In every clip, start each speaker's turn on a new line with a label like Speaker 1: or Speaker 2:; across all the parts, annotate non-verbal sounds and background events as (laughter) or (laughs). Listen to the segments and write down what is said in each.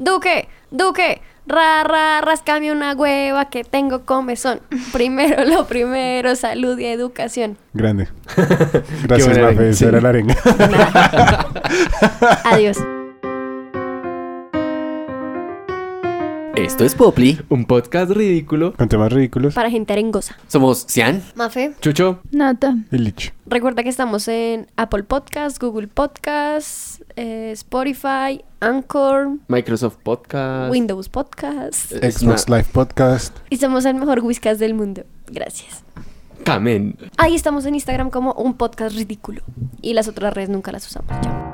Speaker 1: Duque, Duque, ra, ra, rascame una hueva que tengo comezón. Primero lo primero, salud y educación.
Speaker 2: Grande. Gracias,
Speaker 3: buena
Speaker 2: Mafe.
Speaker 3: arenga,
Speaker 2: Esa
Speaker 3: sí.
Speaker 2: era la arenga.
Speaker 1: Adiós.
Speaker 4: Esto es Popli.
Speaker 3: Un podcast ridículo.
Speaker 2: Con temas ridículos.
Speaker 1: Para gente arengosa.
Speaker 4: Somos Cian.
Speaker 1: Mafe,
Speaker 3: Chucho,
Speaker 5: Nata.
Speaker 2: El lich.
Speaker 1: recuerda que estamos en Apple Podcasts, Google Podcasts, eh, Spotify, Anchor,
Speaker 3: Microsoft Podcast. Eh,
Speaker 1: Windows Podcasts.
Speaker 3: Es
Speaker 2: Xbox
Speaker 3: una-
Speaker 2: Live Podcast.
Speaker 1: Y somos el mejor whiskas del mundo. Gracias.
Speaker 3: Camen.
Speaker 1: Ahí estamos en Instagram como un podcast ridículo. Y las otras redes nunca las usamos. Chao.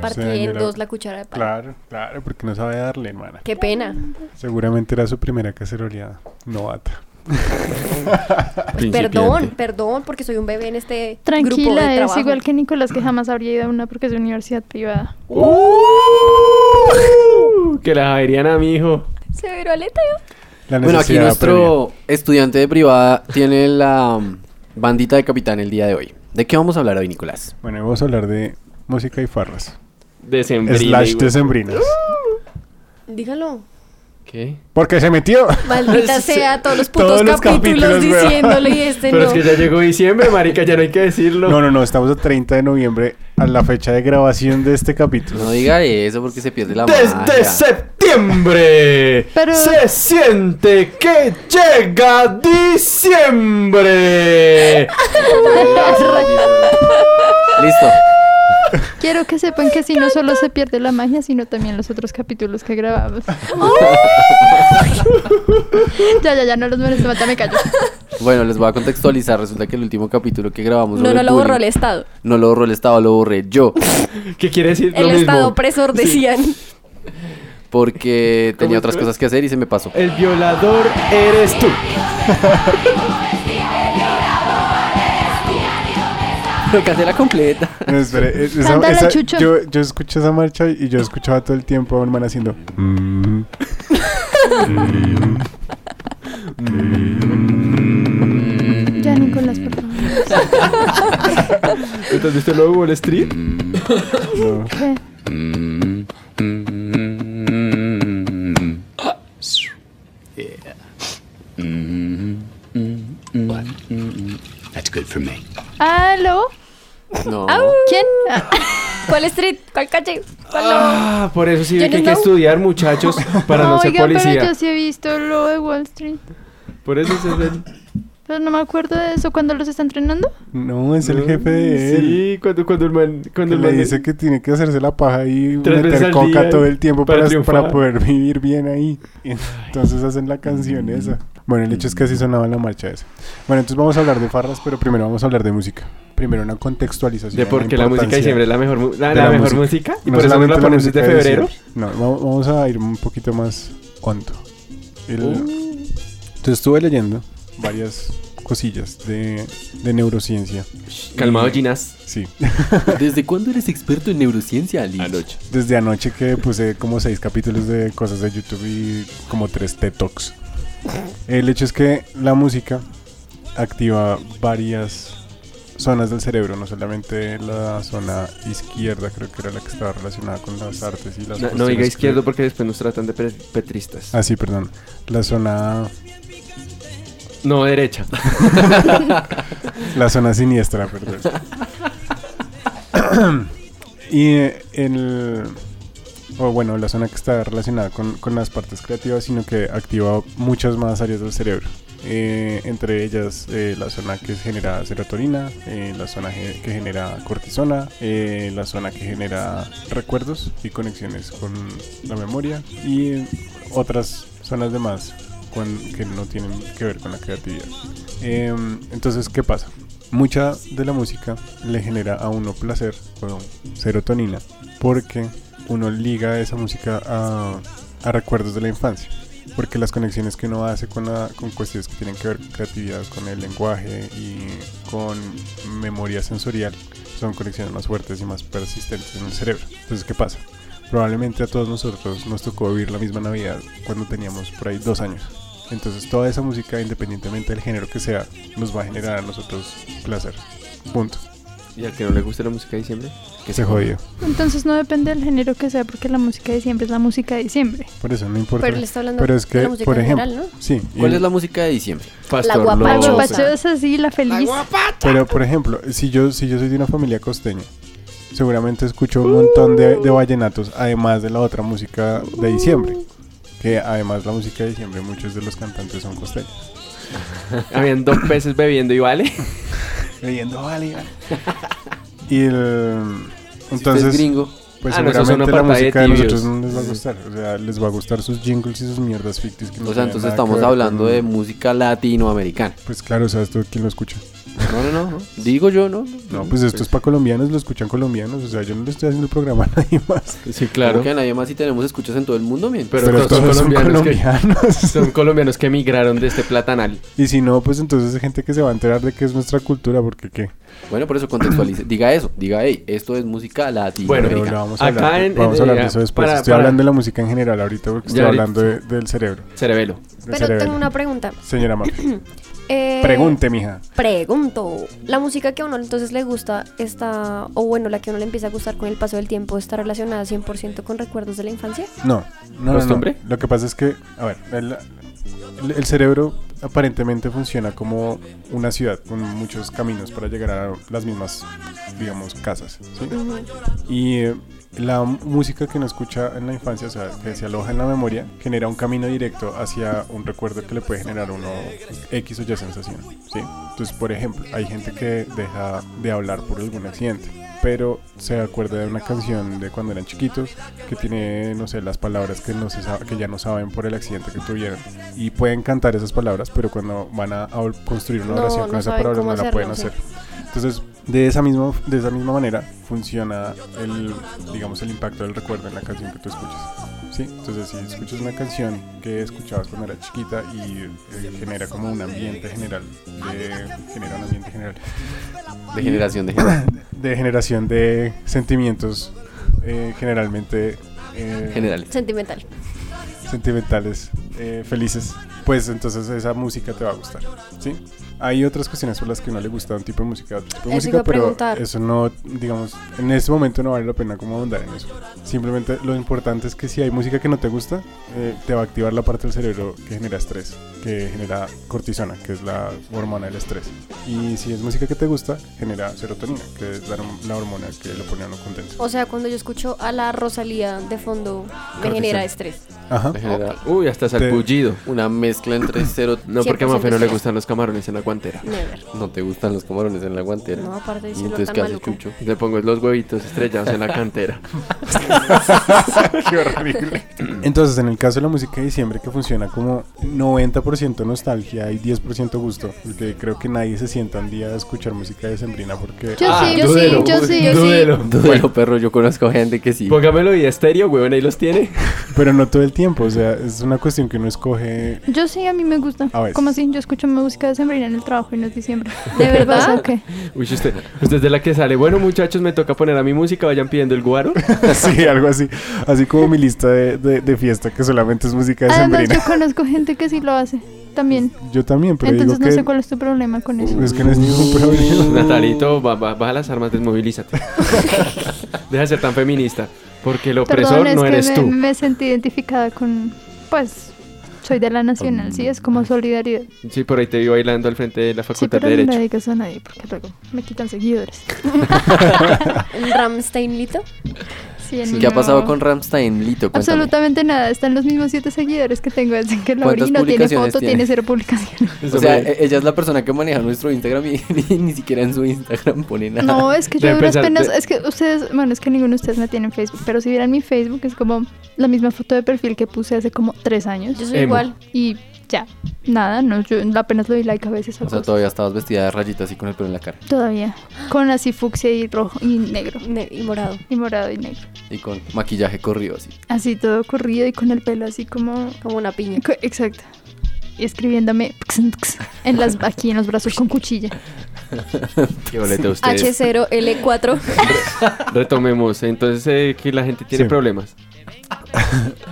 Speaker 1: Partí en
Speaker 2: Señora.
Speaker 1: dos la cuchara de pan.
Speaker 2: Claro, claro, porque no sabe darle, hermana.
Speaker 1: Qué pena.
Speaker 2: Seguramente era su primera caceroleada. Novata.
Speaker 1: Perdón, perdón, porque soy un bebé en este grupo de
Speaker 5: Tranquila, es
Speaker 1: trabajo.
Speaker 5: igual que Nicolás, que jamás habría ido a una porque es de universidad
Speaker 1: (gasps)
Speaker 5: privada.
Speaker 1: Uh.
Speaker 3: Uh. que la verían a mi hijo.
Speaker 1: Se ve violeta, yo.
Speaker 2: La
Speaker 4: Bueno, aquí
Speaker 2: necesidad
Speaker 4: nuestro estudiante de privada tiene la um, bandita de capitán el día de hoy. ¿De qué vamos a hablar hoy, Nicolás?
Speaker 2: previa. Bueno, hoy vamos a hablar de música y farras.
Speaker 3: Decembrina.
Speaker 2: slash
Speaker 3: y-
Speaker 2: decembrinas. (laughs)
Speaker 1: Dígalo.
Speaker 3: ¿Qué?
Speaker 2: Porque se metió.
Speaker 1: Maldita sea todos los putos
Speaker 2: Todos los
Speaker 1: capítulos,
Speaker 2: capítulos, weón.
Speaker 1: diciéndole y este
Speaker 3: Pero
Speaker 1: no.
Speaker 3: es que ya llegó diciembre, marica, ya no hay que decirlo.
Speaker 2: No, no, no, estamos a 30 de noviembre a la fecha de grabación de este capítulo.
Speaker 4: No diga eso porque se pierde la
Speaker 3: Desde
Speaker 4: magia.
Speaker 3: septiembre
Speaker 5: Pero-
Speaker 3: se siente que llega diciembre.
Speaker 4: Listo.
Speaker 5: Quiero que sepan que si no solo se pierde la magia, sino también los otros capítulos que
Speaker 1: (laughs)
Speaker 5: grabamos. ya, ya, ya, no los merezco, ya
Speaker 3: (laughs)
Speaker 5: me callo.
Speaker 4: Bueno, les voy a contextualizar. Resulta que el último capítulo que grabamos
Speaker 1: No, no
Speaker 4: sobre
Speaker 1: lo borró el
Speaker 4: bullying-
Speaker 1: Estado.
Speaker 4: No lo borró el Estado, lo borré yo.
Speaker 3: ¿Qué quiere decir
Speaker 1: El
Speaker 3: lo mismo?
Speaker 1: Estado opresor, decían.
Speaker 4: Porque
Speaker 3: ¿Cómo
Speaker 4: tenía otras
Speaker 3: tú?
Speaker 4: cosas que hacer y se me pasó.
Speaker 3: El violador eres tú.
Speaker 4: la completa.
Speaker 2: No, espere, eh, esa-
Speaker 5: Cántala,
Speaker 2: esa-
Speaker 5: Chucho.
Speaker 2: yo, yo escuché esa marcha y yo escuchaba todo el tiempo a mi hermana haciendo. "Mm".
Speaker 3: Mm.
Speaker 5: Ya, Nicolás, por favor.
Speaker 3: ¿No ¿Te has visto el logo de Wall Street?
Speaker 2: Mm. No.
Speaker 5: ¿Qué?
Speaker 6: That's good for me.
Speaker 5: ¿Aló?
Speaker 4: No.
Speaker 5: ¿Quién?
Speaker 1: (laughs) ¿Cuál street? ¿Cuál calle? ¿Cuál no?
Speaker 3: Ah, por eso sí
Speaker 1: Yo
Speaker 3: ven que hay
Speaker 1: no
Speaker 3: que
Speaker 1: know.
Speaker 3: estudiar, muchachos, para
Speaker 5: (laughs)
Speaker 3: no ser
Speaker 5: Oigan,
Speaker 3: policía.
Speaker 5: pero yo sí he visto lo de Wall Street.
Speaker 3: Por eso se ven.
Speaker 5: Pero no me acuerdo de eso. ¿Cuándo los está entrenando?
Speaker 2: No, (laughs) es el jefe de él.
Speaker 3: Sí, cuando, cuando el man. Cuando
Speaker 2: Que
Speaker 3: el
Speaker 2: le
Speaker 3: man
Speaker 2: dice que tiene que hacerse la paja y
Speaker 3: Tres veces
Speaker 2: meter
Speaker 3: al
Speaker 2: coca
Speaker 3: día
Speaker 2: todo el tiempo
Speaker 3: para
Speaker 2: para,
Speaker 3: triunfar.
Speaker 2: para poder (laughs) vivir bien ahí. Y entonces hacen la canción esa. Bueno, el hecho es que así sonaba la marcha esa. Bueno, entonces vamos a hablar de farras, pero primero vamos a hablar de música. Primero una contextualización.
Speaker 3: De por qué la música de diciembre es la mejor, mu- la,
Speaker 2: de
Speaker 3: la
Speaker 2: la
Speaker 3: mejor música.
Speaker 2: música.
Speaker 3: Y
Speaker 2: No
Speaker 3: por eso no
Speaker 2: solamente
Speaker 3: la
Speaker 2: la
Speaker 3: ponemos
Speaker 2: música
Speaker 3: desde
Speaker 2: de
Speaker 3: febrero.
Speaker 2: diciembre. No, va- vamos a ir un poquito más hondo.
Speaker 3: Oh.
Speaker 2: El- Entonces estuve leyendo varias cosillas de, de neurociencia.
Speaker 3: Calmado, Ginas.
Speaker 2: Sí.
Speaker 4: ¿Desde cuándo eres experto en neurociencia, Ali? Anoche.
Speaker 2: Desde anoche que puse como seis capítulos de cosas de YouTube y como tres TED Talks. El hecho es que la música activa varias zonas del cerebro, no solamente la zona izquierda, creo que era la que estaba relacionada con las artes y las
Speaker 3: No, no
Speaker 2: cuestiones
Speaker 3: diga
Speaker 2: que-
Speaker 3: izquierdo porque después nos tratan de pe- petristas.
Speaker 2: Ah, sí, perdón. La zona,
Speaker 3: No, derecha.
Speaker 2: la zona siniestra, perdón. y eh, el... O bueno, la zona que está relacionada con, con las partes creativas, sino que activa muchas más áreas del cerebro. Eh, entre ellas eh, la zona que genera serotonina, eh, la zona ge- que genera cortisona, eh, la zona que genera recuerdos y conexiones con la memoria y eh, otras zonas de más con- que no tienen que ver con la creatividad. Eh, entonces, ¿qué pasa? Mucha de la música le genera a uno placer o serotonina porque uno liga esa música a, a recuerdos de la infancia. Porque las conexiones que uno hace con, la- con cuestiones que tienen que ver con creatividad, con el lenguaje y con memoria sensorial son conexiones más fuertes y más persistentes en el cerebro. Entonces, ¿qué pasa? Probablemente a todos nosotros nos tocó vivir la misma Navidad cuando teníamos por ahí dos años. Entonces toda esa música, independientemente del género que sea, nos va a generar a nosotros placer. Punto.
Speaker 4: Y al que no le guste la música de diciembre,
Speaker 2: Que se jodió.
Speaker 5: Entonces no depende del género que sea, porque la música de diciembre es la música de diciembre.
Speaker 2: Por eso no importa.
Speaker 1: Pero le está hablando
Speaker 2: Pero es
Speaker 1: de
Speaker 2: que,
Speaker 1: la música
Speaker 2: por
Speaker 1: en
Speaker 2: ejemplo,
Speaker 1: general,
Speaker 2: sí. y
Speaker 4: ¿cuál
Speaker 2: el-
Speaker 4: es la música de diciembre?
Speaker 3: Pastor
Speaker 1: La guapa-
Speaker 5: La
Speaker 1: Guapachosa.
Speaker 5: guapachosa es así, la feliz.
Speaker 2: Pero por ejemplo, si yo, si yo soy de una familia costeña, seguramente escucho un montón de, de vallenatos, además de la otra música de diciembre. Que además la música de diciembre, muchos de los cantantes son costeños.
Speaker 3: (laughs) Habían dos peces bebiendo y vale.
Speaker 2: Leyendo, vale, vale. Y el-
Speaker 4: Entonces,
Speaker 2: Entonces,
Speaker 4: gringo.
Speaker 2: pues
Speaker 3: Ah, no, esos son
Speaker 2: seguramente la
Speaker 3: apartheid
Speaker 2: música de
Speaker 3: tibios.
Speaker 2: nosotros no les va a gustar. O sea, les va a gustar sus jingles y sus mierdas ficticias. que no
Speaker 4: O sea,
Speaker 2: tienen
Speaker 4: entonces
Speaker 2: nada que
Speaker 4: estamos
Speaker 2: ver
Speaker 4: hablando
Speaker 2: con-
Speaker 4: de música latinoamericana.
Speaker 2: Pues claro, o sea, esto quién lo escucha.
Speaker 4: No, no, no. no. Digo yo, no.
Speaker 3: Mm,
Speaker 2: No, pues esto es para colombianos, lo escuchan colombianos. O sea, yo no le estoy haciendo el programa a nadie (laughs) más.
Speaker 3: Sí,
Speaker 4: Claro.
Speaker 3: claro.
Speaker 4: Que a nadie más si tenemos escuchas en todo el mundo, miren.
Speaker 3: Pero,
Speaker 2: Pero,
Speaker 3: todos son
Speaker 2: todos son
Speaker 3: colombianos.
Speaker 2: colombianos. (laughs)
Speaker 3: Que, son colombianos que emigraron de este platanal.
Speaker 2: Y si no, pues entonces hay gente que se va a enterar de que es nuestra cultura, porque qué.
Speaker 4: Bueno, por eso contextualice. (coughs) diga eso. Diga, hey, esto es música
Speaker 3: Bueno,
Speaker 2: Pero
Speaker 4: latinoamericana.
Speaker 2: lo vamos a
Speaker 3: acá
Speaker 2: hablar,
Speaker 3: en-
Speaker 2: vamos a
Speaker 3: en-
Speaker 2: hablar de
Speaker 3: ya,
Speaker 2: eso después.
Speaker 3: para-
Speaker 2: estoy
Speaker 3: para-
Speaker 2: hablando de la música en general ahorita, porque
Speaker 3: Ya
Speaker 2: estoy
Speaker 3: ahorita-
Speaker 2: hablando de- del cerebro.
Speaker 3: Cerebelo.
Speaker 2: del
Speaker 1: Pero
Speaker 2: cerebro.
Speaker 1: tengo una pregunta.
Speaker 2: Señora
Speaker 1: (clears throat)
Speaker 2: Mafe,
Speaker 1: Eh,
Speaker 2: pregunte, mija.
Speaker 1: Pregunto. La música que a uno entonces le gusta está, o bueno, la que a uno le empieza a gustar con el paso del tiempo, está relacionada 100% con recuerdos de la infancia.
Speaker 2: No, no, no, no,
Speaker 3: ¿Costumbre?
Speaker 2: Lo que pasa es que, a ver, el, el- el cerebro aparentemente funciona como una ciudad con muchos caminos para llegar a las mismas, digamos, casas. ¿sí? Y eh, la música que uno escucha en la infancia, o sea, que se aloja en la memoria, genera un camino directo hacia un recuerdo que le puede generar a uno X o Y sensación. ¿sí? Entonces, por ejemplo, hay gente que deja de hablar por algún accidente, pero se acuerda de una canción de cuando eran chiquitos que tiene, no sé, las palabras que, no se sa- que ya no saben por el accidente que tuvieron. Y pueden cantar esas palabras, pero cuando van a, a construir una
Speaker 1: No,
Speaker 2: oración
Speaker 1: no
Speaker 2: con esa
Speaker 1: saben
Speaker 2: palabra
Speaker 1: cómo
Speaker 2: no la
Speaker 1: hacerlo,
Speaker 2: pueden
Speaker 1: sí.
Speaker 2: hacer. Entonces, de esa misma, de esa misma manera funciona el, digamos, el impacto del recuerdo en la canción que tú escuchas. ¿sí? Entonces, si escuchas una canción que escuchabas cuando eras chiquita y eh, genera como un ambiente general, de, genera un ambiente general
Speaker 4: De generación de generación.
Speaker 2: de generación de sentimientos eh, generalmente eh,
Speaker 4: Generales.
Speaker 1: Sentimental.
Speaker 2: sentimentales, eh, felices, pues entonces esa música te va a gustar, ¿sí? Hay otras cuestiones por las que no le gusta un tipo de música, otro tipo de
Speaker 1: Eso iba
Speaker 2: música,
Speaker 1: a
Speaker 2: pero
Speaker 1: preguntar.
Speaker 2: eso no, digamos, en este momento no vale la pena como ahondar en eso. Simplemente lo importante es que si hay música que no te gusta, eh, te va a activar la parte del cerebro que genera estrés, que genera cortisona, que es la hormona del estrés. Y si es música que te gusta, genera serotonina, que es la, horm- la hormona que lo pone a uno contento.
Speaker 1: O sea, cuando yo escucho a la Rosalía de fondo, me
Speaker 2: Cortisol.
Speaker 1: genera estrés.
Speaker 2: Ajá.
Speaker 4: De genera-
Speaker 3: Uy, hasta salpullido.
Speaker 4: Una
Speaker 3: (clears throat)
Speaker 4: mezcla entre cero.
Speaker 3: No, porque a
Speaker 1: 100%
Speaker 3: Mafe no le
Speaker 1: sí.
Speaker 3: gustan los camarones en la guantera.
Speaker 1: Never.
Speaker 4: No te gustan los camarones en la guantera.
Speaker 1: No, aparte de
Speaker 4: ¿Y
Speaker 1: ese olor
Speaker 4: entonces
Speaker 1: tan
Speaker 4: qué haces,
Speaker 1: maluco.
Speaker 4: Chucho?
Speaker 3: Le pongo los huevitos estrellados
Speaker 5: (laughs)
Speaker 3: en la cantera.
Speaker 2: (laughs) Qué horrible. Entonces, en el caso de la música de diciembre, que funciona como 90% nostalgia y 10% gusto, porque creo que nadie se sienta un día a escuchar música de sembrina porque.
Speaker 5: Yo sí, yo
Speaker 3: dúdelo,
Speaker 5: sí, yo sí, yo sí.
Speaker 3: dúdelo.
Speaker 4: Bueno, perro, yo conozco gente que sí.
Speaker 3: Póngamelo y estéreo, huevón, ahí los tiene. (laughs)
Speaker 2: Pero no todo el tiempo, o sea, es una cuestión que uno escoge. (laughs)
Speaker 5: Yo sí, a mí me gusta.
Speaker 2: A veces.
Speaker 5: Como así, yo escucho música de sembrina en el trabajo y no es diciembre.
Speaker 2: (laughs)
Speaker 1: ¿De
Speaker 5: ¿Qué pasa o
Speaker 1: verdad?
Speaker 5: qué?
Speaker 3: Uy, usted, usted es de la que sale. Bueno, muchachos, me toca poner a mi música, vayan pidiendo el guaro.
Speaker 2: sí, algo así. Así como mi lista de, de- de fiesta, que solamente es música de
Speaker 5: Además,
Speaker 2: sembrina.
Speaker 5: yo conozco gente que sí lo hace también.
Speaker 2: Yo también, pero
Speaker 5: Entonces no
Speaker 2: digo
Speaker 5: sé
Speaker 2: que.
Speaker 5: cuál es tu problema con eso.
Speaker 2: es que no es ningún
Speaker 5: Uh.
Speaker 2: problema.
Speaker 3: (laughs) Natalito, ba- ba- baja las armas,
Speaker 5: (laughs)
Speaker 3: desmovilízate. Deja de ser tan feminista. Porque el opresor
Speaker 5: Perdón, es
Speaker 3: no
Speaker 5: que
Speaker 3: eres
Speaker 5: me,
Speaker 3: tú.
Speaker 5: me sentí identificada con, pues, soy de la nacional, sí, es como solidaridad.
Speaker 3: Sí, por ahí te vi bailando al frente de la
Speaker 5: Sí,
Speaker 3: Facultad
Speaker 5: pero
Speaker 3: de
Speaker 5: no le
Speaker 3: Derecho.
Speaker 5: digas a nadie porque luego me quitan seguidores.
Speaker 1: ¿El Ramstein Lito?
Speaker 5: Sí, en
Speaker 4: ¿Qué ha
Speaker 5: no-
Speaker 4: pasado con Ramstein, Lito? Cuéntame.
Speaker 5: Absolutamente nada, están los mismos siete seguidores que tengo desde que lo abrí,
Speaker 4: ¿Cuántas
Speaker 5: no tiene
Speaker 4: publicaciones
Speaker 5: foto,
Speaker 4: tiene?
Speaker 5: tiene, cero publicaciones.
Speaker 4: O sea, e- ella es la persona que maneja nuestro Instagram y (laughs) ni, ni siquiera en su Instagram
Speaker 3: (laughs)
Speaker 4: pone nada.
Speaker 5: No, es que yo
Speaker 3: Deben
Speaker 5: de unas
Speaker 3: pensar-
Speaker 5: penas,
Speaker 3: de-
Speaker 5: es que ustedes, bueno, es que ninguno de ustedes me tiene en Facebook, pero si vieran mi Facebook es como la misma foto de perfil que puse hace como tres años
Speaker 1: Yo soy
Speaker 3: Emo.
Speaker 1: igual.
Speaker 5: y ya, nada, no, yo apenas lo di like a veces a
Speaker 4: O sea,
Speaker 5: cosas.
Speaker 4: todavía estabas vestida de rayitas y con el pelo en la cara.
Speaker 5: Todavía. Con así fucsia y rojo y negro.
Speaker 1: Ne- y morado.
Speaker 5: Y morado y negro.
Speaker 4: Y con maquillaje corrido así.
Speaker 5: Así todo corrido y con el pelo así como...
Speaker 1: Como una piña.
Speaker 5: co- Exacto. Y escribiéndome (laughs) en las, aquí en los brazos con cuchilla.
Speaker 3: Qué boleta ustedes.
Speaker 1: H0L4.
Speaker 3: Retomemos. Entonces, eh, que la gente tiene
Speaker 2: Sí.
Speaker 3: problemas.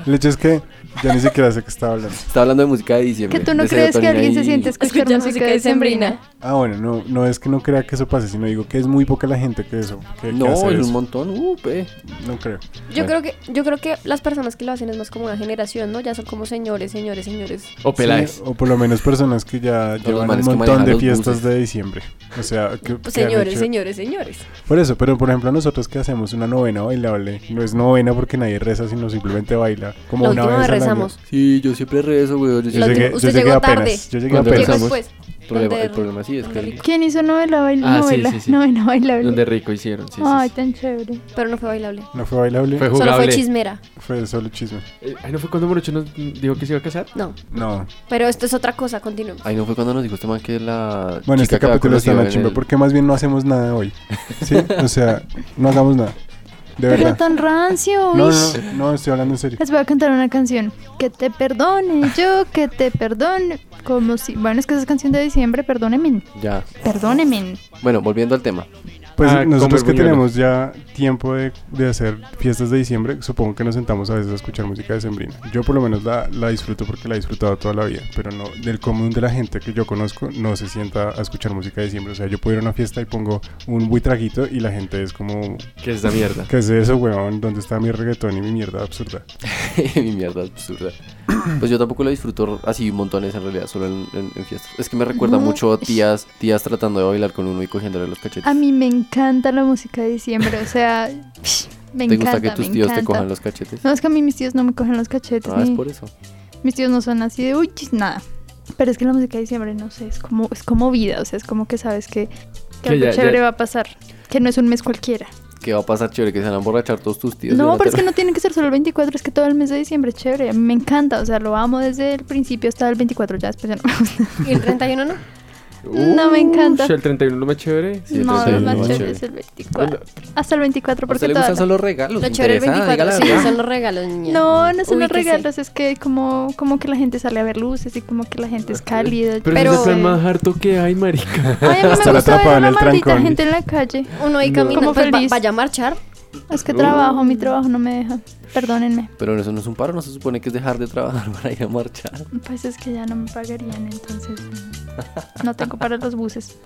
Speaker 2: El hecho es que Ya ni siquiera sé qué estaba hablando.
Speaker 4: Estaba hablando de música de diciembre.
Speaker 5: Que tú no
Speaker 4: de
Speaker 5: crees que
Speaker 4: serotonina
Speaker 5: alguien se
Speaker 4: y-
Speaker 5: siente a escuchar
Speaker 7: Escuchar
Speaker 5: música
Speaker 7: música decembrina.
Speaker 5: decembrina.
Speaker 2: Ah, bueno, no, no es que no crea que eso pase, sino digo que es muy poca la gente que eso. Que, que
Speaker 4: No,
Speaker 2: hace
Speaker 4: es un
Speaker 2: eso.
Speaker 4: montón. Uh, pe.
Speaker 2: No creo.
Speaker 1: Yo creo que yo creo que las personas que lo hacen es más como una generación, ¿no? Ya son como señores, señores, señores.
Speaker 3: O Peláez.
Speaker 2: Sí, o por lo menos personas que ya
Speaker 4: los
Speaker 2: llevan un
Speaker 4: manes que
Speaker 2: montón
Speaker 4: manejan
Speaker 2: de
Speaker 4: los
Speaker 2: fiestas
Speaker 4: buses.
Speaker 2: de diciembre. O sea, que,
Speaker 1: Pues
Speaker 2: que han
Speaker 1: señores,
Speaker 2: hecho-
Speaker 1: señores, señores.
Speaker 2: Por eso, pero por ejemplo nosotros que hacemos una novena bailable, no es novena porque nadie reza, sino simplemente baila. Como
Speaker 1: la
Speaker 2: una
Speaker 1: última
Speaker 2: vez
Speaker 1: vez
Speaker 2: al año.
Speaker 1: rezamos.
Speaker 4: Sí, yo siempre rezo, güey. Yo
Speaker 1: La
Speaker 2: Yo
Speaker 1: última-
Speaker 2: llegué,
Speaker 4: siempre...
Speaker 2: yo
Speaker 1: usted
Speaker 2: llegué
Speaker 1: llegó
Speaker 2: apenas.
Speaker 1: tarde.
Speaker 2: Yo llegué
Speaker 4: Cuando
Speaker 2: apenas.
Speaker 1: Pues Llegó
Speaker 4: Rezamos.
Speaker 1: después.
Speaker 4: El problema- el
Speaker 1: donde-
Speaker 4: problema sí es que...
Speaker 5: ¿Quién hizo novela bailable?
Speaker 3: Ah, sí,
Speaker 5: novela,
Speaker 3: sí, sí.
Speaker 5: novela bailable.
Speaker 3: Donde rico hicieron, sí, sí,
Speaker 5: Ay,
Speaker 3: sí.
Speaker 5: tan chévere.
Speaker 1: Pero no fue bailable.
Speaker 2: No fue bailable,
Speaker 3: Fue
Speaker 2: fue,
Speaker 1: Solo fue
Speaker 3: jugable.
Speaker 1: chismera.
Speaker 2: solo chisme.
Speaker 3: Eh, Ay, ¿no fue cuando Morocho nos dijo que se iba a casar?
Speaker 1: No.
Speaker 2: No.
Speaker 1: Pero esto es otra cosa, continuemos.
Speaker 4: Ay, no fue cuando nos dijo este man que la.
Speaker 2: Bueno,
Speaker 4: chica
Speaker 2: este
Speaker 4: que había
Speaker 2: capítulo está en la
Speaker 4: conocido en
Speaker 2: chimba
Speaker 4: el-
Speaker 2: porque más bien no hacemos nada hoy. ¿Sí? O sea, no hagamos nada. De
Speaker 5: Pero
Speaker 2: verdad.
Speaker 5: tan rancio.
Speaker 2: No,
Speaker 5: uy.
Speaker 2: no, no, no, estoy hablando en serio.
Speaker 5: Les voy a cantar una canción. Que te perdone yo, que te perdone. Como si. Bueno, es que esa es canción de diciembre, perdónenme.
Speaker 4: Ya.
Speaker 5: Perdónenme.
Speaker 4: Bueno, volviendo al tema. (laughs)
Speaker 2: Pues
Speaker 3: Ah,
Speaker 2: nosotros que
Speaker 3: comer
Speaker 2: tenemos ya tiempo de, de hacer fiestas de diciembre, supongo que nos sentamos a veces a escuchar música decembrina. Yo por lo menos la, la disfruto porque la he disfrutado toda la vida, pero no del común de la gente que yo conozco no se sienta a escuchar música de diciembre. O sea, yo puedo ir a una fiesta y pongo un buitraguito y la gente es como,
Speaker 3: Que es la mierda.
Speaker 2: ¿qué es eso, weón? ¿Dónde está mi reggaetón y mi mierda absurda?
Speaker 4: Mi mierda absurda. Pues yo tampoco la disfruto así montones en realidad, solo en, en- en fiestas. Es que me recuerda
Speaker 5: No,
Speaker 4: mucho a
Speaker 5: es-
Speaker 4: tías, tías tratando de bailar con uno y cogiéndole los cachetes.
Speaker 5: A mí me encanta la música de diciembre. O sea, me
Speaker 4: ¿Te
Speaker 5: encanta.
Speaker 4: gusta que tus
Speaker 5: me
Speaker 4: tíos te
Speaker 5: encanta.
Speaker 4: cojan los cachetes?
Speaker 5: No, es que a mí mis tíos no me cogen los cachetes.
Speaker 4: Ah, es
Speaker 5: ni-
Speaker 4: por eso.
Speaker 5: Mis tíos no son así de uy, chis", nada. Pero es que la música de diciembre, no sé, es como, es como vida. O sea, es como que sabes que, que
Speaker 3: Que
Speaker 5: algo
Speaker 3: ya-
Speaker 5: chévere
Speaker 3: ya-
Speaker 5: va a pasar. Que no es un mes cualquiera.
Speaker 4: ¿Qué va a pasar, chévere? Que se van a emborrachar todos tus tíos.
Speaker 5: no,
Speaker 4: durante (laughs)
Speaker 5: pero es que
Speaker 4: la-
Speaker 5: no tiene que ser solo el 24, es que todo el mes de diciembre es chévere. A mí me encanta, o sea, lo amo desde el principio hasta el 24, ya después ya no me gusta.
Speaker 1: Y el 31 no.
Speaker 5: No, me encanta.
Speaker 3: Ush, El 31 lo más chévere.
Speaker 4: Sí, el
Speaker 5: no, lo
Speaker 4: 31
Speaker 5: más
Speaker 4: es
Speaker 5: chévere
Speaker 4: chévere.
Speaker 5: es el 24. Hasta el 24,
Speaker 4: ¿A
Speaker 5: porque
Speaker 4: usted le
Speaker 5: todas
Speaker 4: gustan
Speaker 5: las-
Speaker 4: solo regalos?
Speaker 1: Lo chévere el
Speaker 4: interesada,
Speaker 1: 24, sí,
Speaker 4: dígala la
Speaker 1: son
Speaker 4: verdad.
Speaker 1: los regalos, niña.
Speaker 5: No, no son los
Speaker 1: Ubíquese.
Speaker 5: regalos, es que como, como que la gente sale a ver luces y como que la gente es cálida.
Speaker 3: Pero,
Speaker 1: Pero-
Speaker 3: ese es el plan más harto que
Speaker 2: (laughs)
Speaker 3: hay, marica.
Speaker 5: Ay,
Speaker 2: Hasta
Speaker 5: a mí me
Speaker 2: la
Speaker 5: gusta ver
Speaker 2: atrapan
Speaker 5: a
Speaker 2: en
Speaker 5: la
Speaker 2: el
Speaker 5: maldita
Speaker 2: trancón.
Speaker 5: gente en la calle.
Speaker 1: Uno ahí
Speaker 3: No.
Speaker 1: caminando,
Speaker 5: Como
Speaker 1: pues, va-
Speaker 5: feliz.
Speaker 1: vaya a marchar.
Speaker 5: Es que trabajo, mi trabajo no me deja. Perdónenme.
Speaker 4: Pero eso no es un paro, no se supone que es dejar de trabajar (laughs) para ir a marchar.
Speaker 5: Pues es que ya no me pagarían, entonces mm, no tengo para los buses.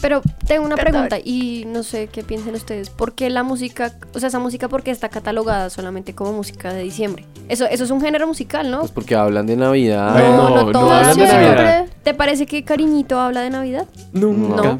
Speaker 1: Pero tengo una
Speaker 5: Perdón.
Speaker 1: pregunta y no sé qué piensen ustedes. ¿Por qué la música, o sea, esa música por qué está catalogada solamente como música de diciembre? Eso, eso es un género musical, ¿no?
Speaker 4: Pues porque hablan de Navidad.
Speaker 3: Ay, no, no
Speaker 1: todas.
Speaker 3: hablan de Navidad.
Speaker 5: Siempre.
Speaker 1: ¿Te parece que Cariñito habla de Navidad?
Speaker 3: Nunca.
Speaker 1: No.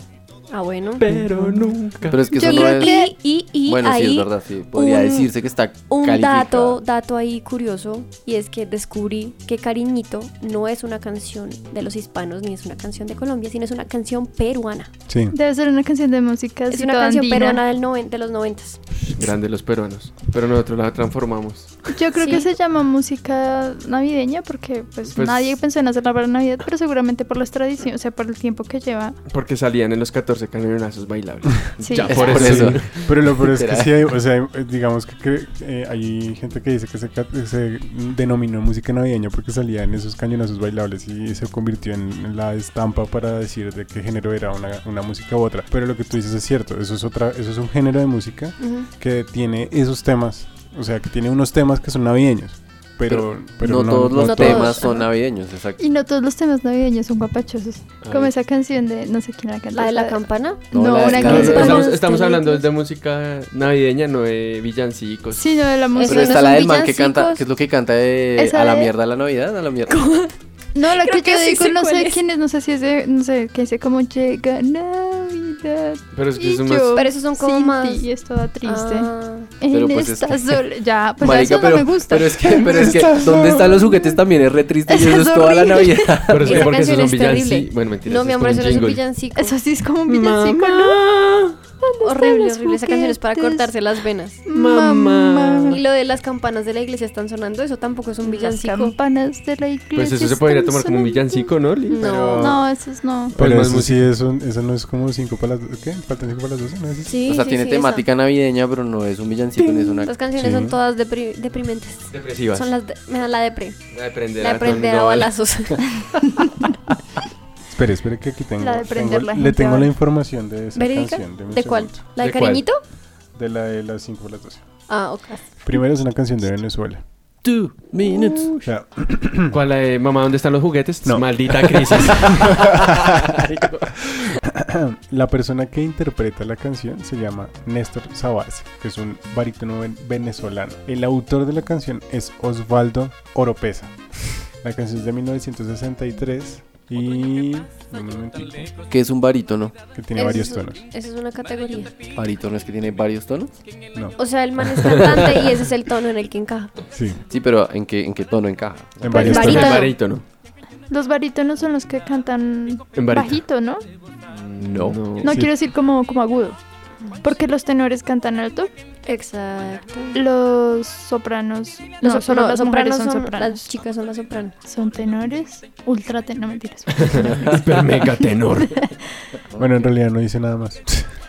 Speaker 1: Ah, bueno.
Speaker 3: Pero nunca.
Speaker 4: Pero es que
Speaker 1: Yo
Speaker 4: eso no
Speaker 1: creo
Speaker 4: es...
Speaker 1: que y, y, y
Speaker 4: Bueno,
Speaker 1: ahí
Speaker 4: sí, es verdad, sí. Podría
Speaker 1: un-
Speaker 4: decirse que está
Speaker 1: un
Speaker 4: calificada.
Speaker 1: dato, dato ahí curioso y es que descubrí que Cariñito no es una canción de los hispanos ni es una canción de Colombia, sino es una canción peruana.
Speaker 2: Sí.
Speaker 5: Debe ser una canción de música.
Speaker 1: Es
Speaker 5: así
Speaker 1: una
Speaker 5: toda
Speaker 1: canción
Speaker 5: andina.
Speaker 1: peruana del noven- de los noventas.
Speaker 3: Grande los peruanos. Pero nosotros la transformamos.
Speaker 5: Yo creo que
Speaker 1: Sí.
Speaker 5: se llama música navideña porque pues,
Speaker 3: Pues-
Speaker 5: nadie pensó en hacerla para Navidad, pero seguramente por las tradiciones, o sea, por el tiempo que lleva.
Speaker 3: Porque salían en los 14 camionazos bailables.
Speaker 5: (laughs) Sí.
Speaker 3: Ya,
Speaker 4: Es
Speaker 3: por eso.
Speaker 2: Sí, Pero lo peor es que
Speaker 4: Literal.
Speaker 2: sí hay, o sea, hay- digamos que, cre- eh, hay gente que dice que se, ca- se denominó música navideña porque salía en esos cañonazos bailables y se convirtió en, en la estampa para decir de qué género era una, una música u otra. Pero lo que tú dices es cierto, eso es otra, eso es un género de música
Speaker 1: Ujú.
Speaker 2: que tiene esos temas, o sea, que tiene unos temas que son navideños. Pero,
Speaker 4: Pero,
Speaker 2: pero
Speaker 4: no, todos los
Speaker 1: no todos,
Speaker 4: temas son
Speaker 1: ajá.
Speaker 4: navideños, exacto.
Speaker 5: Y no todos los temas navideños son guapachosos. Como
Speaker 3: Ay.
Speaker 5: esa canción de no sé quién la canta.
Speaker 1: La de la
Speaker 5: esa-
Speaker 1: campana.
Speaker 5: No,
Speaker 4: la-
Speaker 5: una
Speaker 4: la-
Speaker 3: Claro,
Speaker 5: canción.
Speaker 3: estamos,
Speaker 1: Para
Speaker 3: estamos
Speaker 1: los
Speaker 3: hablando
Speaker 1: telitos.
Speaker 3: de música navideña, no de villancicos.
Speaker 5: Sí, no, de la
Speaker 1: Eso
Speaker 4: Pero
Speaker 5: música.
Speaker 1: no
Speaker 4: está
Speaker 1: son
Speaker 4: la del man que canta,
Speaker 1: villancicos.
Speaker 4: que es lo que canta de
Speaker 5: Esa
Speaker 4: a la
Speaker 5: de-
Speaker 4: mierda la Navidad, a la mierda.
Speaker 5: No, la que,
Speaker 1: Creo que
Speaker 5: yo
Speaker 1: sí
Speaker 5: digo,
Speaker 1: sé
Speaker 5: no
Speaker 1: cuál
Speaker 5: sé
Speaker 1: es.
Speaker 5: quién es, no sé si es de, no sé, que dice como llega Navidad.
Speaker 3: Pero es que
Speaker 5: y
Speaker 3: son más-
Speaker 5: yo
Speaker 1: Pero esos son como
Speaker 5: sin
Speaker 1: más-
Speaker 5: ti", Y es toda triste.
Speaker 1: Ah.
Speaker 5: en
Speaker 4: Pero pues es
Speaker 5: esta
Speaker 4: que-
Speaker 5: sola- Ya, pues
Speaker 4: Marica,
Speaker 5: eso
Speaker 4: pero,
Speaker 5: no me gusta.
Speaker 4: pero es que, pero es que
Speaker 2: Estás
Speaker 4: ¿dónde están
Speaker 2: solo.
Speaker 4: los juguetes también? Es re triste y
Speaker 5: Eso
Speaker 4: eso
Speaker 5: es
Speaker 4: es toda la
Speaker 5: horrible.
Speaker 4: Navidad.
Speaker 3: (laughs) Pero es que
Speaker 1: Esa
Speaker 3: porque
Speaker 1: canción
Speaker 3: esos son
Speaker 1: es terrible.
Speaker 3: villancicos. Bueno, mentira.
Speaker 1: No,
Speaker 3: eso
Speaker 1: mi
Speaker 3: es
Speaker 1: amor,
Speaker 3: como
Speaker 1: eso no es un
Speaker 3: jingle.
Speaker 1: villancico.
Speaker 5: Eso sí es como un villancico, ¿no?
Speaker 3: Mamá.
Speaker 1: horrible,
Speaker 5: los
Speaker 1: horrible. Esa canción es para
Speaker 5: juguetes?
Speaker 1: cortarse las venas.
Speaker 5: Mamá.
Speaker 1: Y lo de las campanas de la iglesia están sonando, eso tampoco es un
Speaker 5: Las
Speaker 1: villancico.
Speaker 5: campanas de la iglesia.
Speaker 3: Pues eso se podría
Speaker 5: están
Speaker 3: tomar como un
Speaker 5: sonando.
Speaker 3: villancico, ¿no? Li?
Speaker 1: No.
Speaker 5: No, eso es no.
Speaker 3: Pues
Speaker 2: Pero
Speaker 3: más
Speaker 2: eso sí, eso, eso no es como 5 para las... ¿Qué? ¿Faltan 5 para las 12? ¿No es eso?
Speaker 1: Sí,
Speaker 4: O sea,
Speaker 1: sí,
Speaker 4: tiene
Speaker 1: sí,
Speaker 4: temática navideña, pero no es un villancico, ni es
Speaker 1: esa.
Speaker 4: una...
Speaker 1: Las canciones
Speaker 2: Sí.
Speaker 1: son todas depri- deprimentes.
Speaker 3: Depresivas.
Speaker 1: Son las de- me da la depre.
Speaker 3: La de prender
Speaker 1: La de
Speaker 3: a todo el
Speaker 1: prender a
Speaker 3: mundo a
Speaker 1: balazos.
Speaker 2: Espere, espere que aquí tengo...
Speaker 5: La de prender
Speaker 2: tengo-
Speaker 5: la
Speaker 2: le
Speaker 5: gente
Speaker 2: tengo
Speaker 5: ahora.
Speaker 2: la información de esa
Speaker 1: (laughs) ¿Verídica?
Speaker 2: canción. deme un
Speaker 1: ¿De cuál?
Speaker 2: segundo.
Speaker 1: ¿La de
Speaker 3: ¿De cuál?
Speaker 1: cariñito?
Speaker 2: De la de las 5 para las 12.
Speaker 1: Ah, ok.
Speaker 2: Primero es una canción de Venezuela.
Speaker 4: Two minutes.
Speaker 2: O sea,
Speaker 3: ¿Cuál la de eh, mamá? ¿Dónde están los juguetes?
Speaker 2: No.
Speaker 3: Maldita
Speaker 2: (laughs)
Speaker 3: crisis.
Speaker 2: (laughs) la persona que interpreta la canción se llama Néstor Sabas, que es un barítono ven- venezolano. El autor de la canción es Osvaldo Oropesa. La canción es de 1963 y... dame un momentico,
Speaker 4: Que es un barítono.
Speaker 2: que tiene
Speaker 1: Esa
Speaker 2: varios
Speaker 1: es un-
Speaker 2: tonos.
Speaker 1: Esa es una categoría.
Speaker 4: Barítono es que tiene varios tonos.
Speaker 2: No,
Speaker 1: O sea, el man es cantante y ese es el tono en el que encaja.
Speaker 2: sí,
Speaker 4: Sí, pero ¿en qué, en qué tono encaja?
Speaker 2: en
Speaker 1: Pues
Speaker 2: varios
Speaker 3: El
Speaker 1: barítono.
Speaker 2: tonos.
Speaker 3: barítono.
Speaker 5: Los barítonos son los que cantan
Speaker 3: En barítono.
Speaker 5: bajito, ¿no?
Speaker 4: No.
Speaker 5: No
Speaker 2: Sí.
Speaker 5: quiero decir como, como agudo. Porque los tenores cantan alto,
Speaker 1: (laughs) Exacto.
Speaker 5: los sopranos. No,
Speaker 1: so-
Speaker 5: solo
Speaker 1: no,
Speaker 5: las
Speaker 1: los
Speaker 5: mujeres
Speaker 1: sopranos
Speaker 5: son
Speaker 1: son-
Speaker 5: sopranos.
Speaker 1: Las chicas son las sopranos.
Speaker 5: Son tenores, ultra ten- no mentiras.
Speaker 3: Hiper mega tenor.
Speaker 2: Bueno, en realidad no dice nada más.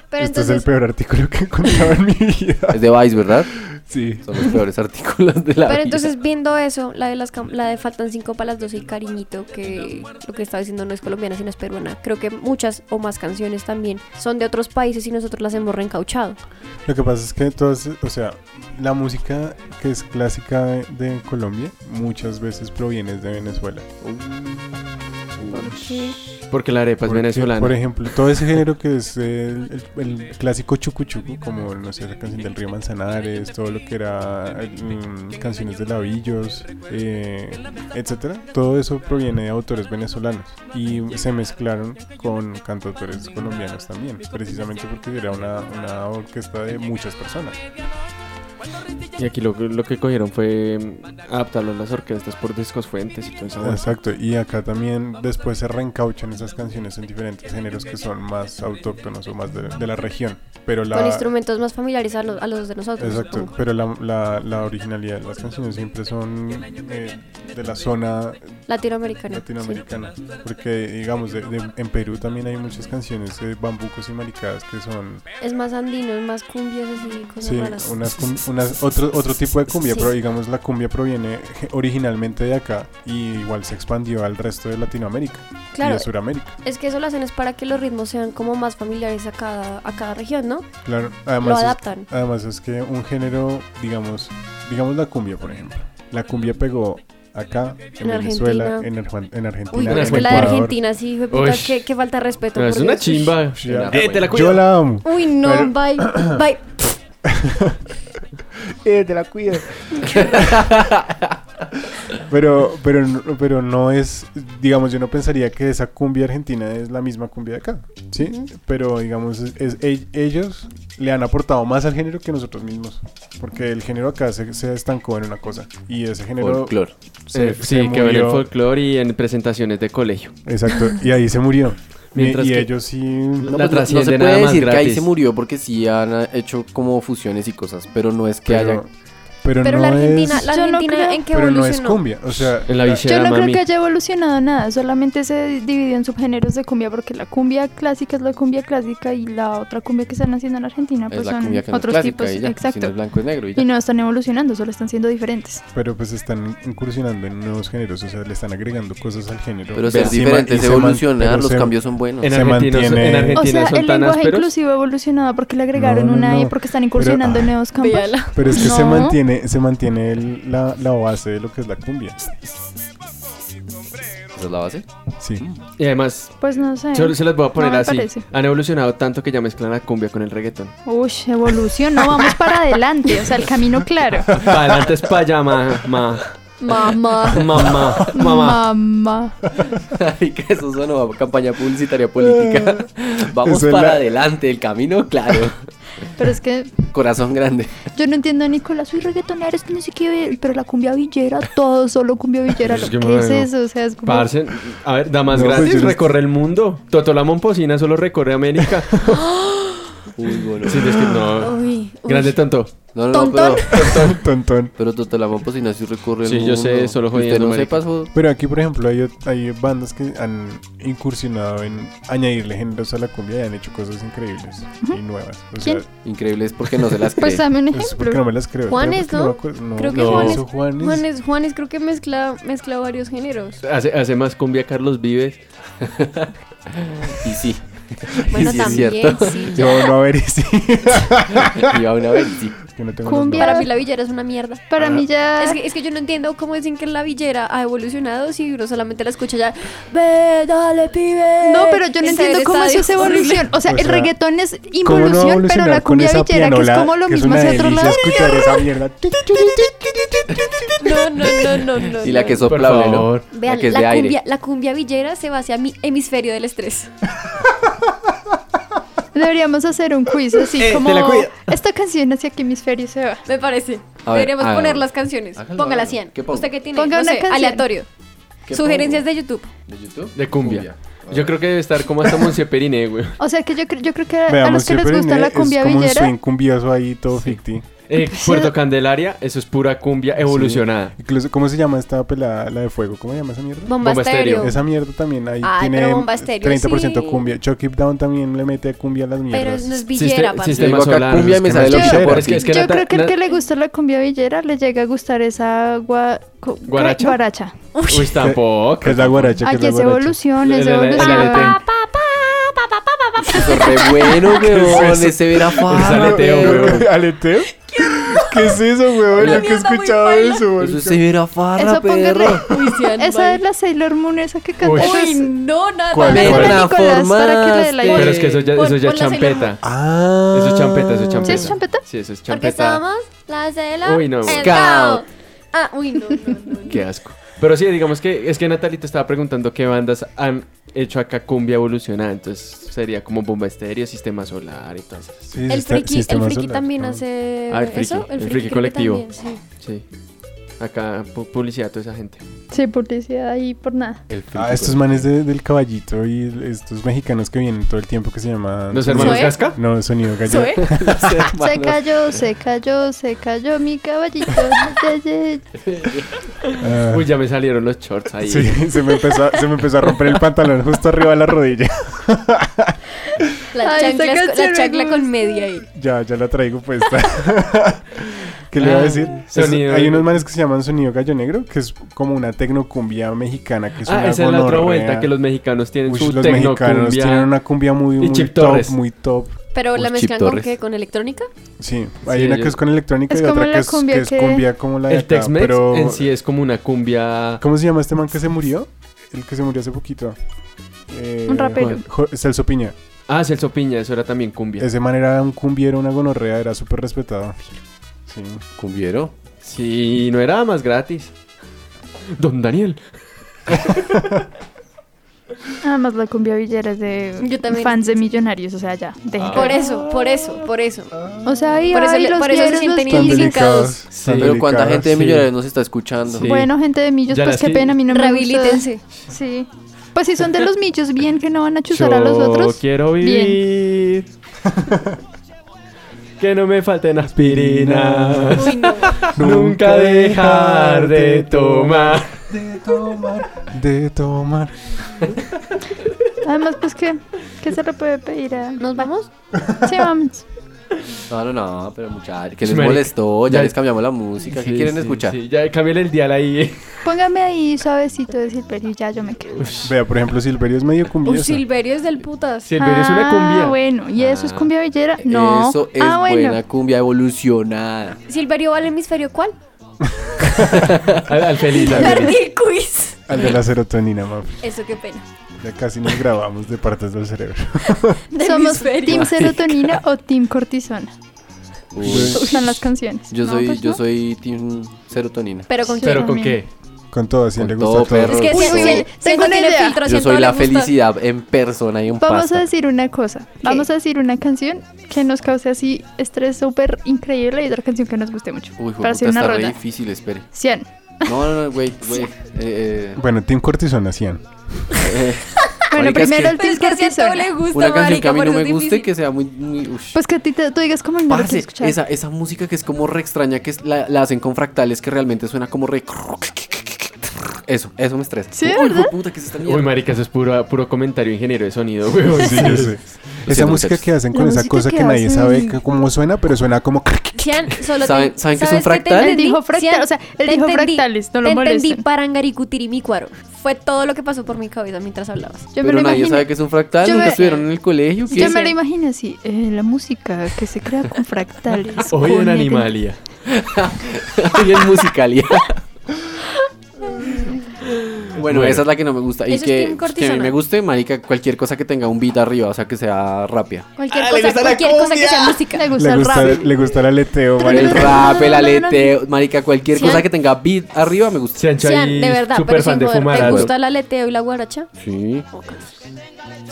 Speaker 1: Pero
Speaker 2: (laughs) este es el
Speaker 1: entonces,
Speaker 2: peor artículo que he encontrado en mi vida.
Speaker 4: Es de Vice, ¿verdad?
Speaker 2: Sí.
Speaker 4: Son los peores (laughs) artículos de la
Speaker 1: pero
Speaker 4: vida.
Speaker 1: entonces viendo eso, la de las cam- la de faltan cinco para las 12 y cariñito, que lo que estaba diciendo no es colombiana, sino es peruana. Creo que muchas o más canciones también son de otros países y nosotros las hemos reencauchado.
Speaker 2: Lo que pasa es que todas, o sea, la música que es clásica de, de Colombia muchas veces proviene de Venezuela.
Speaker 3: Porque la arepa es
Speaker 2: Porque,
Speaker 3: venezolana.
Speaker 2: Por ejemplo, todo ese género que es el, el- el clásico chucu chucu, como no sé, la canción del río Manzanares, todo lo que era eh, mm, canciones de labillos, eh, etcétera, todo eso proviene de autores venezolanos y se mezclaron con cantautores colombianos también, precisamente porque era una, una orquesta de muchas personas.
Speaker 3: Y aquí lo, lo que cogieron fue mm, adaptarlo a las orquestas por discos fuentes y todo eso.
Speaker 2: Exacto, y acá también después se reencauchan esas canciones en diferentes géneros que son más autóctonos o más de, de la región, pero la...
Speaker 1: Con instrumentos más familiares a, los- a los de nosotros.
Speaker 2: Exacto,
Speaker 1: supongo.
Speaker 2: pero la, la, la originalidad de las canciones siempre son eh, de la zona
Speaker 1: Latinoamericano.
Speaker 2: latinoamericana, porque digamos, de- de- en Perú también hay muchas canciones de bambucos y maricadas que son
Speaker 1: sí. Es más andino, es más cumbias así, cosas
Speaker 2: sí,
Speaker 1: raras.
Speaker 2: unas, cum- unas- otro, otro tipo de cumbia,
Speaker 1: Sí.
Speaker 2: pero digamos la cumbia proviene originalmente de acá y igual se expandió al resto de Latinoamérica y
Speaker 1: Claro,
Speaker 2: de Sudamérica.
Speaker 1: es que eso lo hacen es para que los ritmos sean como más familiares a cada, a cada región, ¿no?
Speaker 2: Claro, además
Speaker 1: lo
Speaker 2: es-
Speaker 1: adaptan.
Speaker 2: Además es que un género, digamos, digamos la cumbia, por ejemplo. La cumbia pegó acá, en,
Speaker 1: En
Speaker 2: Venezuela,
Speaker 1: Argentina.
Speaker 2: en, Arju- en Argentina.
Speaker 1: Uy,
Speaker 3: Una
Speaker 1: pero es
Speaker 2: en
Speaker 1: que la de
Speaker 2: Ecuador.
Speaker 1: Argentina sí, hijo de puta,
Speaker 3: Ush.
Speaker 1: qué, qué falta de respeto.
Speaker 3: Pero
Speaker 1: por
Speaker 3: es una
Speaker 1: Dios.
Speaker 3: chimba.
Speaker 4: Ah,
Speaker 2: Ya.
Speaker 3: Eh, te la cuido.
Speaker 2: Yo la
Speaker 1: (laughs)
Speaker 2: amo.
Speaker 1: Uy, no,
Speaker 2: Pero-
Speaker 1: bye,
Speaker 2: (clears throat)
Speaker 1: bye. Eh,
Speaker 2: te la cuido. (laughs) pero, pero, no- pero no es, digamos, yo no pensaría que esa cumbia argentina es la misma cumbia de acá, ¿sí?
Speaker 1: Ujú.
Speaker 2: Pero, digamos, es- es- e- ellos le han aportado más al género que nosotros mismos. Porque el género acá se, se estancó en una cosa. Y ese género...
Speaker 4: Folclor.
Speaker 2: se-
Speaker 3: Eh,
Speaker 2: se
Speaker 3: sí, que en el
Speaker 2: murió.
Speaker 3: folclore y en presentaciones de colegio.
Speaker 2: Exacto, y ahí se murió.
Speaker 3: Mientras
Speaker 2: y y
Speaker 3: que-
Speaker 2: ellos sí.
Speaker 4: No,
Speaker 3: La
Speaker 4: pues, no- no
Speaker 3: trasciende
Speaker 4: se
Speaker 3: nada
Speaker 4: puede
Speaker 3: más
Speaker 4: decir que ahí
Speaker 3: gratis.
Speaker 4: se murió porque sí han hecho como fusiones y cosas, pero no es que haya...
Speaker 2: Pero, pero
Speaker 1: Pero
Speaker 2: no
Speaker 1: la Argentina,
Speaker 2: es.
Speaker 1: la
Speaker 5: Yo no
Speaker 1: Argentina
Speaker 5: creo-
Speaker 1: en qué
Speaker 2: pero no es
Speaker 1: evolucionó.
Speaker 2: cumbia. O sea,
Speaker 3: En la bichera,
Speaker 5: Yo no
Speaker 3: mami.
Speaker 5: creo que haya evolucionado nada, solamente se dividió en subgéneros de cumbia, porque la cumbia clásica es la cumbia clásica y la otra cumbia que están haciendo en Argentina pues
Speaker 4: es la
Speaker 5: son
Speaker 4: cumbia que no es
Speaker 5: otros
Speaker 4: clásica
Speaker 5: tipos,
Speaker 4: y ya. Si no
Speaker 5: exacto.
Speaker 4: es blanco es negro y ya.
Speaker 5: y no están evolucionando, solo están siendo diferentes.
Speaker 2: pero pues están incursionando en nuevos géneros. O sea, le están agregando cosas al género.
Speaker 4: Pero
Speaker 2: se
Speaker 4: ser diferentes, evolucionar, los cambios son buenos.
Speaker 3: En
Speaker 2: Se
Speaker 3: Argentina,
Speaker 2: mantiene-
Speaker 3: en
Speaker 5: O
Speaker 3: Argentina
Speaker 5: sea,
Speaker 3: son
Speaker 5: el
Speaker 3: tan
Speaker 5: lenguaje
Speaker 3: ásperos.
Speaker 5: inclusivo ha evolucionado porque le agregaron
Speaker 2: no,
Speaker 5: una E
Speaker 2: no.
Speaker 5: porque están incursionando
Speaker 3: ah,
Speaker 2: Pero,
Speaker 5: en nuevos campos.
Speaker 1: Véala.
Speaker 2: Pero es que se
Speaker 5: No.
Speaker 2: mantiene, se mantiene el- la, la base de lo que es la cumbia.
Speaker 4: Esa es la base. (laughs)
Speaker 2: Sí.
Speaker 4: Mm.
Speaker 3: Y además,
Speaker 5: Pues no sé.
Speaker 3: yo se las voy a poner
Speaker 5: No me
Speaker 3: así.
Speaker 5: parece.
Speaker 3: Han evolucionado tanto que ya mezclan la cumbia con el reggaetón.
Speaker 5: Uy, evolución, no vamos para adelante, o sea, el camino claro.
Speaker 3: Para adelante es para allá, ma, ma,
Speaker 1: Mamá.
Speaker 2: (laughs)
Speaker 3: mamá, (laughs) mamá.
Speaker 5: Mamá.
Speaker 4: Ay, que eso suena a campaña publicitaria
Speaker 2: (laughs)
Speaker 4: política. Vamos
Speaker 2: Ah. Eso es
Speaker 4: para
Speaker 2: la-
Speaker 4: adelante, el camino
Speaker 2: (laughs)
Speaker 4: claro.
Speaker 5: Pero es que
Speaker 4: Corazón grande.
Speaker 5: yo no entiendo, Nicolás, soy reggaetonero, es que no sé qué, pero la cumbia villera, todo solo cumbia villera,
Speaker 3: Es
Speaker 5: ¿lo
Speaker 3: que,
Speaker 5: que
Speaker 3: mano,
Speaker 5: es eso? O sea, es como...
Speaker 3: Parce, a ver, damas
Speaker 2: No, pues,
Speaker 3: gratis,
Speaker 2: yo no-
Speaker 3: recorre el mundo. Totó la momposina, solo recorre América.
Speaker 4: Uy, bueno.
Speaker 3: Sí, es que no.
Speaker 1: Uy, uy.
Speaker 3: Grande tonto.
Speaker 4: No, no, no,
Speaker 1: Tontón.
Speaker 4: pero, (laughs)
Speaker 2: Tontón.
Speaker 4: pero Totolamampo si no si recorre el
Speaker 3: Sí, yo sé,
Speaker 4: mundo.
Speaker 3: solo
Speaker 4: Que Usted
Speaker 3: jodiendo,
Speaker 4: no
Speaker 3: marica.
Speaker 4: sepa, jo-
Speaker 2: Pero aquí, por ejemplo, hay, ot- hay bandas que han incursionado en añadirle géneros a la cumbia y han hecho cosas increíbles y nuevas. O sea,
Speaker 5: ¿Quién?
Speaker 4: increíble es porque no se las cree.
Speaker 5: (laughs) Pues dame un
Speaker 2: Pues, porque
Speaker 5: ejemplo.
Speaker 2: no me las creo.
Speaker 1: Juanes,
Speaker 2: Creo
Speaker 1: ¿no?
Speaker 2: que me acuerdo.
Speaker 1: Creo que
Speaker 2: no,
Speaker 1: Juanes-
Speaker 2: eso Juanes.
Speaker 1: Juanes, Juanes creo que mezcla, mezcla varios
Speaker 2: (laughs)
Speaker 1: géneros.
Speaker 3: Hace, hace más cumbia Carlos Vives.
Speaker 5: ah.
Speaker 4: Y sí,
Speaker 1: Bueno,
Speaker 4: sí es
Speaker 1: también,
Speaker 4: cierto.
Speaker 2: (laughs)
Speaker 1: sí.
Speaker 2: Yo no a ver y sí.
Speaker 4: iba una vez y sí.
Speaker 2: Yo no tengo
Speaker 5: Cumbia.
Speaker 2: los
Speaker 1: Para mí la villera es una mierda.
Speaker 5: Para
Speaker 2: Ah.
Speaker 5: mí ya...
Speaker 1: Es que, es que yo no entiendo cómo dicen que la villera ha evolucionado si uno solamente la escucha ya. Ve, dale, pibe.
Speaker 5: No, pero yo no
Speaker 1: Ese
Speaker 5: entiendo cómo es
Speaker 1: estadio
Speaker 5: esa
Speaker 1: horrible.
Speaker 5: evolución. O sea,
Speaker 2: O
Speaker 5: el
Speaker 2: sea,
Speaker 5: reggaetón es
Speaker 2: Pues ¿Cómo no
Speaker 5: involución, pero
Speaker 2: evolucionar
Speaker 5: la
Speaker 2: con
Speaker 5: cumbia
Speaker 2: esa
Speaker 5: villera, que es
Speaker 2: pianola,
Speaker 5: como lo
Speaker 2: que es
Speaker 5: mismo
Speaker 2: una
Speaker 5: hacia otro
Speaker 2: delicia
Speaker 5: lado.
Speaker 2: escuchar esa mierda.
Speaker 1: (laughs) No, no, no, no, no.
Speaker 4: Y la
Speaker 1: no.
Speaker 4: que
Speaker 3: Por
Speaker 4: sopla, ¿no?
Speaker 3: favor.
Speaker 1: Vean,
Speaker 4: que es
Speaker 1: la,
Speaker 4: de aire.
Speaker 1: cumbia, la cumbia villera se va hacia mi hemisferio del estrés. (laughs)
Speaker 5: Deberíamos hacer un quiz así
Speaker 3: Eh,
Speaker 5: como
Speaker 3: te la cuido.
Speaker 5: esta canción hacia qué hemisferio se va.
Speaker 1: Me parece.
Speaker 4: A ver,
Speaker 1: Deberíamos
Speaker 4: hágalo.
Speaker 1: poner las canciones.
Speaker 4: Hágalo,
Speaker 1: Póngala
Speaker 4: hágalo.
Speaker 1: 100.
Speaker 4: ¿Qué pongo?
Speaker 1: Usted que tiene,
Speaker 5: Ponga
Speaker 1: no
Speaker 5: una
Speaker 1: sé,
Speaker 5: canción.
Speaker 1: aleatorio.
Speaker 4: ¿Qué
Speaker 1: Sugerencias de YouTube.
Speaker 4: ¿De YouTube?
Speaker 3: De cumbia. Yo creo que debe estar como hasta Monsieperine, güey.
Speaker 5: O sea que yo, cre- yo creo que a- (laughs) a
Speaker 2: Veamos,
Speaker 5: los que les
Speaker 2: siempre
Speaker 5: gusta
Speaker 2: en-
Speaker 5: la cumbia
Speaker 2: es como
Speaker 5: villera,
Speaker 2: un swing cumbioso ahí, todo ficti.
Speaker 5: (laughs)
Speaker 3: Eh, Puerto Candelaria, eso es pura cumbia evolucionada.
Speaker 2: Incluso, ¿cómo se llama esta pelada, la de fuego? ¿Cómo se llama esa mierda?
Speaker 1: Bomba,
Speaker 3: Bomba
Speaker 1: estéreo.
Speaker 3: estéreo.
Speaker 2: Esa mierda también ahí
Speaker 1: Ay,
Speaker 2: tiene
Speaker 1: pero Bomba Estéreo
Speaker 2: 30%
Speaker 1: sí.
Speaker 2: cumbia. Chuck It Down también le mete cumbia a las
Speaker 1: Pero
Speaker 2: mierdas.
Speaker 1: no es
Speaker 3: Siste-
Speaker 1: villera, papi.
Speaker 4: Yo
Speaker 3: sistema
Speaker 4: digo acá
Speaker 3: solar,
Speaker 4: cumbia y
Speaker 3: es
Speaker 4: me
Speaker 3: que
Speaker 4: sale
Speaker 5: no
Speaker 4: lo
Speaker 5: es
Speaker 4: que
Speaker 5: villera.
Speaker 4: por
Speaker 3: Es que- es que-
Speaker 5: yo
Speaker 3: Nata-
Speaker 5: creo que el
Speaker 3: Nat-
Speaker 5: que le gusta la cumbia villera le llega a gustar esa gua- co-
Speaker 3: ¿Guaracha?
Speaker 5: guaracha.
Speaker 3: Uy, (laughs) tampoco.
Speaker 2: Que es la guaracha, que
Speaker 5: Ay,
Speaker 2: es la
Speaker 5: es
Speaker 2: guaracha.
Speaker 5: evolución, es
Speaker 3: La- la- la-
Speaker 5: evolución.
Speaker 3: la-
Speaker 1: (laughs) Ah,
Speaker 3: la-
Speaker 4: Eso es re
Speaker 3: (laughs)
Speaker 4: bueno, weón. Ese verá
Speaker 3: Es
Speaker 4: fama.
Speaker 3: aleteo,
Speaker 4: weón.
Speaker 3: weón.
Speaker 2: ¿Aleteo? ¿Qué es eso, weón?
Speaker 1: Una
Speaker 2: Yo que he
Speaker 1: mierda muy
Speaker 2: escuchado
Speaker 1: baila.
Speaker 2: eso,
Speaker 4: Eso
Speaker 2: marica.
Speaker 4: es severa
Speaker 1: ah,
Speaker 4: farra,
Speaker 5: Eso póngale.
Speaker 4: perro.
Speaker 1: Lucian,
Speaker 5: Esa
Speaker 1: bye.
Speaker 5: es la Sailor Moon, esa que canta.
Speaker 3: Uy.
Speaker 5: Esa
Speaker 1: Uy,
Speaker 5: es-
Speaker 1: no, nada.
Speaker 2: ¿Cuál?
Speaker 1: nada.
Speaker 5: Déjala
Speaker 2: Pero
Speaker 5: a
Speaker 4: la
Speaker 5: Nicolás para que le dé la
Speaker 4: formaste.
Speaker 5: idea.
Speaker 3: Pero es que
Speaker 4: (laughs)
Speaker 3: eso ya,
Speaker 1: Pon-
Speaker 3: eso ya es
Speaker 1: ponla a Sailor
Speaker 3: champeta.
Speaker 2: Ah.
Speaker 3: Eso es champeta, eso es champeta.
Speaker 5: es champeta?
Speaker 3: Sí, eso es
Speaker 1: Porque
Speaker 3: champeta.
Speaker 1: somos las de la
Speaker 3: Uy, no, güey.
Speaker 1: el
Speaker 4: Scout.
Speaker 1: Scout. Ah, uy, no, no, no, no.
Speaker 3: Qué asco. Pero sí, digamos que es que Natalita estaba preguntando qué bandas han hecho acá cumbia evolucionada. Entonces sería como Bomba Estéreo, Sistema Solar y todas esas.
Speaker 2: Sí,
Speaker 1: El
Speaker 2: siste-
Speaker 1: friki, el
Speaker 2: sistema
Speaker 1: friki
Speaker 2: solar,
Speaker 1: también
Speaker 2: cabrón.
Speaker 1: hace
Speaker 3: Ah, el friki,
Speaker 1: eso,
Speaker 3: el
Speaker 1: el friki,
Speaker 3: friki
Speaker 1: creo que
Speaker 3: colectivo.
Speaker 1: también, sí.
Speaker 3: Sí. Acá pu- publicidad toda esa gente.
Speaker 5: Sí, publicidad ahí por nada.
Speaker 2: Ah, estos manes de- del caballito y el- estos mexicanos que vienen todo el tiempo que se llaman...
Speaker 3: ¿Los hermanos
Speaker 1: ¿Zoe?
Speaker 3: Gasca?
Speaker 2: No, sonido gallo.
Speaker 1: ¿Zoe?
Speaker 5: Se cayó, se cayó, se cayó mi caballito. Ye, ye.
Speaker 2: Ah,
Speaker 3: Uy, ya me salieron los shorts ahí.
Speaker 2: sí, se me, empezó, a- se me empezó a romper el pantalón justo arriba de la rodilla. (laughs)
Speaker 1: La,
Speaker 5: Ay, esa
Speaker 1: chancla, es-
Speaker 5: canción
Speaker 1: la
Speaker 5: me
Speaker 1: chancla con
Speaker 5: gusta.
Speaker 1: media ahí.
Speaker 2: Ya, ya la traigo puesta. (laughs) ¿Qué le iba a
Speaker 3: Ah,
Speaker 2: decir?
Speaker 3: sonido.
Speaker 2: Es- hay unos manes que se llaman Sonido Gallo Negro, que es como una tecnocumbia mexicana, que es
Speaker 3: Ah,
Speaker 2: una
Speaker 3: esa es la otra
Speaker 2: gonorrea.
Speaker 3: vuelta que los mexicanos tienen
Speaker 2: Uy,
Speaker 3: su
Speaker 2: los mexicanos
Speaker 3: tecnocumbia.
Speaker 2: tienen una cumbia muy,
Speaker 3: Y
Speaker 2: muy
Speaker 3: Chip
Speaker 2: top,
Speaker 3: Torres.
Speaker 2: muy top.
Speaker 1: Pero
Speaker 4: Uy,
Speaker 1: la
Speaker 4: Chip
Speaker 1: mezclan con
Speaker 4: Torres.
Speaker 1: qué, con electrónica.
Speaker 2: Sí, hay
Speaker 3: Sí,
Speaker 2: una
Speaker 3: yo-
Speaker 2: que es con electrónica
Speaker 5: Es
Speaker 2: y
Speaker 5: como
Speaker 2: otra
Speaker 5: la
Speaker 2: que es,
Speaker 5: cumbia
Speaker 2: que es
Speaker 5: que-
Speaker 2: cumbia como la de
Speaker 3: El
Speaker 2: acá,
Speaker 3: Tex-Mex
Speaker 2: pero
Speaker 3: en sí es como una cumbia.
Speaker 2: ¿Cómo se llama este man que se murió? El que se murió hace poquito. Eh,
Speaker 5: Un rapero.
Speaker 2: Jo- Celso Piña.
Speaker 3: Ah, Celso Piña, eso era también cumbia.
Speaker 2: Ese man era un cumbiero, una gonorrea, era súper respetado. Sí.
Speaker 4: ¿Cumbiero?
Speaker 3: Sí, no era más gratis. Don Daniel.
Speaker 5: Además, la cumbia villera es de
Speaker 1: Yo también.
Speaker 5: fans de millonarios, o sea, ya. dejen
Speaker 3: Ah.
Speaker 1: Por
Speaker 5: caer.
Speaker 1: eso, por eso, por eso.
Speaker 5: O sea, ahí
Speaker 1: Por eso
Speaker 5: hay
Speaker 1: le-
Speaker 5: los
Speaker 1: por eso se
Speaker 5: diarios, los
Speaker 1: sienten
Speaker 2: Tan
Speaker 1: Tan
Speaker 5: guiones.
Speaker 2: delicados.
Speaker 1: delicados.
Speaker 3: Sí.
Speaker 4: Pero cuánta
Speaker 2: delicados.
Speaker 4: gente de
Speaker 3: sí.
Speaker 4: millonarios nos está escuchando.
Speaker 3: Sí.
Speaker 5: Bueno, gente de millos,
Speaker 3: Ya
Speaker 5: pues
Speaker 3: las
Speaker 5: qué
Speaker 3: que-
Speaker 5: pena, a mí no me gusta.
Speaker 1: Rehabilítense.
Speaker 5: Sí. Pues si son de los millos, bien que no van a chuzar a los otros.
Speaker 3: quiero
Speaker 5: Bien.
Speaker 3: vivir. que no me
Speaker 2: (laughs)
Speaker 3: falten aspirinas.
Speaker 1: Uy, no.
Speaker 3: Nunca dejar de tomar.
Speaker 2: De tomar, de tomar.
Speaker 5: Además, pues que, ¿qué se le puede pedir a.
Speaker 1: ¿Nos vamos?
Speaker 5: Sí, vamos.
Speaker 4: No, no, no, pero muchachos, que
Speaker 3: Sí,
Speaker 4: les
Speaker 3: marica.
Speaker 4: molestó, ya
Speaker 3: Ya-
Speaker 4: les cambiamos la música, ¿qué
Speaker 3: Sí,
Speaker 4: quieren
Speaker 3: sí,
Speaker 4: escuchar?
Speaker 3: sí, ya cámbiale el dial ahí.
Speaker 5: Póngame ahí suavecito de Silverio y ya yo me quedo.
Speaker 2: Vea, por ejemplo, Silverio es medio
Speaker 1: Uy,
Speaker 2: cumbioso.
Speaker 1: Silverio es del putas.
Speaker 3: Si el video es una cumbia.
Speaker 5: Ah, bueno, ¿y eso es
Speaker 3: Ah.
Speaker 5: cumbia villera? No.
Speaker 4: Eso es
Speaker 5: ah, bueno.
Speaker 4: buena cumbia evolucionada.
Speaker 1: Silverio va al hemisferio, ¿cuál?
Speaker 3: Al, al feliz.
Speaker 5: (laughs)
Speaker 3: al
Speaker 1: Perdí
Speaker 3: feliz.
Speaker 1: el quiz.
Speaker 2: Al de la serotonina, mami.
Speaker 1: Eso, qué pena.
Speaker 2: Ya casi nos grabamos de partes del cerebro.
Speaker 1: Del
Speaker 5: ¿Somos
Speaker 1: hemisferio.
Speaker 4: (laughs)
Speaker 5: Team Serotonina o Team Cortisona?
Speaker 4: Uy,
Speaker 5: Son las canciones.
Speaker 4: Yo
Speaker 5: No,
Speaker 4: soy,
Speaker 5: pues
Speaker 4: yo
Speaker 5: no.
Speaker 4: soy Team Serotonina.
Speaker 1: Pero con
Speaker 5: Sí.
Speaker 1: quién.
Speaker 3: Pero con qué?
Speaker 2: Con todo, así
Speaker 4: Con
Speaker 2: le gusta
Speaker 4: todo,
Speaker 2: a todo.
Speaker 4: perro.
Speaker 1: Es que
Speaker 4: Uy,
Speaker 1: si,
Speaker 4: uy,
Speaker 1: si-
Speaker 5: uy,
Speaker 1: si
Speaker 5: tengo
Speaker 1: no
Speaker 5: una
Speaker 1: tiene
Speaker 5: idea.
Speaker 1: filtro, si
Speaker 4: Yo
Speaker 1: a
Speaker 4: soy
Speaker 1: todo
Speaker 4: la
Speaker 1: le gusta.
Speaker 4: felicidad en persona y un
Speaker 5: Vamos
Speaker 4: pasta.
Speaker 5: a decir una cosa. Vamos a decir una canción que nos cause así estrés súper increíble y otra canción que nos guste mucho.
Speaker 4: Uy,
Speaker 5: para
Speaker 4: joder,
Speaker 5: hacer
Speaker 4: puta,
Speaker 5: una
Speaker 4: está re
Speaker 5: ronda.
Speaker 4: difícil, espere.
Speaker 5: 100.
Speaker 4: No, no, no, güey, güey. eh, eh,
Speaker 2: Bueno, Team Cortisona, (laughs) 100.
Speaker 5: (laughs)
Speaker 4: eh,
Speaker 5: Bueno,
Speaker 4: Marica, es que
Speaker 5: primero
Speaker 1: Pero
Speaker 5: el Team
Speaker 1: es que si a todo
Speaker 5: Cortisona.
Speaker 1: le gusta,
Speaker 4: Una canción que a
Speaker 1: marica,
Speaker 4: mí
Speaker 1: por
Speaker 4: no
Speaker 1: eso
Speaker 4: me
Speaker 1: es
Speaker 4: guste,
Speaker 1: difícil.
Speaker 4: que sea muy... muy ush.
Speaker 5: Pues que a ti te- tú digas como no lo
Speaker 4: Parce,
Speaker 5: quiero escuchar.
Speaker 4: esa, esa música que es como re extraña, que es la, la hacen con fractales, que realmente suena como re... Eso, eso me estresa.
Speaker 5: Sí,
Speaker 4: Uy,
Speaker 5: ¿verdad?
Speaker 4: hijo de puta, ¿qué es esta
Speaker 3: Uy,
Speaker 4: mierda?
Speaker 3: marica, eso es puro, puro comentario ingeniero de sonido, (laughs) weón.
Speaker 2: Sí, yo sé.
Speaker 4: Lo
Speaker 2: Esa música
Speaker 4: siento, muchachos.
Speaker 2: que hacen con
Speaker 5: La
Speaker 2: esa
Speaker 5: música
Speaker 2: cosa
Speaker 5: que
Speaker 2: que nadie
Speaker 5: hacen.
Speaker 2: sabe que- cómo suena, pero suena
Speaker 5: (laughs)
Speaker 2: como...
Speaker 1: Sean, solo te-
Speaker 4: ¿Saben- saben qué es
Speaker 1: ¿sabes te
Speaker 4: un fractal?
Speaker 5: Él
Speaker 1: entendí?
Speaker 5: dijo fractal,
Speaker 1: Sean,
Speaker 5: o sea, él
Speaker 1: te
Speaker 5: dijo
Speaker 1: entendí.
Speaker 5: fractales, no
Speaker 1: Te
Speaker 5: lo
Speaker 1: entendí
Speaker 5: molesten.
Speaker 1: parangaricutirimícuaro. Fue todo lo que pasó por mi cabeza mientras hablabas.
Speaker 5: Yo me
Speaker 4: Pero
Speaker 5: lo
Speaker 4: nadie
Speaker 5: imagino.
Speaker 4: sabe que es un fractal,
Speaker 5: Yo
Speaker 4: nunca
Speaker 5: me-
Speaker 4: estuvieron en el colegio. ¿qué?
Speaker 5: Yo me lo imagino así, eh, la música que se crea
Speaker 4: (laughs)
Speaker 5: con fractales.
Speaker 3: Hoy
Speaker 5: con-
Speaker 3: en Animalia. (laughs)
Speaker 4: Y es musicalidad. Bueno, esa es la que no me gusta. Y
Speaker 1: Eso es
Speaker 4: que,
Speaker 1: team
Speaker 4: que a mí
Speaker 1: cortisona.
Speaker 4: me guste, marica, cualquier cosa que tenga un beat arriba, o sea, que sea rápida.
Speaker 1: Cualquier cosa, cualquier cosa que sea música.
Speaker 5: Le gusta
Speaker 2: Le
Speaker 5: el
Speaker 2: gusta,
Speaker 5: rap.
Speaker 2: le gusta el aleteo,
Speaker 4: El
Speaker 2: marica.
Speaker 4: rap, el aleteo, marica, cualquier
Speaker 1: Sí, ah.
Speaker 4: cosa que tenga beat arriba me gusta.
Speaker 3: Se han hecho
Speaker 1: Sean,
Speaker 3: ahí
Speaker 1: de verdad,
Speaker 3: super
Speaker 1: pero
Speaker 3: fan
Speaker 1: sin
Speaker 3: de
Speaker 1: joder, ¿te
Speaker 3: fumar
Speaker 1: gusta el aleteo y la guaracha?
Speaker 4: Sí.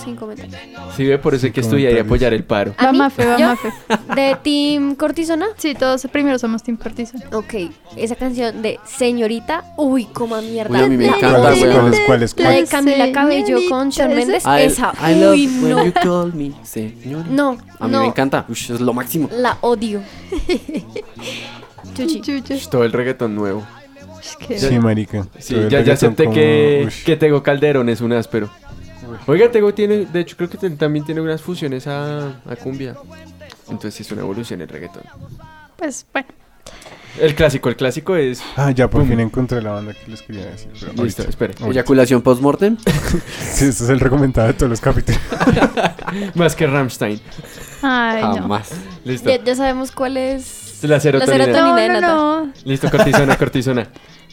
Speaker 1: Sin comentarios.
Speaker 3: Sí, ve, por eso hay que estudiar y
Speaker 2: comentarios.
Speaker 3: apoyar el paro.
Speaker 5: Va
Speaker 1: ¿A mí?
Speaker 5: Mafe, va
Speaker 1: ¿Yo?
Speaker 5: Mafe.
Speaker 1: ¿De Team Cortisona?
Speaker 5: Sí, todos primero somos Team Partizan.
Speaker 1: Ok, esa canción de Señorita, uy, coma mierda.
Speaker 4: Uy, a mí me
Speaker 1: La-
Speaker 4: encanta,
Speaker 2: ¿Cuáles,
Speaker 4: weón.
Speaker 2: cuáles, cuáles,
Speaker 1: La de
Speaker 2: cuáles?
Speaker 1: Camila Cabello con Shawn
Speaker 5: Señorita, (laughs)
Speaker 1: Mendes,
Speaker 4: I,
Speaker 1: Pues esa.
Speaker 4: I love
Speaker 1: Uy,
Speaker 4: when
Speaker 1: no.
Speaker 4: you call me, señorita.
Speaker 1: No,
Speaker 4: A mí me
Speaker 1: no,
Speaker 4: encanta, Ush, es lo máximo.
Speaker 1: la odio. (laughs) Chuchi.
Speaker 5: Chucho.
Speaker 3: Ush, Todo el reggaetón nuevo.
Speaker 5: Es que-
Speaker 2: Sí, marica.
Speaker 3: Sí,
Speaker 2: Todo el
Speaker 3: ya, ya
Speaker 2: reggaetón
Speaker 3: acepté
Speaker 2: como-
Speaker 3: que,
Speaker 2: Ush.
Speaker 3: que Tego Calderón es un áspero. Oiga, Tego tiene, de hecho creo que ten- también tiene unas fusiones a, a cumbia. Entonces sí es una evolución el reggaetón.
Speaker 5: Pues bueno,
Speaker 3: El clásico, el clásico es...
Speaker 2: Ah, ya por
Speaker 3: Pum.
Speaker 2: fin encontré la banda que les quería decir. pero
Speaker 3: Listo,
Speaker 2: ahorita.
Speaker 3: espere.
Speaker 2: Ahorita.
Speaker 4: Eyaculación post-mortem.
Speaker 2: Sí, este es el recomendado de todos los capítulos.
Speaker 3: Más que Rammstein.
Speaker 5: ay no.
Speaker 4: Jamás.
Speaker 3: Listo.
Speaker 1: Ya, ya sabemos cuál es.
Speaker 3: La serotonina.
Speaker 1: serotonina.
Speaker 5: No,
Speaker 1: de
Speaker 5: no,
Speaker 1: nata.
Speaker 5: no.
Speaker 3: Listo, cortisona, cortisona.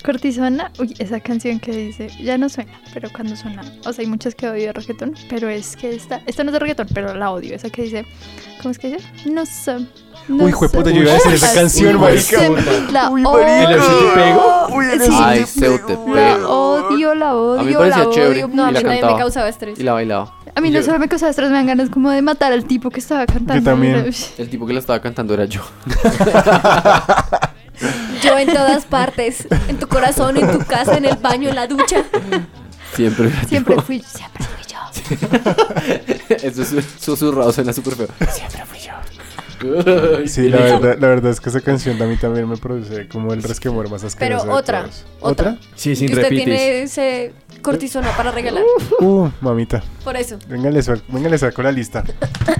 Speaker 5: Cortisona, uy, esa canción que dice, ya no suena, pero cuando suena, o sea, hay muchas que odio de reggaetón, pero es que esta, esta no es de reggaetón, pero la odio, esa que dice, ¿cómo es que dice? No sé. No
Speaker 2: Uy, jueputa,
Speaker 5: sé.
Speaker 2: yo iba a decir esa
Speaker 5: Uy,
Speaker 2: canción,
Speaker 5: no
Speaker 2: marica.
Speaker 5: sé, La odio,
Speaker 3: ¿El MC te pego?
Speaker 4: Ay, se te
Speaker 5: la
Speaker 4: pega.
Speaker 5: odio, la
Speaker 4: A mí me
Speaker 5: odio,
Speaker 4: parecía
Speaker 5: la
Speaker 4: chévere.
Speaker 5: odio.
Speaker 1: No, a
Speaker 4: Y
Speaker 1: mí
Speaker 4: la
Speaker 1: también me
Speaker 4: cantaba.
Speaker 1: causaba estrés.
Speaker 4: Y la bailaba.
Speaker 5: A mí no
Speaker 4: Yo-
Speaker 5: solo me causaba estrés, me dan ganas como de matar al tipo que estaba cantando.
Speaker 2: también.
Speaker 5: Uy,
Speaker 4: El tipo que la estaba cantando era yo. (laughs)
Speaker 1: Yo en todas partes. En tu corazón, en tu casa, en el baño, en la ducha.
Speaker 4: Siempre. era yo.
Speaker 5: Siempre fui, siempre fui yo.
Speaker 4: (laughs) Eso es susurrado, suena súper feo. Siempre fui yo. Ay,
Speaker 2: Sí, la verdad, la verdad es que esa canción a mí también me produce como el resquemor más asqueroso.
Speaker 1: Pero
Speaker 2: de
Speaker 1: otra,
Speaker 2: todos.
Speaker 1: otra.
Speaker 2: ¿Otra?
Speaker 3: Sí,
Speaker 1: Y
Speaker 3: sin
Speaker 1: usted
Speaker 3: repites.
Speaker 1: tiene ese cortisona para regalar.
Speaker 2: Uh, mamita.
Speaker 1: Por eso.
Speaker 2: Venga, le saco, venga, le saco la lista.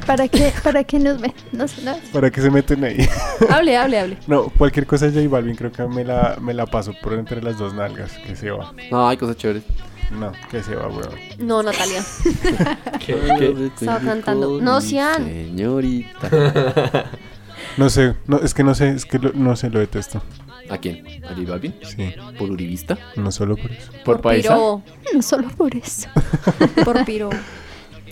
Speaker 5: ¿Para qué? ¿Para qué nos ven? No sé, no.
Speaker 2: ¿Para qué se meten ahí?
Speaker 1: Hable, hable, hable.
Speaker 2: No, cualquier cosa de J Balvin creo que me la, me la paso por entre las dos nalgas. Que se va.
Speaker 4: No, hay cosas chéveres.
Speaker 2: No, que se va, weón.
Speaker 1: No, Natalia.
Speaker 3: ¿Qué- qué?
Speaker 1: Estaba cantando. No, Sian.
Speaker 4: Señorita.
Speaker 1: (laughs)
Speaker 2: No sé, no, es que no sé, es que lo- no sé, lo detesto.
Speaker 4: ¿A quién? ¿A J Balvin?
Speaker 2: Sí,
Speaker 4: ¿Por Uribista?
Speaker 2: no solo por eso.
Speaker 3: ¿Por paisa?
Speaker 1: piro.
Speaker 5: No solo por eso.
Speaker 1: Por piro.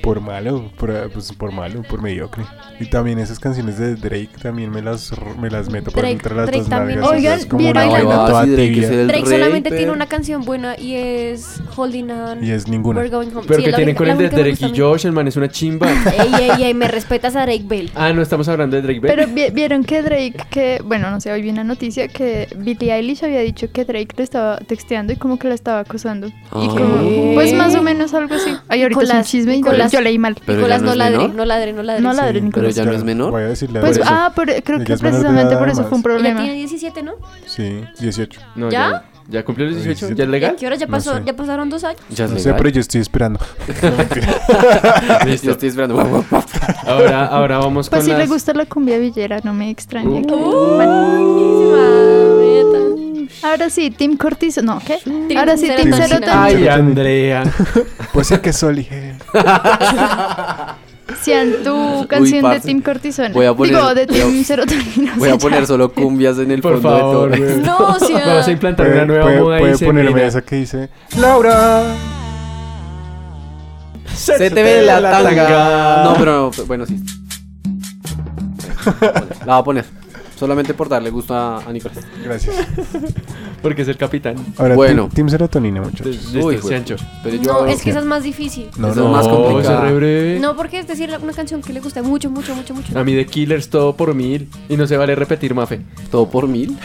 Speaker 2: Por malo, por, eh, pues, por malo, por mediocre. Y también esas canciones de Drake también me las, r- me las meto por
Speaker 1: Drake-
Speaker 2: entre las
Speaker 1: Drake
Speaker 2: dos
Speaker 1: también.
Speaker 2: nalgas. o sea,
Speaker 5: Oigan,
Speaker 2: es como
Speaker 5: bien
Speaker 2: una
Speaker 5: bailando.
Speaker 2: vaina toda
Speaker 4: Ah, sí, Drake es
Speaker 2: tibia.
Speaker 4: el
Speaker 1: Drake solamente
Speaker 4: rey,
Speaker 1: tiene
Speaker 4: pero-
Speaker 1: una canción buena y es Holding On.
Speaker 2: Y es ninguna.
Speaker 1: We're Going Home.
Speaker 3: Pero
Speaker 1: Sí,
Speaker 3: que
Speaker 1: la
Speaker 3: tienen
Speaker 1: única-
Speaker 3: con
Speaker 1: la
Speaker 3: el de
Speaker 1: única que me
Speaker 3: Drake y
Speaker 1: gusta a mí.
Speaker 3: Josh, hermano, es una chimba.
Speaker 1: (laughs) Ey, ey, ey, me respetas a Drake Bell.
Speaker 3: Ah, no estamos hablando de Drake Bell.
Speaker 5: Pero vi- vieron que Drake, que, bueno, no sé, hoy vi una noticia que Billie Eilish había dicho que Drake le estaba texteando y como que la estaba acosando. Y como,
Speaker 4: ¿Qué?
Speaker 5: pues más o menos algo así. Ay, ahorita
Speaker 1: Con
Speaker 5: es un
Speaker 1: las-
Speaker 5: chisme y
Speaker 1: con
Speaker 5: yo-
Speaker 1: las-
Speaker 5: yo leí mal.
Speaker 4: Pero
Speaker 1: Nicolás,
Speaker 4: ya no
Speaker 1: no,
Speaker 4: es
Speaker 1: ladre,
Speaker 4: menor.
Speaker 1: no ladre, no ladre.
Speaker 5: No ladre,
Speaker 2: Sí,
Speaker 5: Nicolás.
Speaker 4: Pero ya no es menor.
Speaker 2: Voy a decirle a
Speaker 5: Pues,
Speaker 2: Drake.
Speaker 5: ah, por- creo
Speaker 2: Ella
Speaker 5: que
Speaker 2: es menor de
Speaker 5: precisamente
Speaker 2: edad,
Speaker 5: por eso fue un
Speaker 2: además.
Speaker 1: Ella
Speaker 5: problema.
Speaker 1: tiene 17, ¿no?
Speaker 2: Sí, 18.
Speaker 3: No,
Speaker 1: ¿Ya?
Speaker 3: ¿Ya? ¿Ya cumplió los 18?
Speaker 2: Sí.
Speaker 3: ¿Ya es legal?
Speaker 1: ¿Y a ¿Qué hora ya
Speaker 2: No
Speaker 1: pasó?
Speaker 2: sé.
Speaker 1: ¿Ya pasaron dos años?
Speaker 4: Ya
Speaker 2: No sé, pero yo estoy
Speaker 4: (laughs)
Speaker 2: esperando.
Speaker 4: Yo estoy esperando. (laughs)
Speaker 3: Ahora, ahora vamos
Speaker 5: Pues
Speaker 3: con
Speaker 5: si
Speaker 3: las...
Speaker 5: le gusta la cumbia villera, no me extraña. que-
Speaker 1: Uh,
Speaker 5: Bueno,
Speaker 1: buenísima,
Speaker 5: ahora sí, Tim Cortis, no, ¿qué?
Speaker 1: Team
Speaker 5: Ahora sí, Tim
Speaker 1: Serotonina.
Speaker 5: Serotonina.
Speaker 3: Ay, Andrea.
Speaker 2: Pues sé que soy ligero.
Speaker 5: Sean tu canción de
Speaker 4: parce.
Speaker 5: Tim Cortisona.
Speaker 4: Voy a poner-
Speaker 5: Digo, de
Speaker 4: voy a-
Speaker 5: Tim Serotonina.
Speaker 4: (laughs) Voy a
Speaker 5: se
Speaker 4: poner
Speaker 5: llama.
Speaker 4: solo cumbias en el
Speaker 3: Por
Speaker 4: fondo
Speaker 3: favor,
Speaker 4: de todo.
Speaker 3: güey.
Speaker 1: neta.
Speaker 3: (laughs)
Speaker 1: No, sí.
Speaker 3: Vamos a implantar
Speaker 2: Puede,
Speaker 3: una nueva
Speaker 2: puede-
Speaker 3: moda
Speaker 2: puede
Speaker 3: y se
Speaker 2: ponerme
Speaker 3: mira.
Speaker 2: esa que dice Laura.
Speaker 4: (laughs) Se te ve la tanga. No, pero no, bueno, sí. La voy a poner. Solamente por darle gusto a, a Nicolás.
Speaker 2: Gracias.
Speaker 3: Porque es el capitán.
Speaker 2: Ahora,
Speaker 4: Bueno.
Speaker 2: bueno. team, Serotonina, muchachos.
Speaker 3: Listo,
Speaker 4: Uy, güey.
Speaker 3: Sancho.
Speaker 4: Pero yo
Speaker 1: No,
Speaker 4: ahora-
Speaker 1: es que esa es más difícil.
Speaker 2: No,
Speaker 4: Eso
Speaker 2: no,
Speaker 4: es más
Speaker 3: No,
Speaker 4: complicado.
Speaker 3: esa es re breve.
Speaker 1: No, porque es decir una canción que le gusta mucho,
Speaker 3: Ah,
Speaker 1: mucho, mucho, mucho.
Speaker 3: A mí de Killers todo por mil. Y no se vale repetir, Mafe.
Speaker 4: Todo por mil.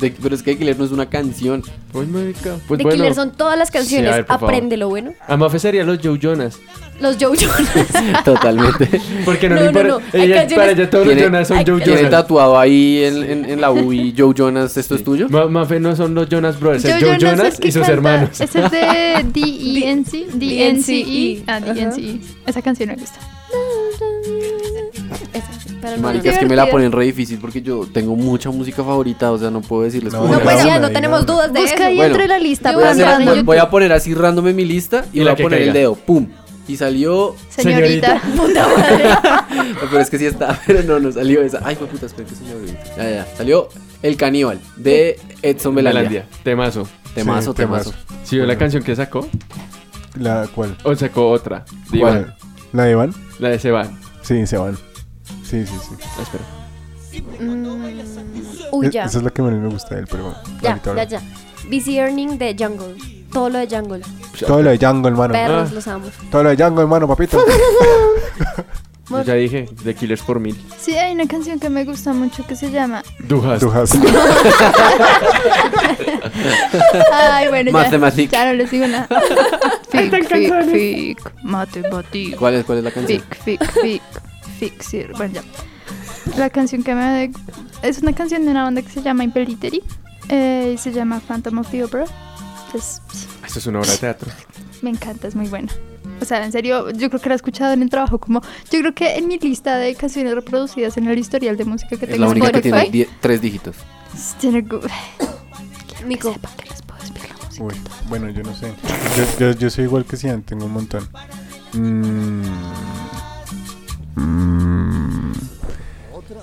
Speaker 4: de- pero es que The Killer no es una canción. (laughs)
Speaker 3: Uy, marica. Pues
Speaker 1: The
Speaker 3: bueno.
Speaker 1: Killer son todas las canciones.
Speaker 3: Sí, a ver, por favor.
Speaker 1: Aprende lo bueno.
Speaker 3: Amafe sería los Joe Jonas.
Speaker 1: Los Joe Jonas.
Speaker 4: Totalmente.
Speaker 3: Porque no,
Speaker 1: No,
Speaker 3: le
Speaker 1: no,
Speaker 3: importa.
Speaker 1: no. Hay
Speaker 3: Ella-
Speaker 1: canciones-
Speaker 3: para ella todos los
Speaker 4: Tiene-
Speaker 3: Jonas son
Speaker 1: hay-
Speaker 3: Joe
Speaker 4: Tiene
Speaker 3: Jonas.
Speaker 4: tatuado ahí en, en- en la U y Joe Jonas, ¿esto es tuyo?
Speaker 3: Ma- Mafe no son los Jonas Brothers, es Joe
Speaker 5: Joe
Speaker 3: Jonas,
Speaker 5: es que
Speaker 3: y sus
Speaker 5: canta-
Speaker 3: hermanos.
Speaker 5: Ese
Speaker 4: (laughs)
Speaker 5: es de D-E-N-C. D-E-N-C-E. Ah,
Speaker 1: Ajá.
Speaker 5: D-E-N-C-E. Esa canción me gusta.
Speaker 1: Esa, pero no.
Speaker 4: Marica, es que me la
Speaker 5: divertido.
Speaker 4: ponen re difícil porque yo tengo mucha música favorita, o sea, no puedo decirles
Speaker 2: No,
Speaker 4: como
Speaker 1: No,
Speaker 4: una.
Speaker 1: pues ya,
Speaker 2: Bueno,
Speaker 1: no tenemos
Speaker 2: bueno.
Speaker 1: dudas de
Speaker 5: Busca ahí
Speaker 1: eso.
Speaker 4: Bueno,
Speaker 5: entre la lista.
Speaker 1: yo
Speaker 4: Voy a,
Speaker 5: para
Speaker 4: hacer-
Speaker 1: Bueno,
Speaker 5: entrar en
Speaker 1: voy-
Speaker 5: YouTube.
Speaker 4: voy a poner así random en mi lista y,
Speaker 3: Y
Speaker 4: voy
Speaker 3: la
Speaker 4: a
Speaker 3: que
Speaker 4: poner el
Speaker 3: caiga.
Speaker 4: dedo, pum. Y salió.
Speaker 5: Señorita.
Speaker 1: Puta madre.
Speaker 4: Pero es que sí está, (laughs) pero no, no salió esa. Ay, fue puta, espera que se me olvidó. Ya, ya, ya. Salió El Caníbal de Edson Belandia.
Speaker 3: Melandia, temazo.
Speaker 4: Temazo,
Speaker 2: Sí,
Speaker 4: temazo.
Speaker 3: Si vio la canción que sacó,
Speaker 2: ¿La cuál?
Speaker 3: o sacó otra. De
Speaker 4: ¿Cuál?
Speaker 3: Iván,
Speaker 2: ¿La de Van?
Speaker 3: la de Seban.
Speaker 2: Sí, se van. Sí, sí, sí.
Speaker 3: Ah, Espera.
Speaker 1: Mm, Uy,
Speaker 2: Es-
Speaker 1: ya.
Speaker 2: Esa es la que menos me gusta del pero bueno,
Speaker 1: Ya,
Speaker 2: ahorita
Speaker 1: ya,
Speaker 2: hablamos.
Speaker 1: ya. Busy Earning de Jungle. Todo lo de Jungle.
Speaker 2: Todo lo de Django, hermano.
Speaker 1: Perros,
Speaker 3: Ah.
Speaker 1: los amo.
Speaker 2: Todo lo de Django, hermano, papito. (laughs)
Speaker 3: Yo Ya dije, The Killers por mil.
Speaker 5: Sí, hay una canción que me gusta mucho que se llama.
Speaker 3: Dujas.
Speaker 2: Tú
Speaker 1: (laughs)
Speaker 2: has-
Speaker 5: Ay, bueno, ya.
Speaker 4: Mathematic.
Speaker 5: Ya no les digo
Speaker 4: (laughs)
Speaker 5: nada. Fic, fic, fic. Mathematic.
Speaker 4: ¿Cuál es, ¿Cuál es la canción?
Speaker 5: Fic, fic, fic. Fixir. Bueno, ya. La canción que me. Es una canción de una banda que se llama Impeliteri. Eh, y se llama Phantom of the Opera. Entonces,
Speaker 3: Eso Ah, es una obra de teatro.
Speaker 5: Me encanta, es muy buena. O sea, en serio, yo creo que la he escuchado en el trabajo como... Yo creo que en mi lista de canciones reproducidas en el historial de música que
Speaker 4: Es la
Speaker 5: tengo en
Speaker 4: única que tiene
Speaker 5: Spotify...
Speaker 4: die- tres dígitos.
Speaker 5: tiene gu- (laughs)
Speaker 1: Mico.
Speaker 5: sepa que les puedo espiar la música.
Speaker 2: Uy, bueno, yo no sé. Yo, yo- yo soy igual que Sian, tengo un montón. Mm. Mm.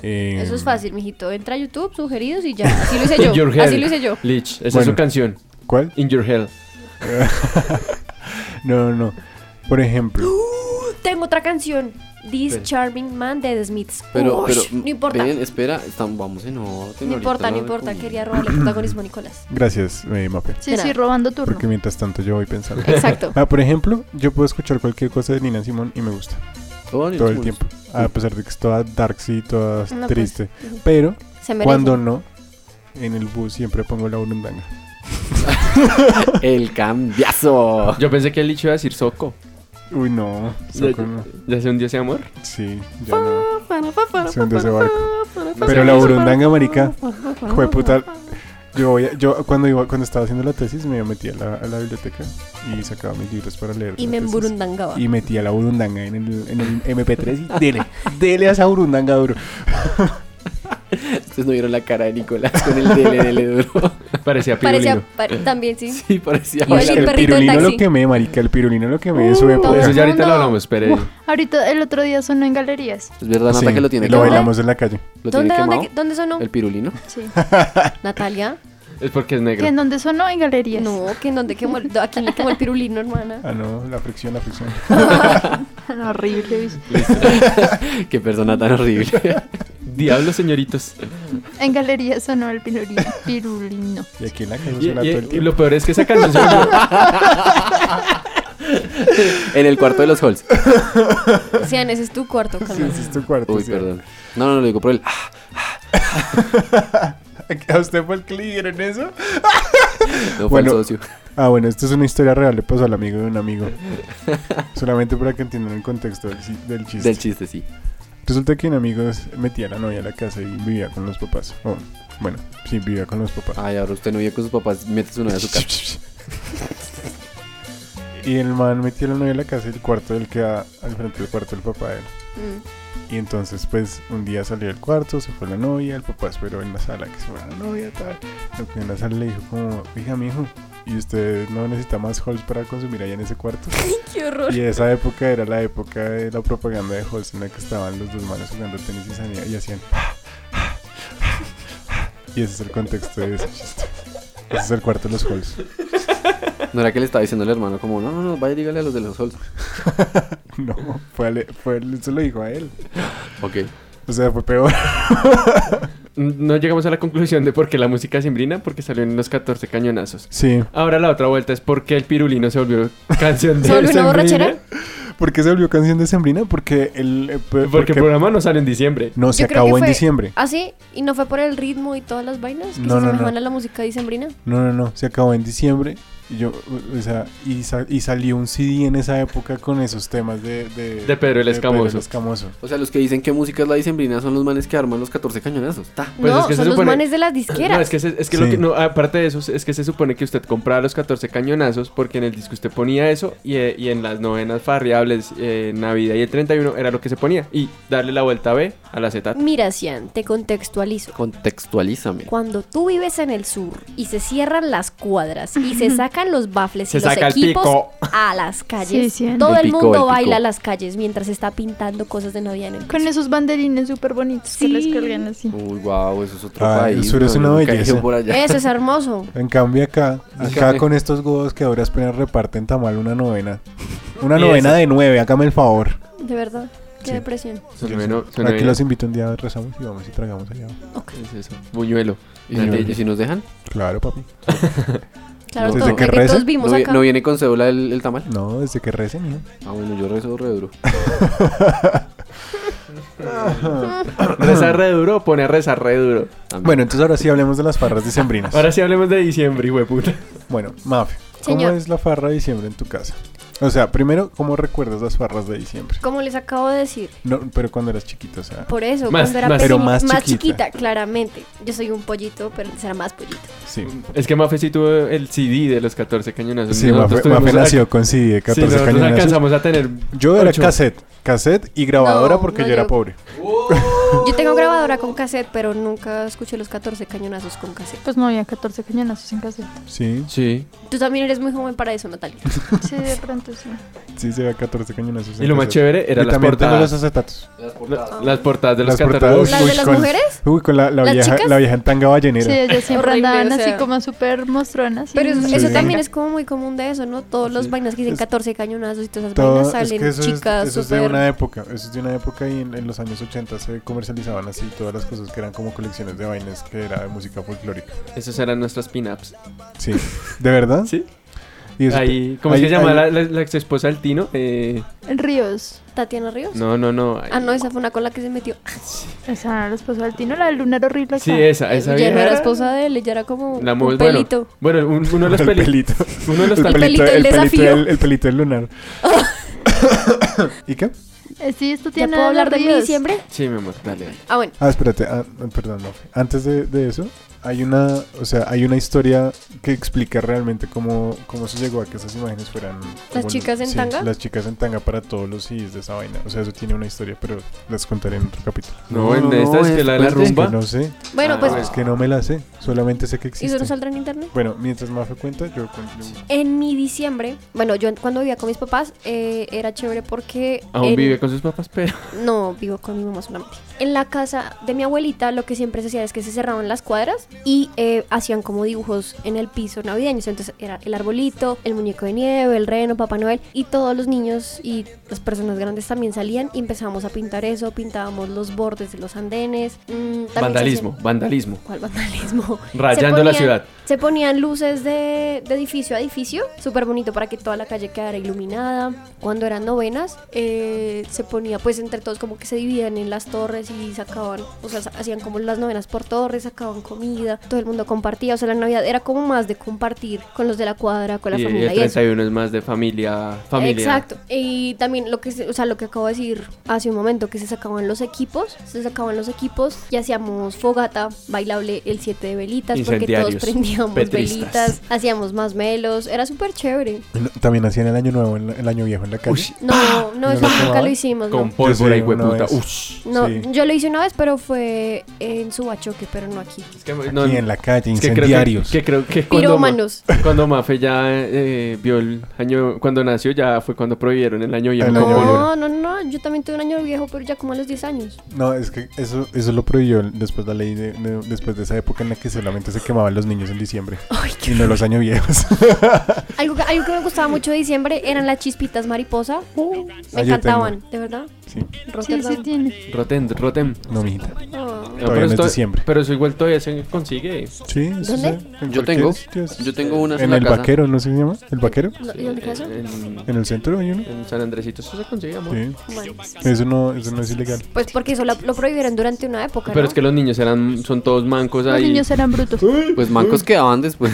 Speaker 2: Eh,
Speaker 1: Eso es fácil, mijito. Entra a YouTube, sugeridos y ya. Así
Speaker 3: (laughs)
Speaker 1: lo hice yo.
Speaker 3: In Your Hell.
Speaker 1: Así lo hice yo.
Speaker 3: Lich, esa es
Speaker 2: Bueno.
Speaker 3: su canción.
Speaker 2: ¿Cuál?
Speaker 3: In Your Hell.
Speaker 2: No, no, no. Por
Speaker 1: (gasps)
Speaker 2: ejemplo,
Speaker 1: Tengo otra canción. This Charming Man de The Smiths.
Speaker 4: Pero,
Speaker 1: Ush,
Speaker 4: pero.
Speaker 1: no importa.
Speaker 4: Ven, espera, estamos, vamos en orden.
Speaker 1: no
Speaker 4: ahorita
Speaker 1: importa,
Speaker 4: la
Speaker 1: no importa.
Speaker 4: recomiendo.
Speaker 1: Quería robarle el protagonismo a Nicolás.
Speaker 2: gracias, eh, Mape.
Speaker 5: Sí,
Speaker 1: De nada.
Speaker 5: sí, robando turno.
Speaker 2: Porque mientras tanto yo voy pensando. (laughs)
Speaker 1: Exacto.
Speaker 2: Ah, por ejemplo, yo puedo escuchar cualquier cosa de Nina Simón y me gusta.
Speaker 4: Todo,
Speaker 2: Todo el tiempo. A pesar de que es toda dark y toda
Speaker 1: No, pues,
Speaker 2: triste.
Speaker 1: ujú.
Speaker 2: Pero
Speaker 1: Se merece.
Speaker 2: cuando no, en el bus siempre pongo la burundanga.
Speaker 4: El cambiazo.
Speaker 3: Yo pensé que Lich iba a decir Soco.
Speaker 2: Uy, no.
Speaker 3: Ya,
Speaker 2: Socorro, no.
Speaker 3: ya se hundió ese amor.
Speaker 2: Sí, ya no. Se hundió ese barco.
Speaker 1: Pues
Speaker 2: Pero la burundanga, marica, fue puta. Yo, voy a- yo cuando, iba, cuando estaba haciendo la tesis me metí a la, a la biblioteca y sacaba mis libros para leer.
Speaker 1: Y
Speaker 2: la
Speaker 1: me
Speaker 2: tesis.
Speaker 1: emburundangaba.
Speaker 2: Y metía la burundanga en el, en el MP3 y dele, dele a esa burundanga duro.
Speaker 4: Ustedes no vieron la cara de Nicolás con el DLL duro.
Speaker 3: Parecía
Speaker 1: Parecía
Speaker 3: pirulino.
Speaker 1: pa- también, sí.
Speaker 4: (laughs) Sí, parecía
Speaker 1: Y
Speaker 2: Uy,
Speaker 1: el
Speaker 2: el
Speaker 1: perrito
Speaker 4: bailar.
Speaker 1: del
Speaker 2: pirulino lo
Speaker 1: taxi. Uh,
Speaker 2: quemé, marica, el pirulino lo quemé en su época.
Speaker 3: Eso
Speaker 5: Todo
Speaker 3: ya ahorita lo
Speaker 5: mundo.
Speaker 3: hablamos, espere.
Speaker 5: Ahorita, el otro día sonó en galerías.
Speaker 4: Es verdad, Nata
Speaker 2: Sí,
Speaker 4: que lo tiene
Speaker 2: Lo
Speaker 4: quemado.
Speaker 2: bailamos en la calle.
Speaker 4: (laughs)
Speaker 2: (laughs)
Speaker 4: Lo tiene
Speaker 1: ¿Dónde,
Speaker 4: quemado.
Speaker 1: dónde, dónde sonó?
Speaker 4: El (laughs) pirulino.
Speaker 5: Sí.
Speaker 1: Natalia.
Speaker 3: Es porque es
Speaker 5: ¿Que
Speaker 3: negro.
Speaker 5: en dónde sonó? En galerías.
Speaker 1: No, que en donde quemó el, a quién le quemó el pirulino,
Speaker 2: (laughs)
Speaker 1: hermana.
Speaker 2: Ah, no, la fricción, la fricción.
Speaker 5: Tan horrible. uy.
Speaker 4: Qué persona tan horrible.
Speaker 3: Diablos, señoritos.
Speaker 5: En galerías sonó el pirulino. (laughs) pirulino.
Speaker 2: Y aquí en la calle
Speaker 3: Y,
Speaker 2: suena
Speaker 3: y-
Speaker 2: todo el
Speaker 3: y (laughs)
Speaker 2: tiempo.
Speaker 3: lo peor es que esa
Speaker 2: (laughs)
Speaker 3: canción se volvió-
Speaker 4: (laughs) en el cuarto de los halls.
Speaker 1: Sean, ese es tu cuarto,
Speaker 2: Sí,
Speaker 1: calma.
Speaker 2: ese es tu cuarto.
Speaker 4: Uy,
Speaker 2: sí.
Speaker 4: perdón. No, no, lo digo por el. ah,
Speaker 2: (laughs) ¿A usted fue el que le dieron eso?
Speaker 4: No fue
Speaker 2: Bueno.
Speaker 4: el socio.
Speaker 2: Ah, bueno, esto es una historia real, le pasó al amigo de un amigo.
Speaker 4: (laughs)
Speaker 2: Solamente para que entiendan el contexto del, chi- del chiste.
Speaker 4: Del chiste, sí.
Speaker 2: Resulta que un amigo es- metía a la novia a la casa y vivía con los papás. Oh, bueno, sí, vivía con los papás.
Speaker 4: Ay, ahora usted no vive con sus papás. Mete su novia a su casa.
Speaker 2: (laughs) y el man metió a la novia a la casa y el cuarto del que da al frente del cuarto del papá de él.
Speaker 1: Mm.
Speaker 2: Y entonces, pues, un día salió del cuarto, se fue la novia, el papá esperó en la sala que se fuera la novia, tal. Lo que en la sala le dijo como, hija, mijo, ¿y usted no necesita más halls para consumir allá en ese cuarto?
Speaker 1: Qué horror.
Speaker 2: Y esa época era la época de la propaganda de halls en la que estaban los dos manos jugando tenis y salía y hacían... Y ese es el contexto de ese chiste. Ese es el cuarto de los halls.
Speaker 4: No era que le estaba diciendo al hermano, como, no, no, no, vaya, dígale a los de los halls.
Speaker 2: (laughs) No, fue, ale- fue, él- se lo dijo a él.
Speaker 4: Ok.
Speaker 2: O sea, fue peor. (laughs)
Speaker 3: No llegamos a la conclusión de por qué la música simbrina, porque salió en los 14 cañonazos.
Speaker 2: Sí,
Speaker 3: Ahora la otra vuelta es por qué el pirulino se volvió canción de
Speaker 1: ¿Se volvió una
Speaker 3: sembrina.
Speaker 1: borrachera?
Speaker 2: ¿Por qué se volvió canción de Sembrina? Porque el. eh, pe-
Speaker 3: Porque, el programa no sale en diciembre.
Speaker 2: No, se
Speaker 1: Yo creo que
Speaker 2: acabó en
Speaker 1: fue-
Speaker 2: diciembre.
Speaker 1: ¿Ah, sí? ¿Y no fue por el ritmo y todas las vainas que
Speaker 2: No,
Speaker 1: se
Speaker 2: no, no.
Speaker 1: asemejaban a la música dicembrina?
Speaker 2: No, no, no. Se acabó en diciembre. Y yo, o sea, y, sa- y salió un CD en esa época con esos temas de. De,
Speaker 3: De Pedro el Escamoso.
Speaker 2: Escamoso.
Speaker 4: O sea, los que dicen que música es la dicembrina son los manes que arman los 14 cañonazos. Ta.
Speaker 3: Pues
Speaker 1: no,
Speaker 3: es que se
Speaker 1: son los
Speaker 3: supone-
Speaker 1: manes de las disqueras.
Speaker 3: (clears throat) No, es que, se- es que lo
Speaker 2: Sí.
Speaker 3: que no, aparte de eso, es que se supone que usted compraba los 14 cañonazos porque en el disco usted ponía eso y, eh, y en las novenas farriables, eh, Navidad y el 31 era lo que se ponía. Y darle la vuelta B a
Speaker 1: (laughs)
Speaker 3: la Z.
Speaker 1: Mira, Cian, te contextualizo.
Speaker 4: Contextualízame.
Speaker 1: Cuando tú vives en el sur y se cierran las cuadras y se sacan los bafles
Speaker 3: Se
Speaker 1: y los
Speaker 3: saca el
Speaker 1: equipos
Speaker 3: pico.
Speaker 1: a las calles,
Speaker 5: Sí, sí.
Speaker 1: todo
Speaker 4: El
Speaker 1: el,
Speaker 4: pico, el
Speaker 1: mundo
Speaker 4: pico.
Speaker 1: baila a las calles mientras está pintando cosas de Navidad en el
Speaker 5: Con
Speaker 1: piso.
Speaker 5: esos banderines súper bonitos que
Speaker 1: Sí.
Speaker 5: les cuelgan así.
Speaker 4: Uy, wow, eso es otro
Speaker 2: Ah,
Speaker 4: país.
Speaker 2: el sur es
Speaker 4: weón,
Speaker 2: una
Speaker 4: nunca he ido
Speaker 2: belleza.
Speaker 4: por allá.
Speaker 1: Eso es hermoso.
Speaker 2: En cambio acá, acá
Speaker 4: cambio-
Speaker 2: con estos godos que ahora apenas reparten tamal una novena. Una
Speaker 3: Y
Speaker 2: novena
Speaker 3: esa-
Speaker 2: de nueve, hágame el favor.
Speaker 1: De verdad. Qué
Speaker 2: Sí.
Speaker 1: depresión.
Speaker 3: Son menos- son
Speaker 2: Aquí
Speaker 3: menos-
Speaker 2: los invito un día, rezamos y vamos y tragamos allá.
Speaker 3: es eso, Buñuelo.
Speaker 4: ¿Y si,
Speaker 3: Dale.
Speaker 4: ¿Y si nos dejan?
Speaker 2: Claro, papi.
Speaker 1: Claro,
Speaker 4: Desde
Speaker 1: todo,
Speaker 2: que
Speaker 1: que
Speaker 2: reza,
Speaker 1: todos
Speaker 4: ¿No,
Speaker 1: vimos
Speaker 4: vi-
Speaker 1: acá.
Speaker 4: no viene con cédula el, el tamal?
Speaker 2: No, desde que recen, hijo.
Speaker 4: Ah, bueno, yo rezo re duro.
Speaker 3: Rezar re duro, o pone a rezar re duro.
Speaker 4: También.
Speaker 2: (laughs) Bueno, entonces ahora sí hablemos de las farras dicembrinas.
Speaker 3: Ahora sí hablemos de diciembre, hijo de puta.
Speaker 2: Bueno, Mafe, ¿cómo
Speaker 1: Señor.
Speaker 2: es la farra de diciembre en tu casa? O sea, primero, ¿cómo recuerdas las farras de diciembre?
Speaker 1: Como les acabo de decir,
Speaker 2: No, pero cuando eras chiquito, o sea,
Speaker 1: por eso,
Speaker 3: Más-
Speaker 1: cuando era
Speaker 3: más.
Speaker 2: Pero
Speaker 1: pequeña-
Speaker 2: más chiquita.
Speaker 1: chiquita. claramente. Yo soy un pollito, pero antes era más pollito.
Speaker 2: sí.
Speaker 3: Es que Mafe sí tuvo el CD de los 14 cañonazos.
Speaker 2: Sí, Mafe,
Speaker 3: tuvimos
Speaker 2: Mafe
Speaker 3: a-
Speaker 2: nació con CD de
Speaker 3: Sí,
Speaker 2: 14
Speaker 3: nosotros
Speaker 2: cañonazos.
Speaker 3: alcanzamos a tener.
Speaker 2: Yo era
Speaker 3: ocho.
Speaker 2: cassette, cassette y grabadora
Speaker 1: No,
Speaker 2: porque
Speaker 1: no,
Speaker 2: yo era
Speaker 1: yo-
Speaker 2: pobre.
Speaker 1: Yo tengo grabadora con cassette, pero nunca escuché los 14 cañonazos con cassette.
Speaker 5: Pues no había 14 cañonazos en casa.
Speaker 2: Sí,
Speaker 3: Sí.
Speaker 1: Tú también eres muy joven para eso, Natalia.
Speaker 5: Sí, de pronto sí.
Speaker 2: sí, se ve 14 cañonazos.
Speaker 3: Y lo más
Speaker 2: en cassette.
Speaker 3: chévere era
Speaker 2: y
Speaker 3: las
Speaker 2: también tengo los
Speaker 3: portadas.
Speaker 2: acetatos.
Speaker 3: La- Las portadas de los
Speaker 2: Las portadas.
Speaker 3: catorce.
Speaker 1: ¿Las
Speaker 2: Uy,
Speaker 1: de las
Speaker 2: con-
Speaker 1: mujeres?
Speaker 2: Uy, con la, la
Speaker 1: ¿Las
Speaker 2: vieja,
Speaker 1: chicas?
Speaker 2: la vieja en tanga ballenera.
Speaker 5: Sí, ellas siempre
Speaker 1: Horrible,
Speaker 5: andaban
Speaker 1: o
Speaker 5: así
Speaker 1: sea.
Speaker 5: como súper mostronas. y
Speaker 1: Pero eso,
Speaker 5: no-
Speaker 2: Sí.
Speaker 1: eso también es como muy común de eso, ¿no? Todos los
Speaker 2: Sí.
Speaker 1: vainas que dicen
Speaker 2: Es-
Speaker 1: 14 cañonazos y todas esas
Speaker 2: Todo-
Speaker 1: vainas
Speaker 2: es
Speaker 1: salen
Speaker 2: que eso,
Speaker 1: chicas
Speaker 2: es, eso es de
Speaker 1: súper-
Speaker 2: una época, eso es de una época y en, en los años 80 se comercializaban así todas las cosas que eran como colecciones de vainas que era de música folclórica.
Speaker 3: Esas eran nuestras pin-ups.
Speaker 2: Sí, ¿de verdad?
Speaker 3: Sí.
Speaker 2: Y eso
Speaker 3: Ahí, ¿Cómo es
Speaker 2: ahí-
Speaker 3: que se llama
Speaker 2: ahí-
Speaker 3: la, la- la ex esposa del Tino? Eh,
Speaker 5: Ríos.
Speaker 1: ¿Tatiana Ríos?
Speaker 3: no, no, no. ahí.
Speaker 1: Ah, no, esa fue una con la que se metió.
Speaker 5: Esa no era la esposa del Tino, la del lunar horrible acá.
Speaker 3: Sí, esa, esa
Speaker 1: ya
Speaker 3: vieja.
Speaker 1: no era esposa de él, ella era como
Speaker 3: La
Speaker 1: un
Speaker 3: mu- bueno,
Speaker 1: pelito.
Speaker 3: Bueno, un-
Speaker 2: (laughs)
Speaker 3: uno de los
Speaker 2: el
Speaker 3: pelitos.
Speaker 2: pelito.
Speaker 3: Uno de los
Speaker 2: El
Speaker 3: tal-
Speaker 1: pelito
Speaker 2: pelito,
Speaker 1: del
Speaker 2: el pelito,
Speaker 1: desafío. Oh.
Speaker 2: del- el pelito del lunar. (coughs) ¿Y qué?
Speaker 5: Eh, sí, esto
Speaker 1: ¿Ya
Speaker 5: tiene
Speaker 1: puedo hablar de mi
Speaker 5: Ríos.
Speaker 1: diciembre?
Speaker 3: Sí, mi amor, dale. dale.
Speaker 1: Ah, bueno.
Speaker 2: Ah, espérate, ah, perdón, no. Antes de, de eso, hay una, o sea, hay una historia que explica realmente cómo, cómo se llegó a que esas imágenes fueran como-
Speaker 1: chicas en
Speaker 2: sí,
Speaker 1: tanga?
Speaker 2: Las chicas en tanga para todos los CDs de esa vaina. O sea, eso tiene una historia, pero las contaré en otro capítulo.
Speaker 3: No,
Speaker 4: No,
Speaker 3: en
Speaker 4: no,
Speaker 3: esta
Speaker 4: no,
Speaker 3: es que la de la
Speaker 4: después de-
Speaker 2: Que
Speaker 3: rumba.
Speaker 2: no sé,
Speaker 1: Bueno,
Speaker 3: Ah,
Speaker 1: pues...
Speaker 2: es que no me la sé, solamente sé que
Speaker 1: ¿Y eso no
Speaker 2: existe.
Speaker 1: saldrá en internet?
Speaker 2: Bueno, mientras Mafe cuenta, yo cuento.
Speaker 1: En mi diciembre, bueno, yo cuando vivía con mis papás eh, era chévere porque...
Speaker 3: Aún
Speaker 1: en-
Speaker 3: vive con sus papás, pero.
Speaker 1: No, vivo con mi mamá solamente. En la casa de mi abuelita lo que siempre se hacía es que se cerraban las cuadras y eh, hacían como dibujos en el piso navideños. Entonces era el arbolito, el muñeco de nieve, el reno, Papá Noel y todos los niños y las personas grandes también salían y empezábamos a pintar eso, pintábamos los bordes de los andenes. mm, también se
Speaker 3: Vandalismo,
Speaker 1: hacían-
Speaker 3: vandalismo.
Speaker 1: ¿Cuál vandalismo?
Speaker 3: Rayando
Speaker 1: Se
Speaker 3: la ciudad.
Speaker 1: Se ponían luces de, de edificio a edificio, súper bonito para que toda la calle quedara iluminada. Cuando eran novenas, eh, se ponía pues entre todos como que se dividían en las torres y sacaban, o sea, sa- hacían como las novenas por torres, sacaban comida, todo el mundo compartía, o sea, la Navidad era como más de compartir con los de la cuadra, con la
Speaker 3: Y
Speaker 1: familia
Speaker 3: el
Speaker 1: y, eso.
Speaker 3: 31 es más de familia. familia.
Speaker 1: Exacto. Y también lo que, se- o sea, lo que acabo de decir hace un momento, que se sacaban los equipos, se sacaban los equipos y hacíamos fogata bailable el 7 de velitas, porque todos
Speaker 3: Incendiarios,
Speaker 1: prendíamos
Speaker 3: petristas.
Speaker 1: velitas, hacíamos más melos, era súper chévere.
Speaker 2: No, También hacían el año nuevo, en la- el año viejo en la calle.
Speaker 1: No, no,
Speaker 2: ¡Ah! ¿No
Speaker 1: eso
Speaker 2: lo
Speaker 1: nunca
Speaker 2: tomaban?
Speaker 1: lo hicimos.
Speaker 3: Con
Speaker 1: No.
Speaker 3: pólvora y
Speaker 2: Yo sí, una
Speaker 3: hueputa.
Speaker 2: vez.
Speaker 3: Ush.
Speaker 1: No,
Speaker 2: sí.
Speaker 1: yo lo hice una vez, pero fue en Subachoque, pero no aquí.
Speaker 3: Es que,
Speaker 2: Aquí
Speaker 3: no,
Speaker 2: en la calle,
Speaker 3: es que creo que-
Speaker 2: incendiarios.
Speaker 3: Que creo que cuando Ma-
Speaker 1: Pirómanos.
Speaker 3: Cuando Mafe ya eh, vio el año, cuando nació ya fue cuando prohibieron el año viejo.
Speaker 2: El
Speaker 3: con
Speaker 2: año
Speaker 3: pólvora.
Speaker 1: No, no, no, yo también tuve un año viejo, pero ya como a los 10 años.
Speaker 2: No, es que eso, eso lo prohibió después la ley, de, de- después de esa época en la que solamente se quemaban los niños en diciembre.
Speaker 5: (laughs)
Speaker 2: y no los años viejos. (laughs)
Speaker 1: Algo que, algo que me gustaba mucho de diciembre eran las chispitas mariposa. me
Speaker 2: Ah, yo
Speaker 1: encantaban, de verdad.
Speaker 2: Sí.
Speaker 5: Sí, sí
Speaker 1: Rotterdam.
Speaker 5: tiene.
Speaker 3: Rotem, Rotem.
Speaker 2: No, mijita.
Speaker 1: Oh.
Speaker 2: Todavía no es
Speaker 3: esto-
Speaker 2: diciembre.
Speaker 3: pero eso igual todavía se consigue.
Speaker 2: Sí, eso
Speaker 1: ¿Dónde?
Speaker 2: sí, en
Speaker 4: Yo
Speaker 2: cualquier
Speaker 4: tengo,
Speaker 2: sitio es-
Speaker 4: yo tengo unas en,
Speaker 2: En
Speaker 4: la
Speaker 2: el
Speaker 4: casa.
Speaker 2: vaquero, ¿no se llama? ¿El vaquero?
Speaker 1: ¿Lo- ¿Y dónde queda eso?
Speaker 3: En, en-
Speaker 2: ¿En el centro hay uno?
Speaker 3: en San Andresito eso se consigue, amor.
Speaker 2: Sí.
Speaker 1: Bueno.
Speaker 2: Eso no, eso no es ilegal.
Speaker 1: Pues porque eso la- lo prohibieron durante una época,
Speaker 3: Pero
Speaker 1: ¿no?
Speaker 3: es que los niños eran, son todos mancos
Speaker 5: Los
Speaker 3: ahí.
Speaker 5: niños eran brutos.
Speaker 4: Pues mancos quedaban después.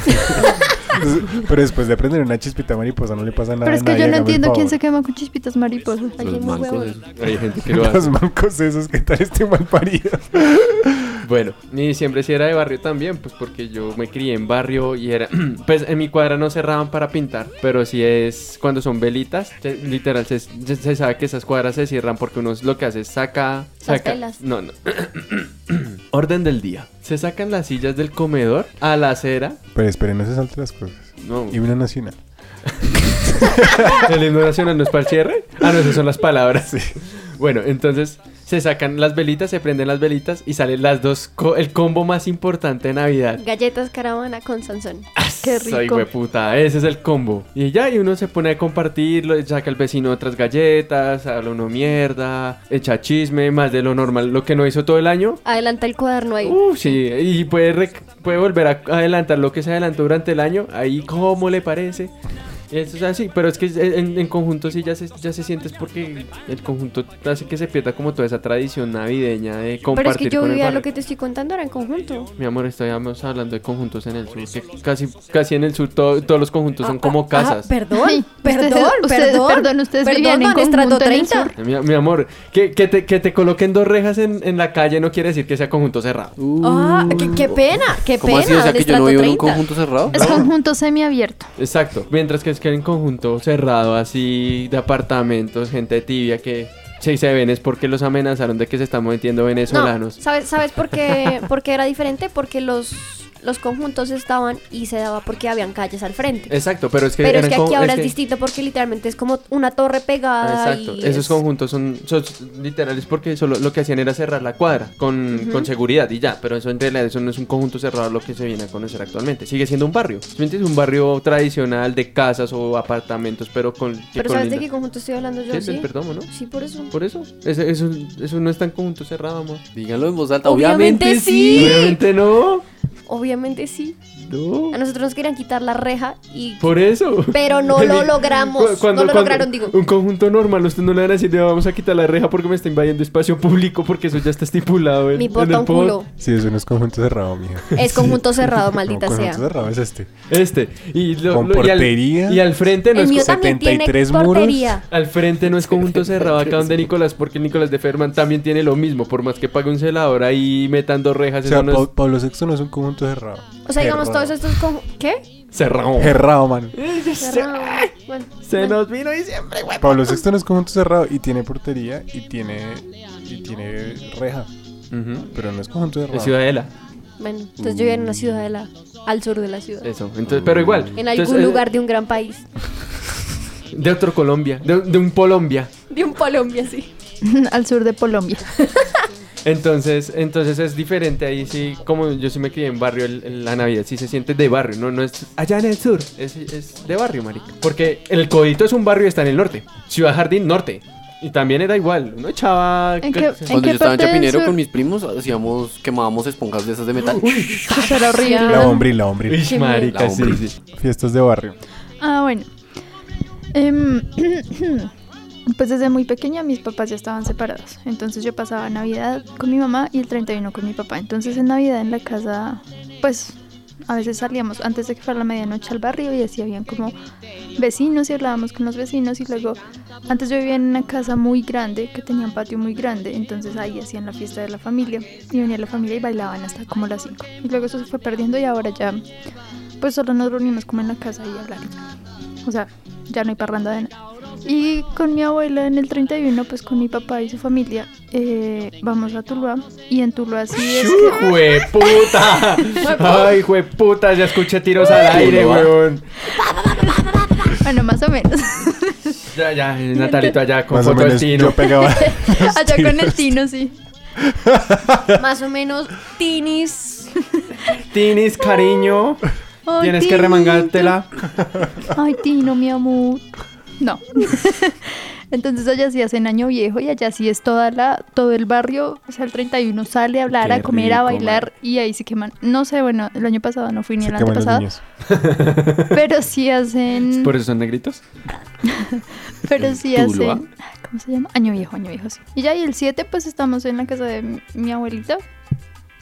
Speaker 2: Entonces, pero después de prender una chispita mariposa no le pasa nada.
Speaker 5: Pero es
Speaker 2: a
Speaker 5: que
Speaker 2: nadie,
Speaker 5: yo no
Speaker 2: hágame el
Speaker 5: entiendo quién se
Speaker 2: favor.
Speaker 5: quema con chispitas mariposas.
Speaker 4: Los
Speaker 1: muy
Speaker 4: mancos.
Speaker 1: huevón.
Speaker 3: Hay gente que
Speaker 2: (laughs)
Speaker 3: lo
Speaker 2: Los
Speaker 3: hace.
Speaker 2: mancos esos, ¿qué tal este mal parido?
Speaker 3: Bueno, mi siempre sí era de barrio también, pues porque yo me crié en barrio y era. (clears throat) Pues en mi cuadra no cerraban para pintar, pero si es cuando son velitas, se- literal, se, se sabe que esas cuadras se cierran porque uno lo que hace es saca.
Speaker 1: Las
Speaker 3: saca
Speaker 1: velas.
Speaker 3: No, (clears throat) no. Orden del día. Se sacan las sillas del comedor a
Speaker 1: (laughs)
Speaker 3: la acera.
Speaker 2: Pero esperen, no se salten las cosas.
Speaker 3: No,
Speaker 2: Himno nacional.
Speaker 3: El himno nacional no es para el cierre. Ah, no, esas son las palabras. Bueno, entonces se sacan las velitas, se prenden las velitas y salen las dos, co- el combo más importante de Navidad.
Speaker 1: Galletas caravana con Sansón. (laughs)
Speaker 5: Qué
Speaker 3: Soy
Speaker 5: rico.
Speaker 3: hueputa, ese es el combo. Y ya, y uno se pone a compartirlo, saca el vecino otras galletas, habla uno mierda, echa chisme, más de lo normal, lo que no hizo todo el año.
Speaker 1: Adelanta el cuaderno ahí.
Speaker 3: Uh, sí, y puede, rec- puede volver a adelantar lo que se adelantó durante el año, ahí como le parece. Eso es así, pero es que en, en conjunto sí ya se, ya se siente, es porque el conjunto hace que se pierda como toda esa tradición navideña de
Speaker 1: Pero es
Speaker 3: compartir
Speaker 1: que yo
Speaker 3: con el
Speaker 1: vivía
Speaker 3: barrio.
Speaker 1: lo que te estoy contando era en conjunto.
Speaker 3: Mi amor, estábamos hablando de conjuntos en el sur, que casi, casi en el sur todo- todos los conjuntos Pues son
Speaker 1: Ah,
Speaker 3: como
Speaker 1: ah,
Speaker 3: casas.
Speaker 1: ah, perdón,
Speaker 5: Sí,
Speaker 1: perdón,
Speaker 5: ustedes- ustedes-
Speaker 1: perdón.
Speaker 5: perdón, ustedes vivían en
Speaker 1: don
Speaker 5: conjunto en el
Speaker 1: Estrato
Speaker 5: sur.
Speaker 3: Mi, mi amor, que, que te, que te coloquen dos rejas en, en la calle no quiere decir que sea conjunto cerrado.
Speaker 1: Ah, qué, qué pena, qué
Speaker 4: Uh. ¿Cómo
Speaker 1: pena.
Speaker 4: así? O
Speaker 1: don
Speaker 4: sea que yo
Speaker 1: Estrato
Speaker 4: no vivo en un
Speaker 1: 30.
Speaker 4: conjunto cerrado.
Speaker 5: Es conjunto semiabierto. (laughs)
Speaker 3: Exacto. Mientras que es que en conjunto cerrado, así de apartamentos, gente tibia que si se ven es porque los amenazaron de que se están metiendo
Speaker 1: No,
Speaker 3: venezolanos.
Speaker 1: ¿sabes, ¿sabes por qué, por qué era diferente? Porque los, los conjuntos estaban y se daba porque habían calles al frente.
Speaker 3: Exacto, pero es que
Speaker 1: Pero es
Speaker 3: eran
Speaker 1: que
Speaker 3: con-
Speaker 1: aquí ahora es,
Speaker 3: que-
Speaker 1: distinto porque literalmente es como una torre pegada.
Speaker 3: Exacto,
Speaker 1: y
Speaker 3: esos
Speaker 1: es-
Speaker 3: conjuntos son, son literales porque solo lo que hacían era cerrar la cuadra con, con seguridad y ya, pero eso en realidad eso no es un conjunto cerrado lo que se viene a conocer actualmente, sigue siendo un barrio, ¿sí me entiendes? un barrio tradicional de casas o apartamentos, pero con... que
Speaker 1: Pero
Speaker 3: con
Speaker 1: ¿sabes de qué
Speaker 3: lindas-
Speaker 1: conjunto estoy hablando yo?
Speaker 3: Sí,
Speaker 1: Sí,
Speaker 3: del perdomo, ¿no?
Speaker 1: Sí, por eso.
Speaker 3: Por eso, ese- eso, eso no es tan conjunto cerrado, amor.
Speaker 4: Díganlo en voz alta.
Speaker 1: Obviamente
Speaker 4: Obviamente,
Speaker 1: sí. Ah,
Speaker 3: Obviamente no.
Speaker 1: Obviamente sí.
Speaker 3: No.
Speaker 1: A nosotros nos querían quitar la reja y...
Speaker 3: Por eso.
Speaker 1: Pero
Speaker 3: (laughs)
Speaker 1: no lo logramos.
Speaker 3: Cu- cuando-
Speaker 1: no lo
Speaker 3: cuando
Speaker 1: lograron, digo.
Speaker 3: Un conjunto normal, usted no le van a decir, "Le vamos a quitar la reja porque me está invadiendo espacio público, porque eso ya está estipulado. En,
Speaker 1: Me
Speaker 3: en
Speaker 1: importa
Speaker 3: el
Speaker 1: un
Speaker 3: pod". (laughs)
Speaker 1: culo.
Speaker 2: Sí, eso no es conjunto cerrado, mija.
Speaker 1: Es conjunto cerrado, maldita
Speaker 2: No,
Speaker 1: sea.
Speaker 2: conjunto cerrado es este.
Speaker 3: Este. Y, lo-
Speaker 2: Con
Speaker 3: lo- y al- y
Speaker 2: portería.
Speaker 3: al, frente no
Speaker 1: El
Speaker 3: es
Speaker 1: mío
Speaker 3: co-
Speaker 1: también tiene
Speaker 2: 73 muros.
Speaker 1: portería.
Speaker 3: Al frente no
Speaker 2: (laughs)
Speaker 3: es conjunto cerrado acá donde Nicolás, porque Nicolás de Ferman también tiene lo mismo, por más que pague un celador ahí metando rejas,
Speaker 2: O sea,
Speaker 3: eso no es
Speaker 2: Pa- Pablo VI no es un conjunto cerrado.
Speaker 1: O sea, digamos, todos
Speaker 2: Cerrado.
Speaker 1: estos con... ¿Qué?
Speaker 3: cerrado.
Speaker 2: Cerrado, man.
Speaker 1: Cerrado. Bueno,
Speaker 3: Se
Speaker 1: bueno.
Speaker 3: nos vino diciembre, güey.
Speaker 2: Pablo VI no es conjunto cerrado y tiene portería y tiene, y tiene reja.
Speaker 3: Ujú.
Speaker 2: Pero no es conjunto
Speaker 3: Es
Speaker 2: cerrado.
Speaker 3: Ciudadela.
Speaker 1: Bueno, entonces yo vivía en
Speaker 3: Mm.
Speaker 1: una ciudadela, al sur de la ciudad.
Speaker 3: Eso. Entonces,
Speaker 2: Mm.
Speaker 3: pero igual.
Speaker 1: En algún
Speaker 3: Entonces, eh,
Speaker 1: lugar de un gran país.
Speaker 3: De otro Colombia. De, de un Colombia.
Speaker 1: De un Colombia, sí.
Speaker 3: (laughs)
Speaker 5: Al sur de Colombia.
Speaker 3: Entonces, entonces es diferente ahí sí, como yo sí me crié en barrio, el- el- la Navidad sí se siente de barrio, no, no es allá en el sur, es, es de barrio, marica. Porque el Codito es un barrio y está en el norte, Ciudad Jardín Norte, y también era igual, uno echaba...
Speaker 5: ¿En qué-
Speaker 3: Sí.
Speaker 5: en-
Speaker 4: Cuando yo estaba en
Speaker 5: parte del
Speaker 4: Chapinero
Speaker 5: sur?
Speaker 4: con mis primos, hacíamos, quemábamos esponjas de esas de metal.
Speaker 5: Eso era horrible.
Speaker 1: La
Speaker 2: La hombril, la hombril.
Speaker 3: Uy, marica,
Speaker 4: La
Speaker 3: sí,
Speaker 4: hombre.
Speaker 3: sí.
Speaker 2: Fiestas de barrio.
Speaker 5: Ah, bueno. Em, (clears throat) pues desde muy pequeña mis papás ya estaban separados. Entonces yo pasaba Navidad con mi mamá y el 31 con mi papá. Entonces en Navidad en la casa, pues a veces salíamos antes de que fuera la medianoche al barrio y así habían como vecinos y hablábamos con los vecinos. Y luego, antes yo vivía en una casa muy grande que tenía un patio muy grande. Entonces ahí hacían la fiesta de la familia y venía la familia y bailaban hasta como las 5. Y luego eso se fue perdiendo y ahora ya, pues solo nos reunimos como en la casa y hablar. y ya. O sea, ya no hay parranda de nada. Y con mi abuela en el 31, pues con mi papá y su familia, eh, vamos a Tuluá. Y en Tuluá sí
Speaker 3: (laughs)
Speaker 5: es que... (laughs)
Speaker 3: ¡Jueputa! ¡Ay, jueputa! Ya escuché tiros al aire, weón.
Speaker 5: Bueno, más o menos.
Speaker 3: Ya, ya, Natalito allá con
Speaker 2: Más o
Speaker 3: foto de
Speaker 2: menos
Speaker 3: tino.
Speaker 1: (laughs)
Speaker 2: yo pegaba.
Speaker 5: Allá con el tino, sí.
Speaker 1: Más o menos tinis.
Speaker 3: Tinis, cariño,
Speaker 5: Ay,
Speaker 3: tienes que
Speaker 5: Tino.
Speaker 3: remangártela.
Speaker 5: Ay, Tino, mi amor. No. (laughs) Entonces allá sí hacen año viejo y allá sí es toda la, todo el barrio, o sea, el 31 sale a hablar,
Speaker 2: Qué
Speaker 5: a comer, a
Speaker 2: rico,
Speaker 5: bailar y ahí se queman. No sé, bueno, el año pasado no fui ni
Speaker 2: Se
Speaker 5: el
Speaker 2: queman los
Speaker 5: antepasado,
Speaker 2: niños.
Speaker 5: pero sí hacen,
Speaker 3: ¿Por eso son negritos?
Speaker 5: pero sí
Speaker 4: ¿Tú lo
Speaker 2: ¿ah?
Speaker 5: hacen, ¿cómo se llama? Año viejo, año viejo, sí. Y ya y el 7 pues estamos en la casa de mi- mi abuelita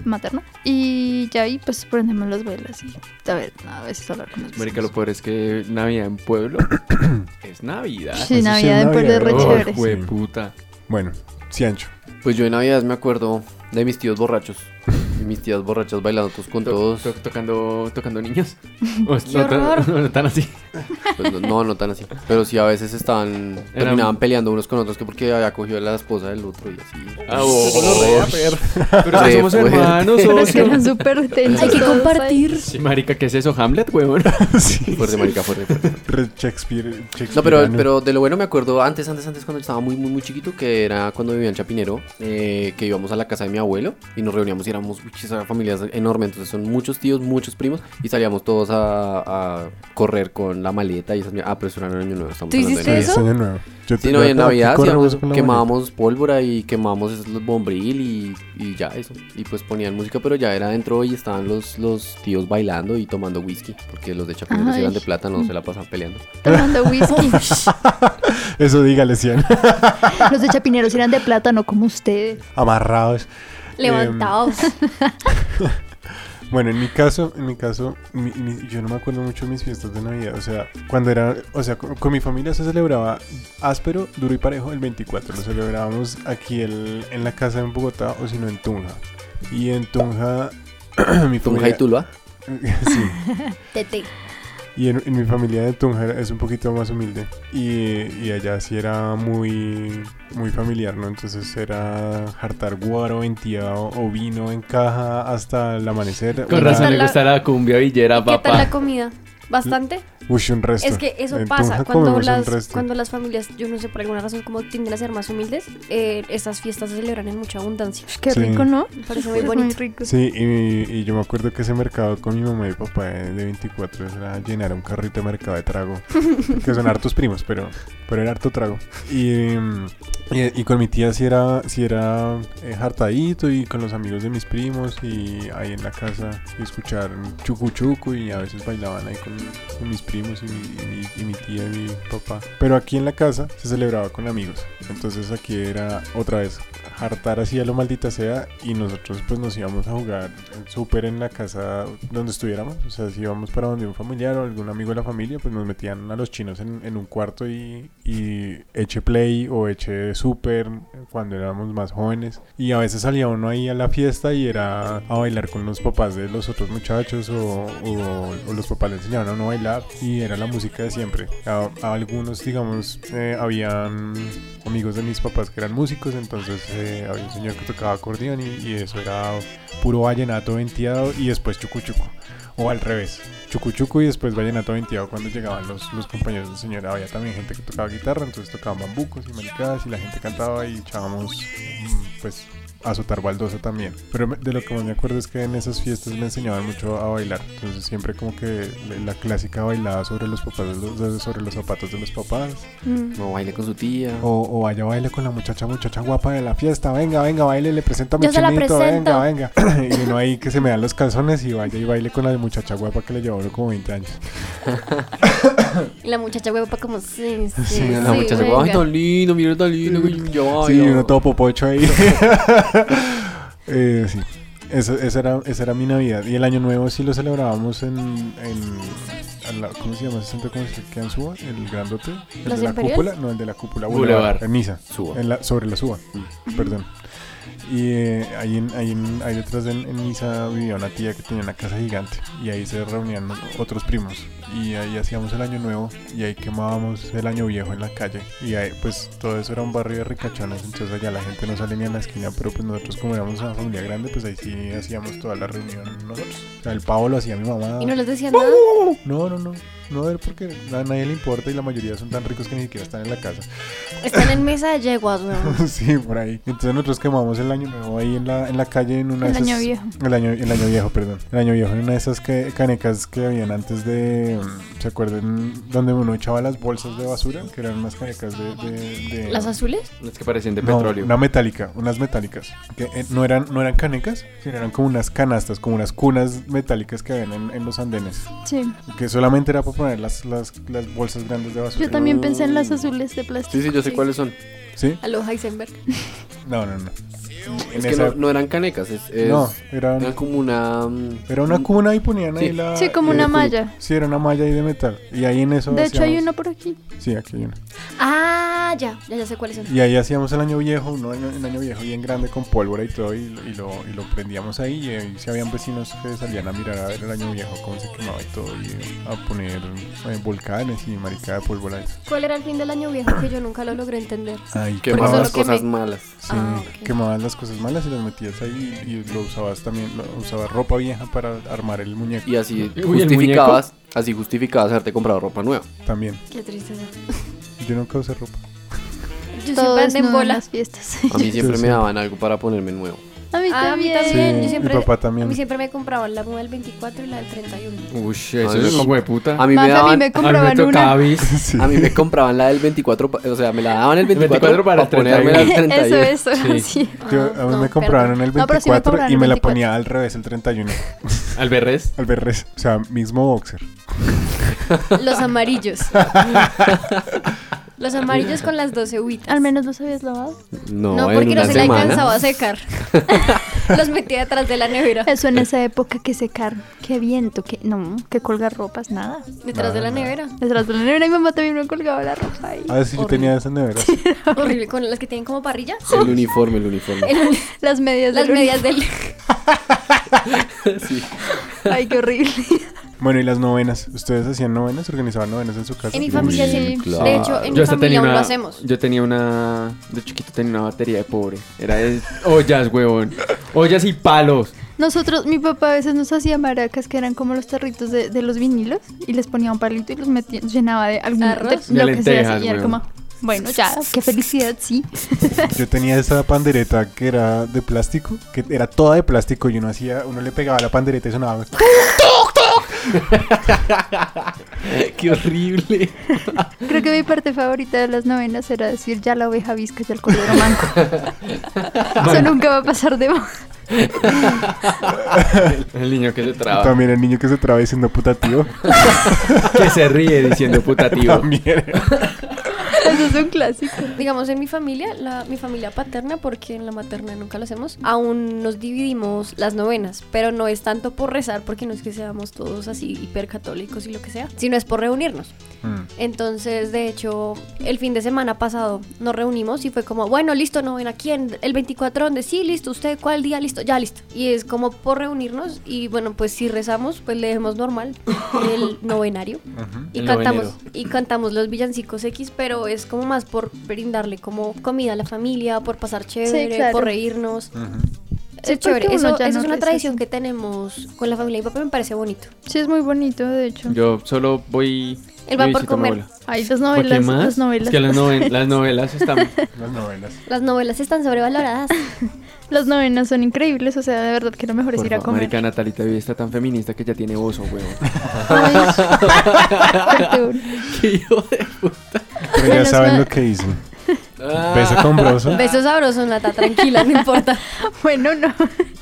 Speaker 5: materna y ya ahí pues prendemos las velas y a, ver, a veces hablar con los
Speaker 3: Marica,
Speaker 5: vecinos.
Speaker 3: lo peor es que Navidad en (coughs) pueblo es Navidad.
Speaker 5: Sí,
Speaker 2: Eso sí,
Speaker 5: Navidad en Puerto
Speaker 2: Navidad,
Speaker 5: es re
Speaker 2: ¿no?
Speaker 3: Uy,
Speaker 5: chévere.
Speaker 3: jue puta.
Speaker 2: Bueno, sí, ancho. (laughs)
Speaker 4: Pues yo en Navidad me acuerdo de mis tíos borrachos. Y mis tías borrachas bailando todos con
Speaker 3: To-
Speaker 4: todos.
Speaker 3: to- tocando, tocando (laughs) niños. O es-
Speaker 1: ¡Qué
Speaker 3: no, tan-
Speaker 1: horror!
Speaker 3: no tan así.
Speaker 4: Pues no- no, no tan así. Pero sí a veces estaban. terminaban peleando unos con otros que porque había cogido a la esposa del otro y así.
Speaker 3: Ah, Pero si
Speaker 4: Re
Speaker 3: somos
Speaker 4: fuerte.
Speaker 3: hermanos,
Speaker 5: Pero es que
Speaker 3: socio.
Speaker 5: eran súper
Speaker 3: Pues
Speaker 5: tensos
Speaker 1: Hay que
Speaker 5: todos ahí.
Speaker 1: compartir.
Speaker 3: Sí, marica, ¿qué es eso? ¿Hamlet, (laughs) huevón?
Speaker 2: sí.
Speaker 4: Fuerte, marica,
Speaker 2: (laughs)
Speaker 4: fuerte, fuerte.
Speaker 2: Re Shakespeare, Shakespeare.
Speaker 4: No, pero, pero de lo bueno me acuerdo antes, antes, antes, cuando estaba muy, muy, muy chiquito, que era cuando vivía en Chapinero, eh, que íbamos a la casa de mi abuelo y nos reuníamos y éramos muchísimas familias enorme. Entonces son muchos tíos, muchos primos y salíamos todos a, a correr con la maleta y esas mier- Ah, pero eso era en el año nuevo. Estamos
Speaker 1: ¿Tú
Speaker 4: hablando de
Speaker 1: hiciste
Speaker 4: Navidad.
Speaker 1: eso?
Speaker 2: Año nuevo. Yo
Speaker 4: Sí,
Speaker 2: te-
Speaker 4: no,
Speaker 2: yo-
Speaker 4: y en
Speaker 2: ah, ¿qué
Speaker 4: Navidad
Speaker 2: corremos
Speaker 4: hacíamos-
Speaker 2: con la
Speaker 4: quemábamos pólvora y quemábamos esos- los bombril y, y ya eso. Y pues ponían música, pero ya era adentro y estaban los, los tíos bailando y tomando whisky, porque los de Chapinero se
Speaker 5: Ay.
Speaker 4: iban de plata, no se la pasaban peleando.
Speaker 5: (laughs) Tomando whisky.
Speaker 2: maleta? Eso dígale, Cian.
Speaker 5: Los de Chapineros eran de plátano como ustedes.
Speaker 2: (laughs) Amarrados.
Speaker 3: (laughs)
Speaker 1: Levantados.
Speaker 2: Bueno, en mi caso, en mi caso, mi- mi- yo no me acuerdo mucho de mis fiestas de Navidad. O sea, cuando era, o sea, con, con mi familia se celebraba áspero, duro y parejo el 24. Lo celebrábamos aquí el- en la casa en Bogotá o si no en Tunja. Y en Tunja, (clears throat) mi
Speaker 4: Tunja y
Speaker 2: familia-
Speaker 4: Tuluá.
Speaker 2: (laughs) sí.
Speaker 1: Tete.
Speaker 2: Y en, en mi familia de Tunja es un poquito más humilde. Y, y allá sí era muy, muy familiar, ¿no? Entonces era hartar guaro, venteado o vino en caja hasta el amanecer.
Speaker 3: Con
Speaker 2: Una-
Speaker 3: razón le
Speaker 1: la-
Speaker 3: gusta la cumbia villera,
Speaker 1: ¿Qué tal la
Speaker 3: papá.
Speaker 1: comida? ¿Bastante?
Speaker 2: Uy, un resto.
Speaker 1: Es que eso
Speaker 2: En
Speaker 1: pasa
Speaker 2: Tunja
Speaker 1: cuando
Speaker 2: comemos un
Speaker 1: las,
Speaker 2: resto.
Speaker 1: cuando las familias, yo no sé, por alguna razón, como tienden a ser más humildes, eh, estas fiestas se celebran en mucha abundancia.
Speaker 5: Qué
Speaker 2: Sí.
Speaker 5: rico, ¿no?
Speaker 1: Me parece muy
Speaker 5: Es muy
Speaker 1: bonito.
Speaker 5: rico.
Speaker 2: Sí, y, y yo me acuerdo que ese mercado con mi mamá y papá de de 24 era llenar un carrito de mercado de trago. que son hartos primos, pero, pero era harto trago. Y, mm, y- y con mi tía sí era, sí era eh, hartadito y con los amigos de mis primos y ahí en la casa y escuchar chucu chucu y a veces bailaban ahí con, con mis primos y mi, y mi- y mi tía y mi papá. Pero aquí en la casa se celebraba con amigos. Entonces aquí era otra vez hartar así a lo maldita sea y nosotros pues nos íbamos a jugar súper en la casa donde estuviéramos, o sea, si íbamos para donde un familiar o algún amigo de la familia, pues nos metían a los chinos en, en un cuarto y, y eche play o eche súper cuando éramos más jóvenes y a veces salía uno ahí a la fiesta y era a bailar con los papás de los otros muchachos o, o- o los papás le enseñaban a uno a bailar y era la música de siempre. A, a algunos, digamos, eh, habían amigos de mis papás que eran músicos, entonces eh, había un señor que tocaba acordeón y, y eso era puro vallenato venteado y después chucuchuco. O al revés, chucuchuco y después vallenato venteado cuando llegaban los, los compañeros del señor. Había también gente que tocaba guitarra, entonces tocaban bambucos y maricadas y la gente cantaba y echábamos mm, pues a azotar baldosa también. Pero me- de lo que más me acuerdo es que en esas fiestas me enseñaban mucho a bailar. Entonces siempre como que la clásica bailada sobre los papás, de los- sobre los zapatos de los papás.
Speaker 1: Mm.
Speaker 4: No baile con su tía.
Speaker 2: O, o vaya, baile con la muchacha, muchacha guapa de la fiesta. Venga, venga, baile, le presento a mi
Speaker 1: Yo se la
Speaker 2: chinito,
Speaker 1: presento.
Speaker 2: venga, venga. (coughs) Y uno ahí que se me dan los calzones y vaya y baile con la muchacha guapa que le llevó como 20 años.
Speaker 1: Y la muchacha hueva como, sí, sí,
Speaker 2: Sí,
Speaker 1: sí,
Speaker 4: la muchacha
Speaker 1: venga.
Speaker 4: como, ay, tan lindo, mira tan lindo. que yo
Speaker 2: sí,
Speaker 4: bailo".
Speaker 2: uno todo popocho ahí. (laughs) Eh, sí. Eso- esa, era, esa era mi Navidad. Y el Año Nuevo sí lo celebrábamos en. en- a la- ¿Cómo se llama ese centro comercial que queda en Suba? ¿El grandote? ¿El
Speaker 1: ¿Los
Speaker 2: de la
Speaker 1: Imperial?
Speaker 2: cúpula? No, el de la cúpula.
Speaker 3: Boulevard.
Speaker 2: En Niza.
Speaker 4: Suba.
Speaker 2: En la- sobre la suba, perdón. Y eh, ahí, en, ahí, en- ahí detrás de- en Niza vivía una tía que tenía una casa gigante y ahí se reunían otros primos y ahí hacíamos el año nuevo y ahí quemábamos el año viejo en la calle y ahí pues todo eso era un barrio de ricachones entonces allá la gente no salía ni a la esquina pero pues nosotros como éramos una familia grande pues ahí sí hacíamos toda la reunión nosotros. O sea, el pavo lo hacía mi mamá.
Speaker 1: Y no les decía nada.
Speaker 2: No, no, no. No, a ver, porque a nadie le importa y la mayoría son tan ricos que ni siquiera están en la casa.
Speaker 1: Están en mesa de yeguas, weón.
Speaker 2: (laughs) sí, por ahí. Entonces nosotros quemamos el año nuevo ahí en la, en la calle en una
Speaker 5: El
Speaker 2: de esas...
Speaker 5: año viejo.
Speaker 2: El año, el año viejo, perdón. El año viejo en una de esas que, canecas que habían antes de... mm, ¿Se acuerdan? Donde uno echaba las bolsas de basura, que eran unas canecas de... de- de-
Speaker 1: ¿Las azules?
Speaker 3: Las que parecen de
Speaker 2: No,
Speaker 3: petróleo.
Speaker 2: Una metálica, unas metálicas. Que eh, no, eran, no eran canecas, sino eran como unas canastas, como unas cunas metálicas que habían en, en los andenes.
Speaker 5: Sí.
Speaker 2: Que solamente era para poner las, las, las bolsas grandes de basura.
Speaker 5: Yo también pensé en las azules de plástico.
Speaker 4: Sí, sí, yo sé cuáles son.
Speaker 2: ¿Sí?
Speaker 1: A los Heisenberg.
Speaker 2: No, no, no. En
Speaker 4: Es que
Speaker 2: esa-
Speaker 4: no, no eran canecas, es, es-
Speaker 2: no, era,
Speaker 4: era como una... mm,
Speaker 2: era una cuna y ponían ahí
Speaker 4: Sí.
Speaker 2: la...
Speaker 5: Sí, como
Speaker 2: eh,
Speaker 5: una
Speaker 2: cul-
Speaker 5: malla.
Speaker 2: Sí, era una malla ahí de metal. Y ahí en eso...
Speaker 5: De hecho, hay
Speaker 2: hacíamos-
Speaker 5: una por aquí.
Speaker 2: Sí, aquí hay una.
Speaker 1: Ah, ya, ya, ya sé cuáles son.
Speaker 2: Y ahí hacíamos el año viejo, un año, un año viejo bien grande con pólvora y todo, y, y lo, y lo prendíamos ahí. Y, ahí sí habían vecinos que salían a mirar a ver el año viejo, cómo se quemaba y todo, y eh, a poner eh, volcanes y maricada de pólvora. y-
Speaker 1: ¿Cuál era el fin del año viejo que yo nunca lo logré entender?
Speaker 2: Ay,
Speaker 4: Quemaban
Speaker 1: Eso
Speaker 4: las
Speaker 1: lo quemé.
Speaker 4: cosas malas.
Speaker 2: Sí,
Speaker 1: Ah, ok.
Speaker 2: quemabas las cosas malas y las metías ahí y, y lo usabas también, lo- usabas ropa vieja para armar el muñeco
Speaker 4: (laughs) Y así
Speaker 3: ¿Y el
Speaker 4: justificabas, así justificabas haberte comprado ropa nueva.
Speaker 2: también.
Speaker 1: Qué tristeza.
Speaker 2: Yo nunca usé ropa.
Speaker 1: Yo
Speaker 5: Todo
Speaker 1: siempre andé en
Speaker 5: desnudo en
Speaker 1: bolas.
Speaker 5: las fiestas. (laughs)
Speaker 4: A mí siempre
Speaker 2: sí.
Speaker 4: me daban algo para ponerme nuevo.
Speaker 5: A mí
Speaker 1: Ah, a mí
Speaker 5: también.
Speaker 1: también. Bien, yo siempre-
Speaker 2: mi papá
Speaker 1: A
Speaker 2: también.
Speaker 1: mí siempre me compraban la moda del 24 y la del 31.
Speaker 3: Uy,
Speaker 4: Ay,
Speaker 3: eso es
Speaker 4: sí.
Speaker 3: como de puta.
Speaker 4: A mí
Speaker 5: Más
Speaker 4: me
Speaker 5: a mí
Speaker 4: daban...
Speaker 5: me
Speaker 3: Ah. A mí me
Speaker 5: compraban
Speaker 3: tocaba
Speaker 5: (laughs) una.
Speaker 3: bis.
Speaker 2: Sí.
Speaker 4: A mí me compraban la del 24, pa- o sea, me la daban el 24,
Speaker 3: 24 para
Speaker 4: para,
Speaker 3: el
Speaker 4: ponerme la del 31.
Speaker 5: Eso, eso,
Speaker 3: Sí.
Speaker 5: sí.
Speaker 2: Yo- a mí
Speaker 1: No,
Speaker 2: me compraron
Speaker 1: perdón.
Speaker 2: el
Speaker 5: No, pero sí me
Speaker 2: 24
Speaker 5: compraron
Speaker 2: y
Speaker 5: el
Speaker 2: me la
Speaker 5: 24.
Speaker 2: ponía al revés el 31.
Speaker 3: Alberres.
Speaker 2: Al revés, o sea, mismo boxer.
Speaker 1: Los amarillos. Los amarillos con las 12 huitas.
Speaker 5: Al menos los habías lavado.
Speaker 4: No,
Speaker 1: No,
Speaker 4: en
Speaker 1: porque no
Speaker 4: una
Speaker 1: se le
Speaker 4: semana.
Speaker 1: alcanzaba a secar. Los metía detrás de la nevera.
Speaker 5: Eso en esa época que secar. Qué viento, que no, que colgar ropas, nada.
Speaker 1: Detrás de la nevera.
Speaker 5: Detrás de la nevera, mi mamá también me colgaba la ropa ahí.
Speaker 2: Ah, sí, yo tenía esas neveras.
Speaker 1: Horrible. Con las que tienen como parrilla.
Speaker 4: El uniforme, el uniforme.
Speaker 1: El-
Speaker 5: Las medias
Speaker 1: las
Speaker 5: del
Speaker 1: medias del.
Speaker 4: Sí.
Speaker 5: uniforme. Ay,
Speaker 3: (laughs)
Speaker 5: qué horrible.
Speaker 2: Bueno, y las novenas. ¿Ustedes hacían novenas? ¿Organizaban novenas en su casa?
Speaker 1: En mi familia
Speaker 4: Uy,
Speaker 1: sí.
Speaker 4: claro.
Speaker 1: De hecho, en
Speaker 3: Yo
Speaker 1: mi
Speaker 3: hasta
Speaker 1: familia
Speaker 3: tenía
Speaker 1: aún
Speaker 3: una,
Speaker 1: lo hacemos.
Speaker 3: Yo tenía una. De chiquito tenía una batería de pobre. Era de ollas, huevón. Ollas y palos.
Speaker 5: Nosotros, mi papá a veces nos hacía maracas que eran como los tarritos de, de los vinilos y les ponía un palito y los metía, llenaba de algún
Speaker 1: Arroz.
Speaker 5: de- lo
Speaker 3: De
Speaker 5: que sea,
Speaker 3: lentejas,
Speaker 5: así, y era
Speaker 3: weón.
Speaker 5: como, bueno, ya, qué felicidad, sí.
Speaker 2: Yo tenía esa pandereta que era de plástico, que era toda de plástico y uno hacía, uno le pegaba la pandereta y sonaba. (laughs)
Speaker 4: Qué horrible.
Speaker 5: Creo que mi parte favorita de las novenas era decir ya la oveja visca y el cordero
Speaker 3: (laughs)
Speaker 5: manco. Eso nunca va a pasar de moda. (laughs)
Speaker 3: El niño que se traba.
Speaker 2: También el niño que se traba diciendo puta tío.
Speaker 3: que se ríe diciendo
Speaker 4: (laughs)
Speaker 3: putativo.
Speaker 2: También.
Speaker 5: Eso es un clásico.
Speaker 1: Digamos, en mi familia, la, mi familia paterna, porque en la materna nunca lo hacemos, aún nos dividimos las novenas, pero no es tanto por rezar, porque no es que seamos todos así hipercatólicos y lo que sea, sino es por reunirnos.
Speaker 2: Mm.
Speaker 1: Entonces, de hecho, el fin de semana pasado nos reunimos y fue como, bueno, listo, no ven aquí en el 24 donde sí, listo, usted cuál día, listo, ya listo. Y es como por reunirnos y bueno, pues si rezamos, pues leemos
Speaker 5: (laughs)
Speaker 1: normal el novenario
Speaker 2: Ujú.
Speaker 1: y
Speaker 3: El
Speaker 1: cantamos
Speaker 3: novenero.
Speaker 1: y cantamos los villancicos X, pero es como más por brindarle como comida a la familia, por pasar chévere,
Speaker 5: claro.
Speaker 1: por reírnos.
Speaker 2: Ujú.
Speaker 1: Es
Speaker 5: Sí, porque
Speaker 1: chévere,
Speaker 5: uno
Speaker 1: eso,
Speaker 5: ya
Speaker 1: eso
Speaker 5: no
Speaker 1: es una
Speaker 5: reza
Speaker 1: tradición
Speaker 5: así.
Speaker 1: que tenemos con la familia y papá me parece bonito.
Speaker 5: Sí, es muy bonito, de hecho.
Speaker 3: Yo solo voy.
Speaker 1: Él va
Speaker 3: voy y
Speaker 1: por
Speaker 3: visito a mi
Speaker 1: comer.
Speaker 3: abuela.
Speaker 5: Ay,
Speaker 3: ¿Por
Speaker 5: las
Speaker 3: qué
Speaker 5: novelas,
Speaker 3: más?
Speaker 5: las novelas.
Speaker 3: Es que las, noven- las novelas
Speaker 1: (laughs)
Speaker 3: están.
Speaker 2: Las novelas.
Speaker 1: Las novelas están sobrevaloradas.
Speaker 5: (laughs) Las novenas son increíbles, o sea, de verdad que lo mejor es
Speaker 3: Por
Speaker 5: ir a
Speaker 3: favor,
Speaker 5: comer.
Speaker 3: Marica Natalita Vivi está tan feminista que ya tiene oso,
Speaker 4: (laughs)
Speaker 3: huevón.
Speaker 5: Ay, Arturo.
Speaker 4: (laughs)
Speaker 2: Pero ya
Speaker 5: Menos
Speaker 2: saben
Speaker 5: mal.
Speaker 2: lo que dicen. Beso con broso.
Speaker 1: Besos sabrosos, Nata, tranquila, no importa.
Speaker 5: (laughs) Bueno, no.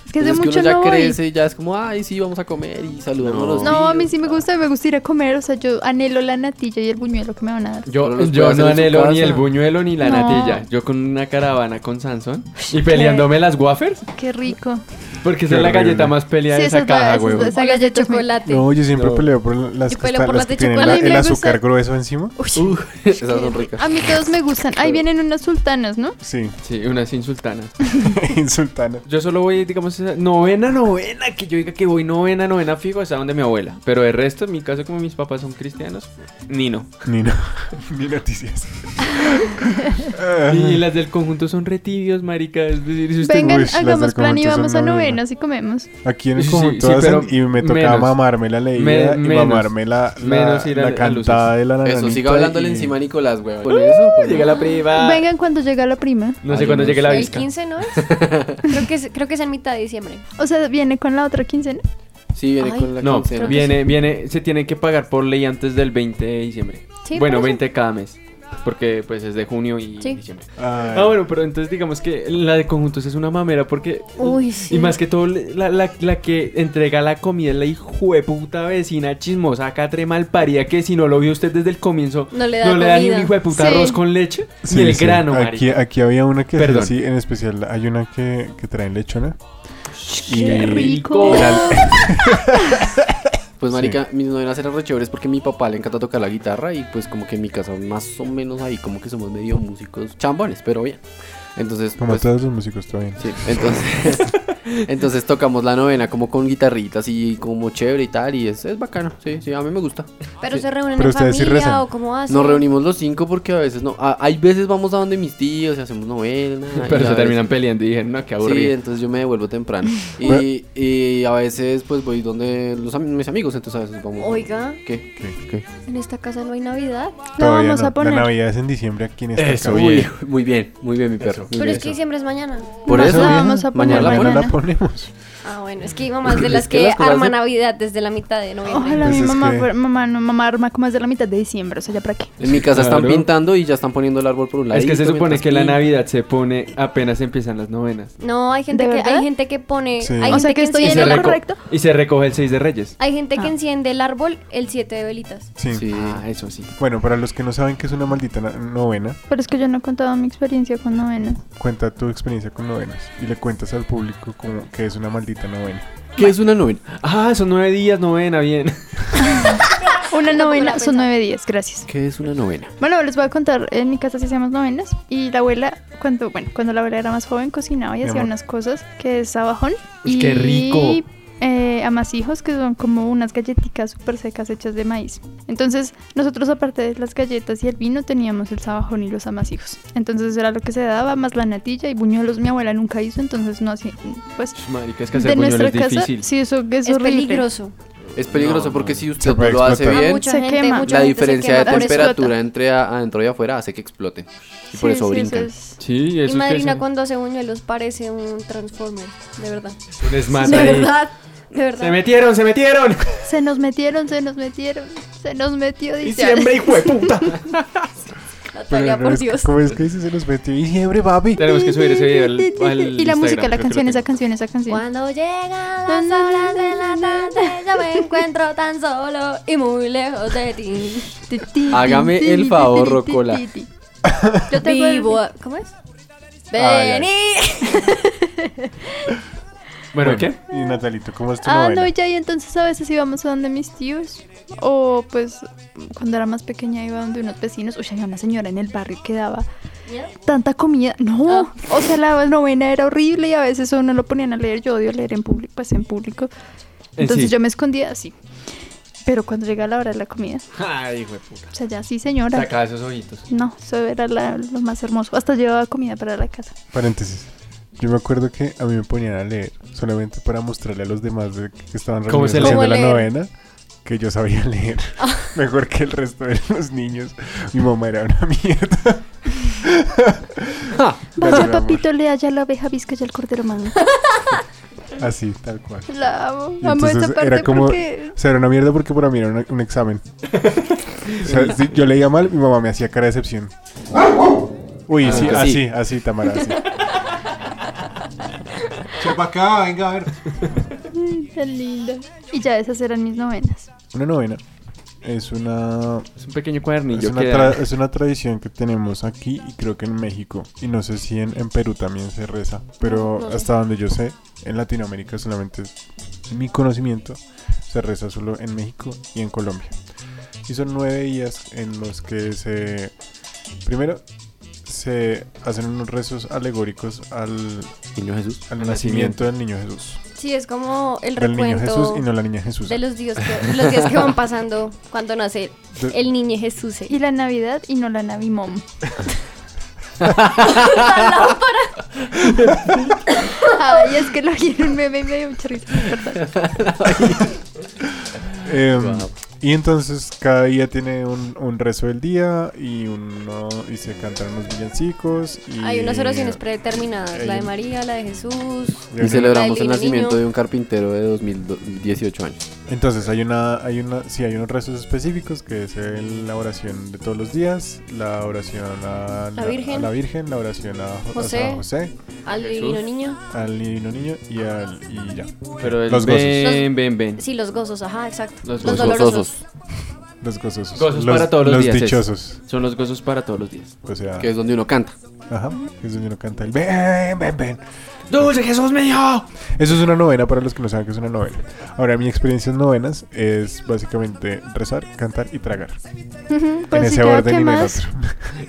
Speaker 5: Es que hace
Speaker 4: Entonces que
Speaker 5: mucho
Speaker 4: uno ya
Speaker 5: no voy.
Speaker 4: crece y ya es como, ay, sí, vamos a comer y saludamos a los
Speaker 5: No, a mí
Speaker 4: tíos".
Speaker 5: sí me gusta, me gusta ir a comer, o sea, yo anhelo la natilla y el buñuelo que me van a dar.
Speaker 3: Yo,
Speaker 4: Pero los
Speaker 3: yo
Speaker 4: puede hacer
Speaker 3: no
Speaker 4: en su
Speaker 3: anhelo ni
Speaker 4: casa.
Speaker 3: el buñuelo ni la
Speaker 5: No.
Speaker 3: natilla. Yo con una caravana con Sansón y peleándome las wafers
Speaker 5: Qué rico.
Speaker 3: porque
Speaker 2: Qué
Speaker 3: esa es la
Speaker 2: horrible.
Speaker 3: galleta más peleada
Speaker 5: Sí,
Speaker 3: de esa
Speaker 5: esas va-
Speaker 3: caja,
Speaker 5: esas-
Speaker 3: huevón.
Speaker 5: esas-
Speaker 1: Las de chocolate.
Speaker 2: No, yo siempre
Speaker 3: No.
Speaker 2: peleo por las
Speaker 1: Yo
Speaker 2: que,
Speaker 1: peleo
Speaker 2: está-
Speaker 1: por
Speaker 2: las
Speaker 1: las
Speaker 2: que
Speaker 1: de
Speaker 2: tienen la-
Speaker 1: chocolate.
Speaker 2: el
Speaker 5: Me gusta-
Speaker 2: azúcar grueso encima.
Speaker 4: Uh, (laughs) esas son ricas.
Speaker 5: A mí todos me gustan. Ahí vienen unas sultanas, ¿no?
Speaker 2: Sí, (laughs)
Speaker 3: Sí, unas insultanas.
Speaker 2: insultana.
Speaker 3: Yo solo voy, digamos, esa- novena, novena, que yo diga que voy novena, novena fijo, es a donde mi abuela. Pero el resto, en mi caso, como mis papás son cristianos, ni no.
Speaker 2: Ni,
Speaker 4: (laughs)
Speaker 2: no- ni noticias.
Speaker 3: Y las del conjunto son retibios, marica. Es decir, si usted
Speaker 5: Vengan,
Speaker 2: Uy, las del
Speaker 5: hagamos plan y
Speaker 2: conjunto
Speaker 5: vamos a
Speaker 2: son muy
Speaker 5: bueno, así comemos.
Speaker 2: Aquí en el
Speaker 3: Sí, sí,
Speaker 2: conjunto
Speaker 3: sí,
Speaker 2: hacen
Speaker 3: pero
Speaker 2: y me tocaba
Speaker 3: menos.
Speaker 2: mamarme la leída
Speaker 3: Me-
Speaker 2: y
Speaker 3: menos.
Speaker 2: mamarme la, la,
Speaker 3: Menos ir a-
Speaker 2: la
Speaker 3: a
Speaker 2: cantada
Speaker 3: luces.
Speaker 2: de la nananita.
Speaker 4: Eso, siga hablándole
Speaker 2: y-
Speaker 4: encima a Nicolás, weón. Con eso, pues,
Speaker 3: Llega la prima.
Speaker 5: Vengan cuando llega la prima.
Speaker 3: No sé
Speaker 4: Ay,
Speaker 3: cuándo
Speaker 4: no
Speaker 3: llegue la
Speaker 1: El
Speaker 3: visca.
Speaker 1: 15 no es. creo, que es creo que es en mitad de diciembre.
Speaker 5: O sea, viene con la otra quincena.
Speaker 4: Sí, viene
Speaker 1: Ay,
Speaker 4: con la
Speaker 3: No,
Speaker 4: quincena.
Speaker 3: viene, viene, se tiene que pagar por ley antes del 20 de diciembre.
Speaker 1: Sí,
Speaker 3: bueno,
Speaker 1: por eso.
Speaker 3: 20 cada mes. Porque pues es de junio y
Speaker 1: Sí.
Speaker 3: diciembre.
Speaker 2: Ay.
Speaker 3: Ah, bueno, pero entonces digamos que la de conjuntos es una mamera porque...
Speaker 1: Uy, sí.
Speaker 3: Y más que todo, la, la- la que entrega la comida es la hijueputa vecina chismosa, catre malparía, que si no lo vio usted desde el comienzo,
Speaker 1: No le da
Speaker 3: ni
Speaker 1: comida.
Speaker 3: un hijueputa
Speaker 5: Sí.
Speaker 3: arroz con leche
Speaker 2: Sí,
Speaker 3: ni el
Speaker 2: sí.
Speaker 3: grano,
Speaker 2: aquí,
Speaker 3: marica.
Speaker 2: aquí había una que
Speaker 3: Perdón.
Speaker 2: sí, en especial hay una que, que traen lechona. Y-
Speaker 5: ¡Qué rico!
Speaker 2: y la-
Speaker 4: Pues marica, mis novelas eran re chéveres porque a mi papá le encanta tocar la guitarra y pues como que en mi casa más o menos ahí como que somos medio músicos chambones, pero bien. Entonces,
Speaker 2: como
Speaker 4: pues,
Speaker 2: todos los músicos, todo bien.
Speaker 4: sí, entonces, (laughs) entonces tocamos la novena como con guitarritas y como chévere y tal y es, es bacano, sí, sí, a mí me gusta.
Speaker 1: Pero
Speaker 4: Sí.
Speaker 1: se reúnen
Speaker 2: Pero
Speaker 1: en
Speaker 2: ustedes sí
Speaker 1: familia
Speaker 2: rezan.
Speaker 1: o cómo hacen.
Speaker 4: Nos reunimos los cinco porque a veces no, a- hay veces vamos a donde mis tíos y hacemos novena. y
Speaker 3: (laughs) Pero
Speaker 4: a
Speaker 3: se
Speaker 4: veces-
Speaker 3: terminan peleando y dijeron, no, qué
Speaker 4: Sí,
Speaker 3: aburrido.
Speaker 4: entonces yo me devuelvo temprano.
Speaker 2: Bueno.
Speaker 4: Y, y a veces pues voy donde los, am- mis amigos, entonces a veces vamos.
Speaker 1: Oiga,
Speaker 4: ¿Qué?
Speaker 1: en esta casa no hay Navidad.
Speaker 5: La
Speaker 2: Todavía
Speaker 5: vamos
Speaker 2: no.
Speaker 5: a poner.
Speaker 2: La Navidad es en diciembre aquí en esta
Speaker 3: Eso,
Speaker 2: casa.
Speaker 3: bien.
Speaker 4: Uy, muy bien, muy bien mi perro. muy
Speaker 1: Pero
Speaker 4: bien.
Speaker 1: es que diciembre es mañana.
Speaker 4: Por
Speaker 5: Nos
Speaker 4: eso,
Speaker 5: la vamos a poner
Speaker 4: mañana
Speaker 2: Mañana,
Speaker 4: la
Speaker 5: mañana.
Speaker 2: la ponemos.
Speaker 1: Ah, bueno, es que mi mamá es de
Speaker 4: Es
Speaker 1: las
Speaker 4: que
Speaker 1: que,
Speaker 4: las cosas
Speaker 1: arma
Speaker 4: de-
Speaker 1: Navidad desde la mitad de noviembre.
Speaker 5: Ojalá
Speaker 2: Pues
Speaker 5: mi
Speaker 2: es
Speaker 5: mamá,
Speaker 2: que-
Speaker 5: fuera- mamá, no, mamá arma como es de la mitad de diciembre, o sea, ya para qué.
Speaker 4: En mi casa están
Speaker 3: Claro.
Speaker 4: pintando y ya están poniendo el árbol por un lado.
Speaker 3: Es que se supone que la Navidad se pone apenas empiezan las novenas.
Speaker 1: No, hay gente
Speaker 5: ¿De
Speaker 1: que
Speaker 5: verdad?
Speaker 1: hay gente que pone,
Speaker 2: Sí.
Speaker 1: hay
Speaker 5: O sea,
Speaker 1: gente
Speaker 5: que
Speaker 1: que,
Speaker 5: estoy
Speaker 3: Y
Speaker 5: en
Speaker 3: se
Speaker 5: lo
Speaker 1: enciende,
Speaker 5: el-
Speaker 3: reco-
Speaker 5: correcto.
Speaker 3: Y se recoge el 6 de Reyes.
Speaker 1: hay gente que
Speaker 5: Ah.
Speaker 1: enciende el árbol el 7 de velitas.
Speaker 2: Sí.
Speaker 4: Sí.
Speaker 3: Ah, eso sí.
Speaker 2: Bueno, para los que no saben que es una maldita na- novena,
Speaker 5: Pero es que yo no he contado mi experiencia con novena.
Speaker 2: cuenta tu experiencia con novenas y le cuentas al público como que es una maldita novena.
Speaker 4: ¿Qué es una novena?
Speaker 3: Ah, son nueve días, novena, bien.
Speaker 5: Una
Speaker 1: Tampoco
Speaker 5: novena
Speaker 1: la
Speaker 5: son
Speaker 1: pensaba.
Speaker 5: nueve días, gracias.
Speaker 4: ¿Qué es una novena?
Speaker 5: Bueno, les voy a contar, en mi casa sí hacíamos novenas y la abuela, cuando, bueno, cuando la abuela era más joven, cocinaba y
Speaker 2: Mi
Speaker 5: hacía
Speaker 2: amor.
Speaker 5: unas cosas que es abajón.
Speaker 3: Uy,
Speaker 5: y
Speaker 3: Pues qué rico.
Speaker 5: eh, amasijos que son como unas galletitas súper secas hechas de maíz. Entonces, nosotros aparte de las galletas y el vino teníamos el sabajón y los amasijos. Entonces era lo que se daba, más la natilla y buñuelos mi abuela nunca hizo, entonces no hacía, pues...
Speaker 3: Marica, es que hacer
Speaker 5: De nuestra
Speaker 3: buñuelos es
Speaker 5: casa,
Speaker 3: difícil.
Speaker 5: sí, eso es,
Speaker 1: es
Speaker 5: horrible.
Speaker 1: peligroso.
Speaker 4: Es peligroso
Speaker 3: No,
Speaker 4: porque
Speaker 3: no.
Speaker 4: si
Speaker 2: Se
Speaker 4: usted no
Speaker 2: puede
Speaker 4: lo hace
Speaker 2: explotar.
Speaker 1: A
Speaker 4: bien,
Speaker 1: mucha
Speaker 5: Se
Speaker 1: gente,
Speaker 5: quema.
Speaker 1: mucha
Speaker 4: la
Speaker 1: gente se
Speaker 4: diferencia de
Speaker 1: quema por eso.
Speaker 4: temperatura entre a- adentro y afuera hace que exploten. Y por
Speaker 5: Sí,
Speaker 4: eso
Speaker 5: sí,
Speaker 4: brincan.
Speaker 5: es-
Speaker 3: Sí, eso
Speaker 1: Mi madrina
Speaker 3: es que
Speaker 1: cuando hace buñuelos parece un transformer, de
Speaker 2: (laughs)
Speaker 1: verdad.
Speaker 3: hacen. Un esmalte
Speaker 1: De
Speaker 3: ahí.
Speaker 1: verdad, de
Speaker 3: Se
Speaker 1: verdad.
Speaker 3: metieron, se metieron.
Speaker 5: Se nos metieron, se nos metieron, se nos metió, dice.
Speaker 3: Diciembre, hijo de puta.
Speaker 1: Natalia, por
Speaker 2: es que-
Speaker 1: Dios.
Speaker 2: ¿Cómo es que dices en los 20 de diciembre, papi?
Speaker 3: Tenemos que subir ese video
Speaker 5: (laughs)
Speaker 3: al, al
Speaker 5: y la
Speaker 3: Instagram,
Speaker 5: música, la
Speaker 3: creo que lo
Speaker 5: canción, esa
Speaker 3: tengo.
Speaker 5: canción, esa canción.
Speaker 1: Cuando llegan las horas de la tarde, yo me encuentro tan solo y muy lejos de ti.
Speaker 5: Ti, ti,
Speaker 4: Hágame
Speaker 5: ti,
Speaker 4: el
Speaker 5: ti,
Speaker 4: favor,
Speaker 5: ti, ti,
Speaker 4: Rocola.
Speaker 5: ti, ti. Yo tengo el-
Speaker 1: Vivo, a- ¿cómo es?
Speaker 2: Ay, ay.
Speaker 1: Vení.
Speaker 2: (laughs)
Speaker 3: Bueno, ¿qué?
Speaker 2: Y Natalito, ¿cómo es tu
Speaker 5: Ah,
Speaker 2: novena?
Speaker 5: no, ya, y entonces a veces íbamos a donde mis tíos. O pues cuando era más pequeña iba donde unos vecinos. Uy, había una señora en el barrio que daba tanta comida. No, o sea, la novena era horrible y a veces a uno lo ponían a leer. Yo odio leer en público, pues en público.
Speaker 3: En
Speaker 5: Entonces
Speaker 3: sí.
Speaker 5: yo me escondía así. Pero cuando llega la hora de la comida,
Speaker 3: Ay, hijo de puta.
Speaker 5: o sea, ya sí, señora.
Speaker 3: Sacaba esos ojitos.
Speaker 5: No, eso era la- lo más hermoso. Hasta llevaba comida para la casa.
Speaker 2: Paréntesis. Yo me acuerdo que a mí me ponían a leer solamente para mostrarle a los demás de que estaban
Speaker 3: ¿Cómo se
Speaker 2: reunidos haciendo
Speaker 1: lee?
Speaker 2: la
Speaker 1: ¿Cómo leer?
Speaker 2: novena que yo sabía (laughs) leer mejor que el resto de los niños. Mi mamá era una (laughs) mierda. Gracias,
Speaker 3: Ah.
Speaker 5: Vaya
Speaker 2: amor.
Speaker 5: papito, lea ya la abeja visca y el cordero
Speaker 2: (laughs)
Speaker 5: mango.
Speaker 2: Así, tal cual.
Speaker 5: La amo.
Speaker 2: Y
Speaker 5: Amo esa
Speaker 2: entonces
Speaker 5: parte
Speaker 2: era como,
Speaker 5: porque...
Speaker 2: o sea, era una mierda porque para mí era una- un examen. O sea, si yo leía mal, mi mamá me hacía cara de decepción. Uy, sí,
Speaker 4: Ah,
Speaker 2: así,
Speaker 4: sí.
Speaker 2: así, Tamara, así. Chepa acá, venga a ver.
Speaker 5: Ay, Tan linda. Y ya esas eran mis novenas.
Speaker 2: Una novena es una
Speaker 3: Es un pequeño
Speaker 2: es
Speaker 3: cuadernillo
Speaker 2: una,
Speaker 3: que
Speaker 2: tra-
Speaker 3: da-
Speaker 2: es una tradición que tenemos aquí y creo que en México y no sé si en, en Perú también se reza, pero
Speaker 1: No, no sé.
Speaker 2: hasta donde yo sé en Latinoamérica solamente es- mi conocimiento se reza solo en México y en Colombia. Y son nueve días en los que se primero se hacen unos rezos alegóricos al,
Speaker 4: Y no Jesús.
Speaker 2: al nacimiento del niño Jesús,
Speaker 1: Sí, es como el
Speaker 2: del niño Jesús
Speaker 1: recuento
Speaker 2: y no la niña Jesús.
Speaker 1: de los días que, los días que van pasando cuando nace
Speaker 2: (laughs) De-
Speaker 1: el niño Jesús.
Speaker 5: Y la Navidad y no la
Speaker 2: (laughs)
Speaker 5: Navimom. (laughs) Ay, es que lo vi en un meme y me dio mucha risa. ¿verdad?
Speaker 2: Em, Y entonces cada día tiene un, un rezo del día y uno y se cantan unos villancicos. Y,
Speaker 1: Hay unas oraciones
Speaker 2: previas.
Speaker 1: predeterminadas,
Speaker 2: hay
Speaker 1: la de
Speaker 2: un-
Speaker 1: María, la de Jesús.
Speaker 4: Y celebramos el
Speaker 1: Niño.
Speaker 4: nacimiento de un carpintero de 2018 años.
Speaker 2: Entonces hay una, hay una, sí, hay unos rezos específicos que es el- la oración de todos los días, la oración a
Speaker 1: La
Speaker 2: a
Speaker 1: Virgen.
Speaker 2: la, Virgen, la oración a Jo- a
Speaker 1: José.
Speaker 2: San José,
Speaker 1: Al
Speaker 3: Jesús.
Speaker 1: divino niño.
Speaker 2: al divino niño y al y ya.
Speaker 3: Pero el
Speaker 2: Los gozos.
Speaker 3: ven, ven, ven.
Speaker 1: Sí, los gozos, ajá, exacto.
Speaker 3: Los
Speaker 1: Los
Speaker 3: gozos.
Speaker 1: dolorosos.
Speaker 2: Los gozosos.
Speaker 3: Gozos para todos los días,
Speaker 2: Los
Speaker 3: eso.
Speaker 2: dichosos.
Speaker 3: Son los gozos para todos los días.
Speaker 2: O sea,
Speaker 4: Que es donde uno canta.
Speaker 2: ajá, que es donde uno canta el ven, ven, ven.
Speaker 3: ¡Dulce Jesús mío!
Speaker 2: Eso es una novena para los que no saben que es una novena. Ahora, mi experiencia en novenas es básicamente rezar, cantar y tragar. en
Speaker 5: Pues si
Speaker 2: ese
Speaker 5: ya,
Speaker 2: orden
Speaker 5: ¿qué
Speaker 2: y no en
Speaker 5: más?
Speaker 2: otro.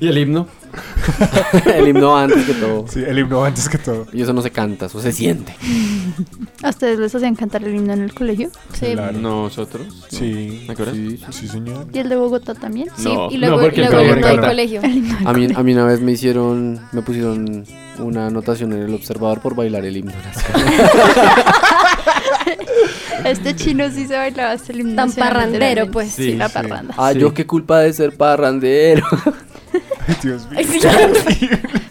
Speaker 3: ¿Y el himno?
Speaker 4: (laughs) el himno antes que todo.
Speaker 2: Sí, el himno antes que todo.
Speaker 4: Y eso no se canta, eso se siente.
Speaker 5: ¿A ustedes les hacían cantar el himno en el colegio?
Speaker 1: Sí.
Speaker 2: Claro.
Speaker 3: Nosotros.
Speaker 2: Sí,
Speaker 3: ¿Me acuerdas?
Speaker 2: sí, sí, señor.
Speaker 5: ¿Y el de Bogotá también?
Speaker 1: Sí,
Speaker 3: No,
Speaker 1: y luego,
Speaker 3: no, porque
Speaker 1: y
Speaker 3: el
Speaker 1: luego
Speaker 2: colegio
Speaker 1: no hay
Speaker 2: canta.
Speaker 1: colegio.
Speaker 5: (laughs) El himno del
Speaker 4: A mí,
Speaker 5: colegio.
Speaker 4: a mí una vez me hicieron, me pusieron una anotación en el observador por bailar el himno. nacional.
Speaker 5: Este chino sí se bailaba hasta el himno.
Speaker 1: Tan
Speaker 5: nacional,
Speaker 1: parrandero,
Speaker 5: literalmente.
Speaker 1: pues.
Speaker 5: Sí,
Speaker 2: Sí,
Speaker 5: la
Speaker 2: sí.
Speaker 5: parranda. (laughs)
Speaker 4: Ah,
Speaker 3: Sí.
Speaker 4: yo qué culpa de
Speaker 2: (laughs)
Speaker 4: ser parrandero.
Speaker 2: Dios mío.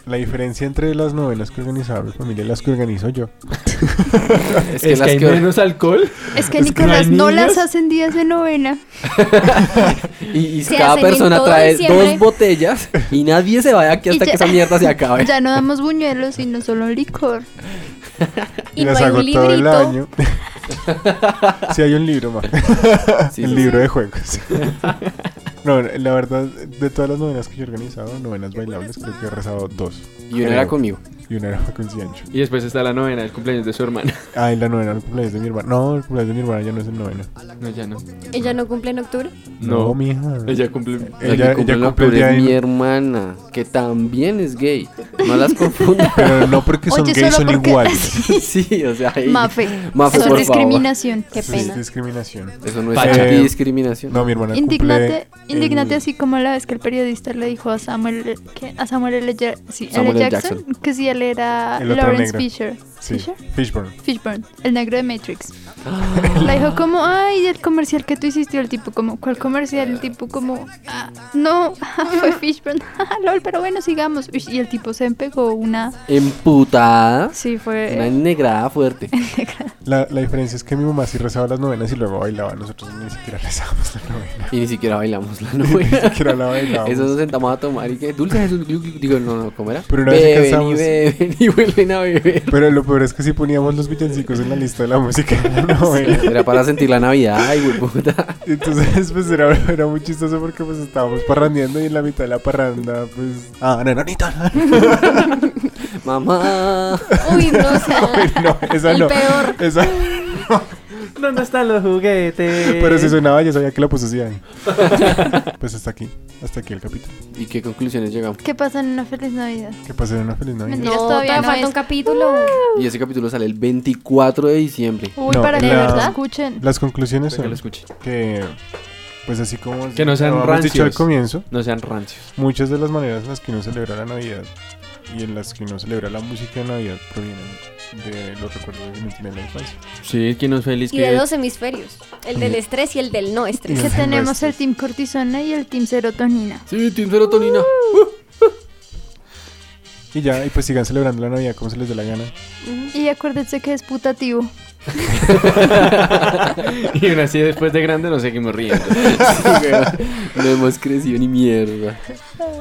Speaker 2: La diferencia entre las novenas que organizaba mi familia y las que organizo yo.
Speaker 4: Es
Speaker 3: Es
Speaker 4: que
Speaker 3: que,
Speaker 4: las
Speaker 3: hay
Speaker 4: que-
Speaker 3: menos alcohol.
Speaker 5: Es que
Speaker 2: Es que no hay
Speaker 5: Nicolás no
Speaker 2: niños.
Speaker 5: las hacen días de novena.
Speaker 4: Y, y
Speaker 1: Se
Speaker 4: cada
Speaker 1: hacen en
Speaker 4: persona
Speaker 1: todo
Speaker 4: trae
Speaker 1: diciembre.
Speaker 4: dos botellas y nadie se va de aquí
Speaker 5: Y
Speaker 4: hasta
Speaker 5: ya-
Speaker 4: que esa mierda se acabe.
Speaker 5: Ya no damos buñuelos, sino solo licor.
Speaker 1: Y no
Speaker 2: las
Speaker 1: hay
Speaker 2: hago
Speaker 1: un
Speaker 2: todo el
Speaker 1: librito.
Speaker 2: año. (laughs) sí, hay un libro más.
Speaker 4: Sí,
Speaker 2: el
Speaker 4: sí,
Speaker 2: libro de juegos. (laughs) No, la verdad, de todas las novenas que yo he organizado, novenas bailables, creo que he rezado dos.
Speaker 4: sí. Y
Speaker 2: Eh,
Speaker 4: uno era conmigo.
Speaker 2: Y una era (laughs) con Ciancho.
Speaker 3: Y después está la novena, el cumpleaños de su hermana.
Speaker 2: Ah, y la novena, el cumpleaños de mi hermana. No, el cumpleaños de mi hermana ya no es el noveno.
Speaker 3: No, ya no.
Speaker 1: Ella no cumple en octubre.
Speaker 2: No,
Speaker 3: No.
Speaker 2: mija.
Speaker 3: Ella cumple.
Speaker 4: La
Speaker 2: Ella-
Speaker 4: que cumple
Speaker 2: ella
Speaker 4: la
Speaker 2: cumple el
Speaker 4: octubre
Speaker 2: día
Speaker 4: es
Speaker 2: de-
Speaker 4: mi hermana, que también es gay. No
Speaker 2: (laughs)
Speaker 4: las confunda.
Speaker 2: Pero no porque son
Speaker 5: Oye,
Speaker 2: gays,
Speaker 5: solo
Speaker 2: son
Speaker 5: porque- (laughs)
Speaker 2: iguales.
Speaker 4: sí, o sea, ahí-
Speaker 5: Mafe.
Speaker 4: Mafe,
Speaker 5: Eso es
Speaker 4: por
Speaker 5: discriminación.
Speaker 1: Qué
Speaker 2: Sí,
Speaker 1: pena.
Speaker 2: es discriminación.
Speaker 4: Eso no es
Speaker 2: Pacha. Eh,
Speaker 4: antidiscriminación.
Speaker 2: No, mi hermana
Speaker 5: Indignate,
Speaker 2: cumple
Speaker 5: indignate
Speaker 2: el-
Speaker 5: así como la vez que el periodista le dijo a Samuel, que, a Samuel L. Ja- sí, L.
Speaker 4: Samuel L.
Speaker 5: Jackson, que si él era
Speaker 2: El otro
Speaker 5: Lawrence
Speaker 2: negro.
Speaker 5: Fisher,
Speaker 2: Sí,
Speaker 5: Fisher,
Speaker 2: Fishburne.
Speaker 5: Fishburne, el negro de
Speaker 4: (gasps)
Speaker 5: Matrix. Le dijo como, ay, el comercial que tú hiciste, el tipo como, ¿cuál comercial? El tipo como, "Ah, no, (laughs) fue Fishburne, (laughs) Ah, lol, pero bueno, sigamos. Uy, Y el tipo se empegó una,
Speaker 4: Emputada.
Speaker 5: sí,
Speaker 4: Una
Speaker 5: fue
Speaker 4: negrada fuerte.
Speaker 5: negra.
Speaker 2: La, la diferencia es que mi mamá sí rezaba las novenas y luego bailaba. Nosotros ni siquiera (laughs) rezábamos la novena.
Speaker 4: Y ni siquiera bailamos la
Speaker 2: (laughs) Ni
Speaker 4: novela.
Speaker 2: siquiera la bailábamos.
Speaker 4: (laughs) Eso nos sentamos a tomar y que dulce Jesús. glu, glu, Digo, no, no, ¿cómo era?
Speaker 2: Pero una vez que
Speaker 4: Beben y
Speaker 2: cansamos-
Speaker 4: beben y vuelven a beber.
Speaker 2: Pero lo peor es que sí poníamos los villancicos en la lista de la música
Speaker 4: (laughs)
Speaker 2: de la novena.
Speaker 4: Era para sentir la Navidad, ay, güey, puta.
Speaker 2: Entonces, pues era, era muy chistoso porque pues estábamos parrandeando y en la mitad de la parranda, pues... Ah, nananita.
Speaker 4: Mamá.
Speaker 1: Uy, no, o sea, (laughs)
Speaker 2: No, (laughs) esa
Speaker 1: el
Speaker 2: no.
Speaker 1: peor.
Speaker 2: Esa...
Speaker 3: Eh. ¿Dónde están los juguetes?
Speaker 2: Pero si sonaba yo sabía que la poseían. Pues hasta aquí, hasta aquí el capítulo.
Speaker 4: ¿Y qué conclusiones llegamos?
Speaker 5: (laughs) ¿Qué pasa en una feliz Navidad?
Speaker 2: Que pasen una feliz Navidad.
Speaker 1: No, todavía
Speaker 5: todavía no
Speaker 1: falta
Speaker 5: es.
Speaker 1: un capítulo.
Speaker 3: Uh,
Speaker 4: Y ese capítulo sale el 24 de diciembre.
Speaker 5: Uy,
Speaker 2: No,
Speaker 5: para que
Speaker 2: la-
Speaker 5: lo escuchen.
Speaker 2: Las conclusiones
Speaker 3: Que lo
Speaker 2: son
Speaker 3: escuche.
Speaker 2: que, pues así como
Speaker 3: Que no sean
Speaker 2: hemos
Speaker 3: rancios.
Speaker 2: dicho al comienzo,
Speaker 3: No sean rancios.
Speaker 2: muchas de las maneras en las que uno celebra la Navidad y en las que uno celebra la música de Navidad provienen de los recuerdos que uno tiene en la infancia.
Speaker 3: Sí, que no es feliz
Speaker 1: Y de
Speaker 3: que.
Speaker 1: dos hemisferios. El del estrés y el del no estrés.
Speaker 5: Que
Speaker 2: Los
Speaker 5: tenemos
Speaker 2: restos.
Speaker 5: el team cortisona y el team serotonina.
Speaker 4: Sí, Team Serotonina.
Speaker 2: Y ya, y pues sigan celebrando la Navidad como se les dé la gana.
Speaker 5: Y acuérdense que es putativo.
Speaker 3: y aún así, después de grande, nos seguimos riendo.
Speaker 4: (laughs) Sí, güey. no hemos crecido ni mierda.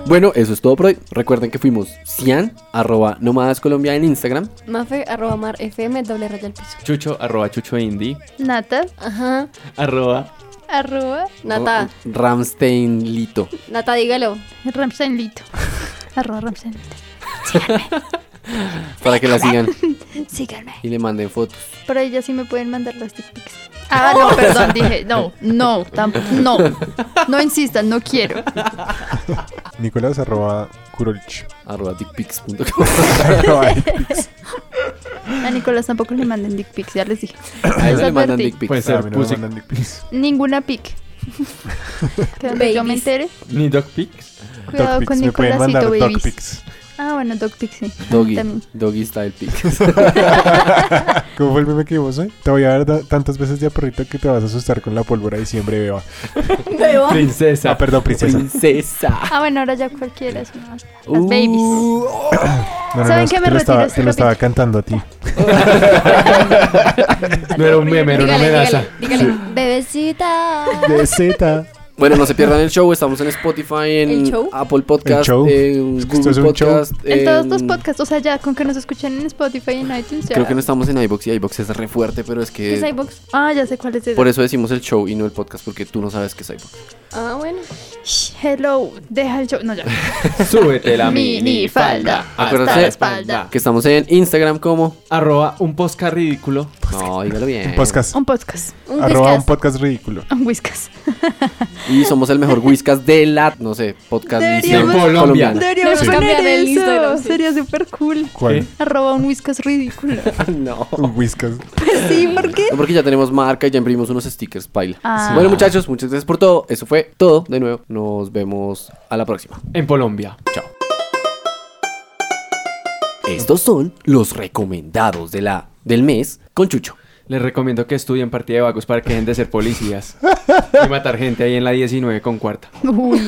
Speaker 4: Bueno, eso es todo por hoy. Recuerden que fuimos Cian, arroba Nomadas Colombia en Instagram.
Speaker 1: Mafe, arroba mar, fm, doble raya al piso.
Speaker 3: Chucho, arroba Chucho Indie,
Speaker 5: Nata,
Speaker 1: Ajá.
Speaker 3: arroba
Speaker 5: arroba,
Speaker 1: Nata,
Speaker 4: Ramstein Lito.
Speaker 1: Nata, dígalo.
Speaker 5: (laughs) Ramsenlito. Arroba Ramsenlito.
Speaker 4: Para que la sigan
Speaker 5: Síganme.
Speaker 4: y le manden fotos.
Speaker 5: Por ahí ya sí me pueden mandar las dick pics. Ah, no, perdón, (laughs) dije, no, no, tampoco, no. No insistan, no quiero.
Speaker 2: Nicolás arroba Kurolich.
Speaker 4: Arroba
Speaker 2: (laughs)
Speaker 4: dickpics.com.
Speaker 2: Arroba ahí.
Speaker 5: A Nicolás tampoco le manden dick pics, ya les dije.
Speaker 4: A eso le mandan
Speaker 5: advertí.
Speaker 4: dick pics.
Speaker 3: Pues-
Speaker 2: Ah, a mí no me
Speaker 3: Pussy.
Speaker 2: mandan dick
Speaker 5: (laughs)
Speaker 2: pics.
Speaker 5: Ninguna pic. Que donde yo me
Speaker 1: Babies.
Speaker 5: entere,
Speaker 3: ni Dog Pics.
Speaker 5: cuidado
Speaker 2: Dog
Speaker 5: con
Speaker 2: pics. Me pueden mandar
Speaker 5: Nicolásito,
Speaker 2: dog
Speaker 5: babies.
Speaker 2: pics. (laughs)
Speaker 5: Ah, bueno, Dog Pixie.
Speaker 4: Doggy.
Speaker 5: También.
Speaker 4: Doggy style pick.
Speaker 2: ¿Cómo fue el meme que vimos hoy? Te voy a dar da- tantas veces de a perrito que te vas a asustar con la pólvora y siempre beba.
Speaker 3: Princesa.
Speaker 2: Ah, perdón, princesa.
Speaker 4: Princesa. Uh.
Speaker 5: Ah, bueno, ahora ya cualquiera es una. Las babies.
Speaker 2: No, no,
Speaker 5: ¿Saben
Speaker 2: no,
Speaker 5: qué?
Speaker 2: te
Speaker 5: Me
Speaker 2: lo
Speaker 5: retiro
Speaker 2: estaba,
Speaker 5: este
Speaker 2: te lo estaba
Speaker 5: capítulo.
Speaker 2: cantando a ti.
Speaker 3: No era un meme, era una
Speaker 1: Dígale,
Speaker 3: amenaza.
Speaker 1: dígale, dígale, bebecita.
Speaker 5: (laughs)
Speaker 2: De Z.
Speaker 4: Bueno, no se pierdan el show. Estamos en Spotify, en
Speaker 1: ¿El show?
Speaker 4: Apple Podcast,
Speaker 2: El show.
Speaker 4: en
Speaker 2: Es que esto
Speaker 4: Google
Speaker 2: es un show.
Speaker 4: Podcast.
Speaker 5: En todos los
Speaker 4: podcasts.
Speaker 5: podcasts, o sea, ya con que nos escuchen en Spotify y en iTunes
Speaker 4: Em,
Speaker 5: ya.
Speaker 4: Creo que no estamos en iBox y iBox es re fuerte, pero es
Speaker 1: ¿Qué es
Speaker 4: que
Speaker 1: iBox?
Speaker 5: Ah, ya sé cuál es ese.
Speaker 4: por eso decimos el show y no el podcast, porque tú no sabes qué es iBox.
Speaker 1: Ah, bueno.
Speaker 5: Shh, Hello, deja el show.
Speaker 4: (laughs)
Speaker 5: No, ya.
Speaker 3: Súbete la
Speaker 5: Mini
Speaker 3: mini
Speaker 5: falda.
Speaker 3: falda.
Speaker 4: Acuérdate-
Speaker 5: la Ah, espalda.
Speaker 4: Que estamos en Instagram como.
Speaker 3: Arroba un posca ridículo.
Speaker 4: No, dígalo bien.
Speaker 2: Podcast.
Speaker 5: Un podcast.
Speaker 1: Un
Speaker 2: Arroba un
Speaker 1: podcast.
Speaker 2: podcast ridículo.
Speaker 4: (laughs)
Speaker 5: Un whiskas.
Speaker 4: Y somos el mejor whiskas de la, no sé, podcast edición
Speaker 5: Deberíamos-
Speaker 3: Colombia.
Speaker 4: colombiana. (laughs)
Speaker 5: Deberíamos
Speaker 1: Sí.
Speaker 5: poner
Speaker 1: Cambiar el
Speaker 5: eso.
Speaker 1: Instagram, sí.
Speaker 5: Sería súper cool.
Speaker 2: ¿Cuál?
Speaker 5: Arroba un whiskas ridículo.
Speaker 4: No.
Speaker 2: Un Whiskas.
Speaker 5: Pues
Speaker 4: (laughs)
Speaker 5: sí, ¿por qué?
Speaker 4: No, porque ya tenemos marca y ya imprimimos unos stickers, paila.
Speaker 5: Ah.
Speaker 4: Bueno, muchachos, muchas gracias por todo. Eso fue todo de nuevo. Nos vemos a la próxima.
Speaker 3: En Colombia.
Speaker 4: Estos son los recomendados de la, del mes con Chucho.
Speaker 3: Les recomiendo que estudien partida de vagos para que dejen de ser policías. y matar gente ahí en la 19 con cuarta.
Speaker 5: Uy.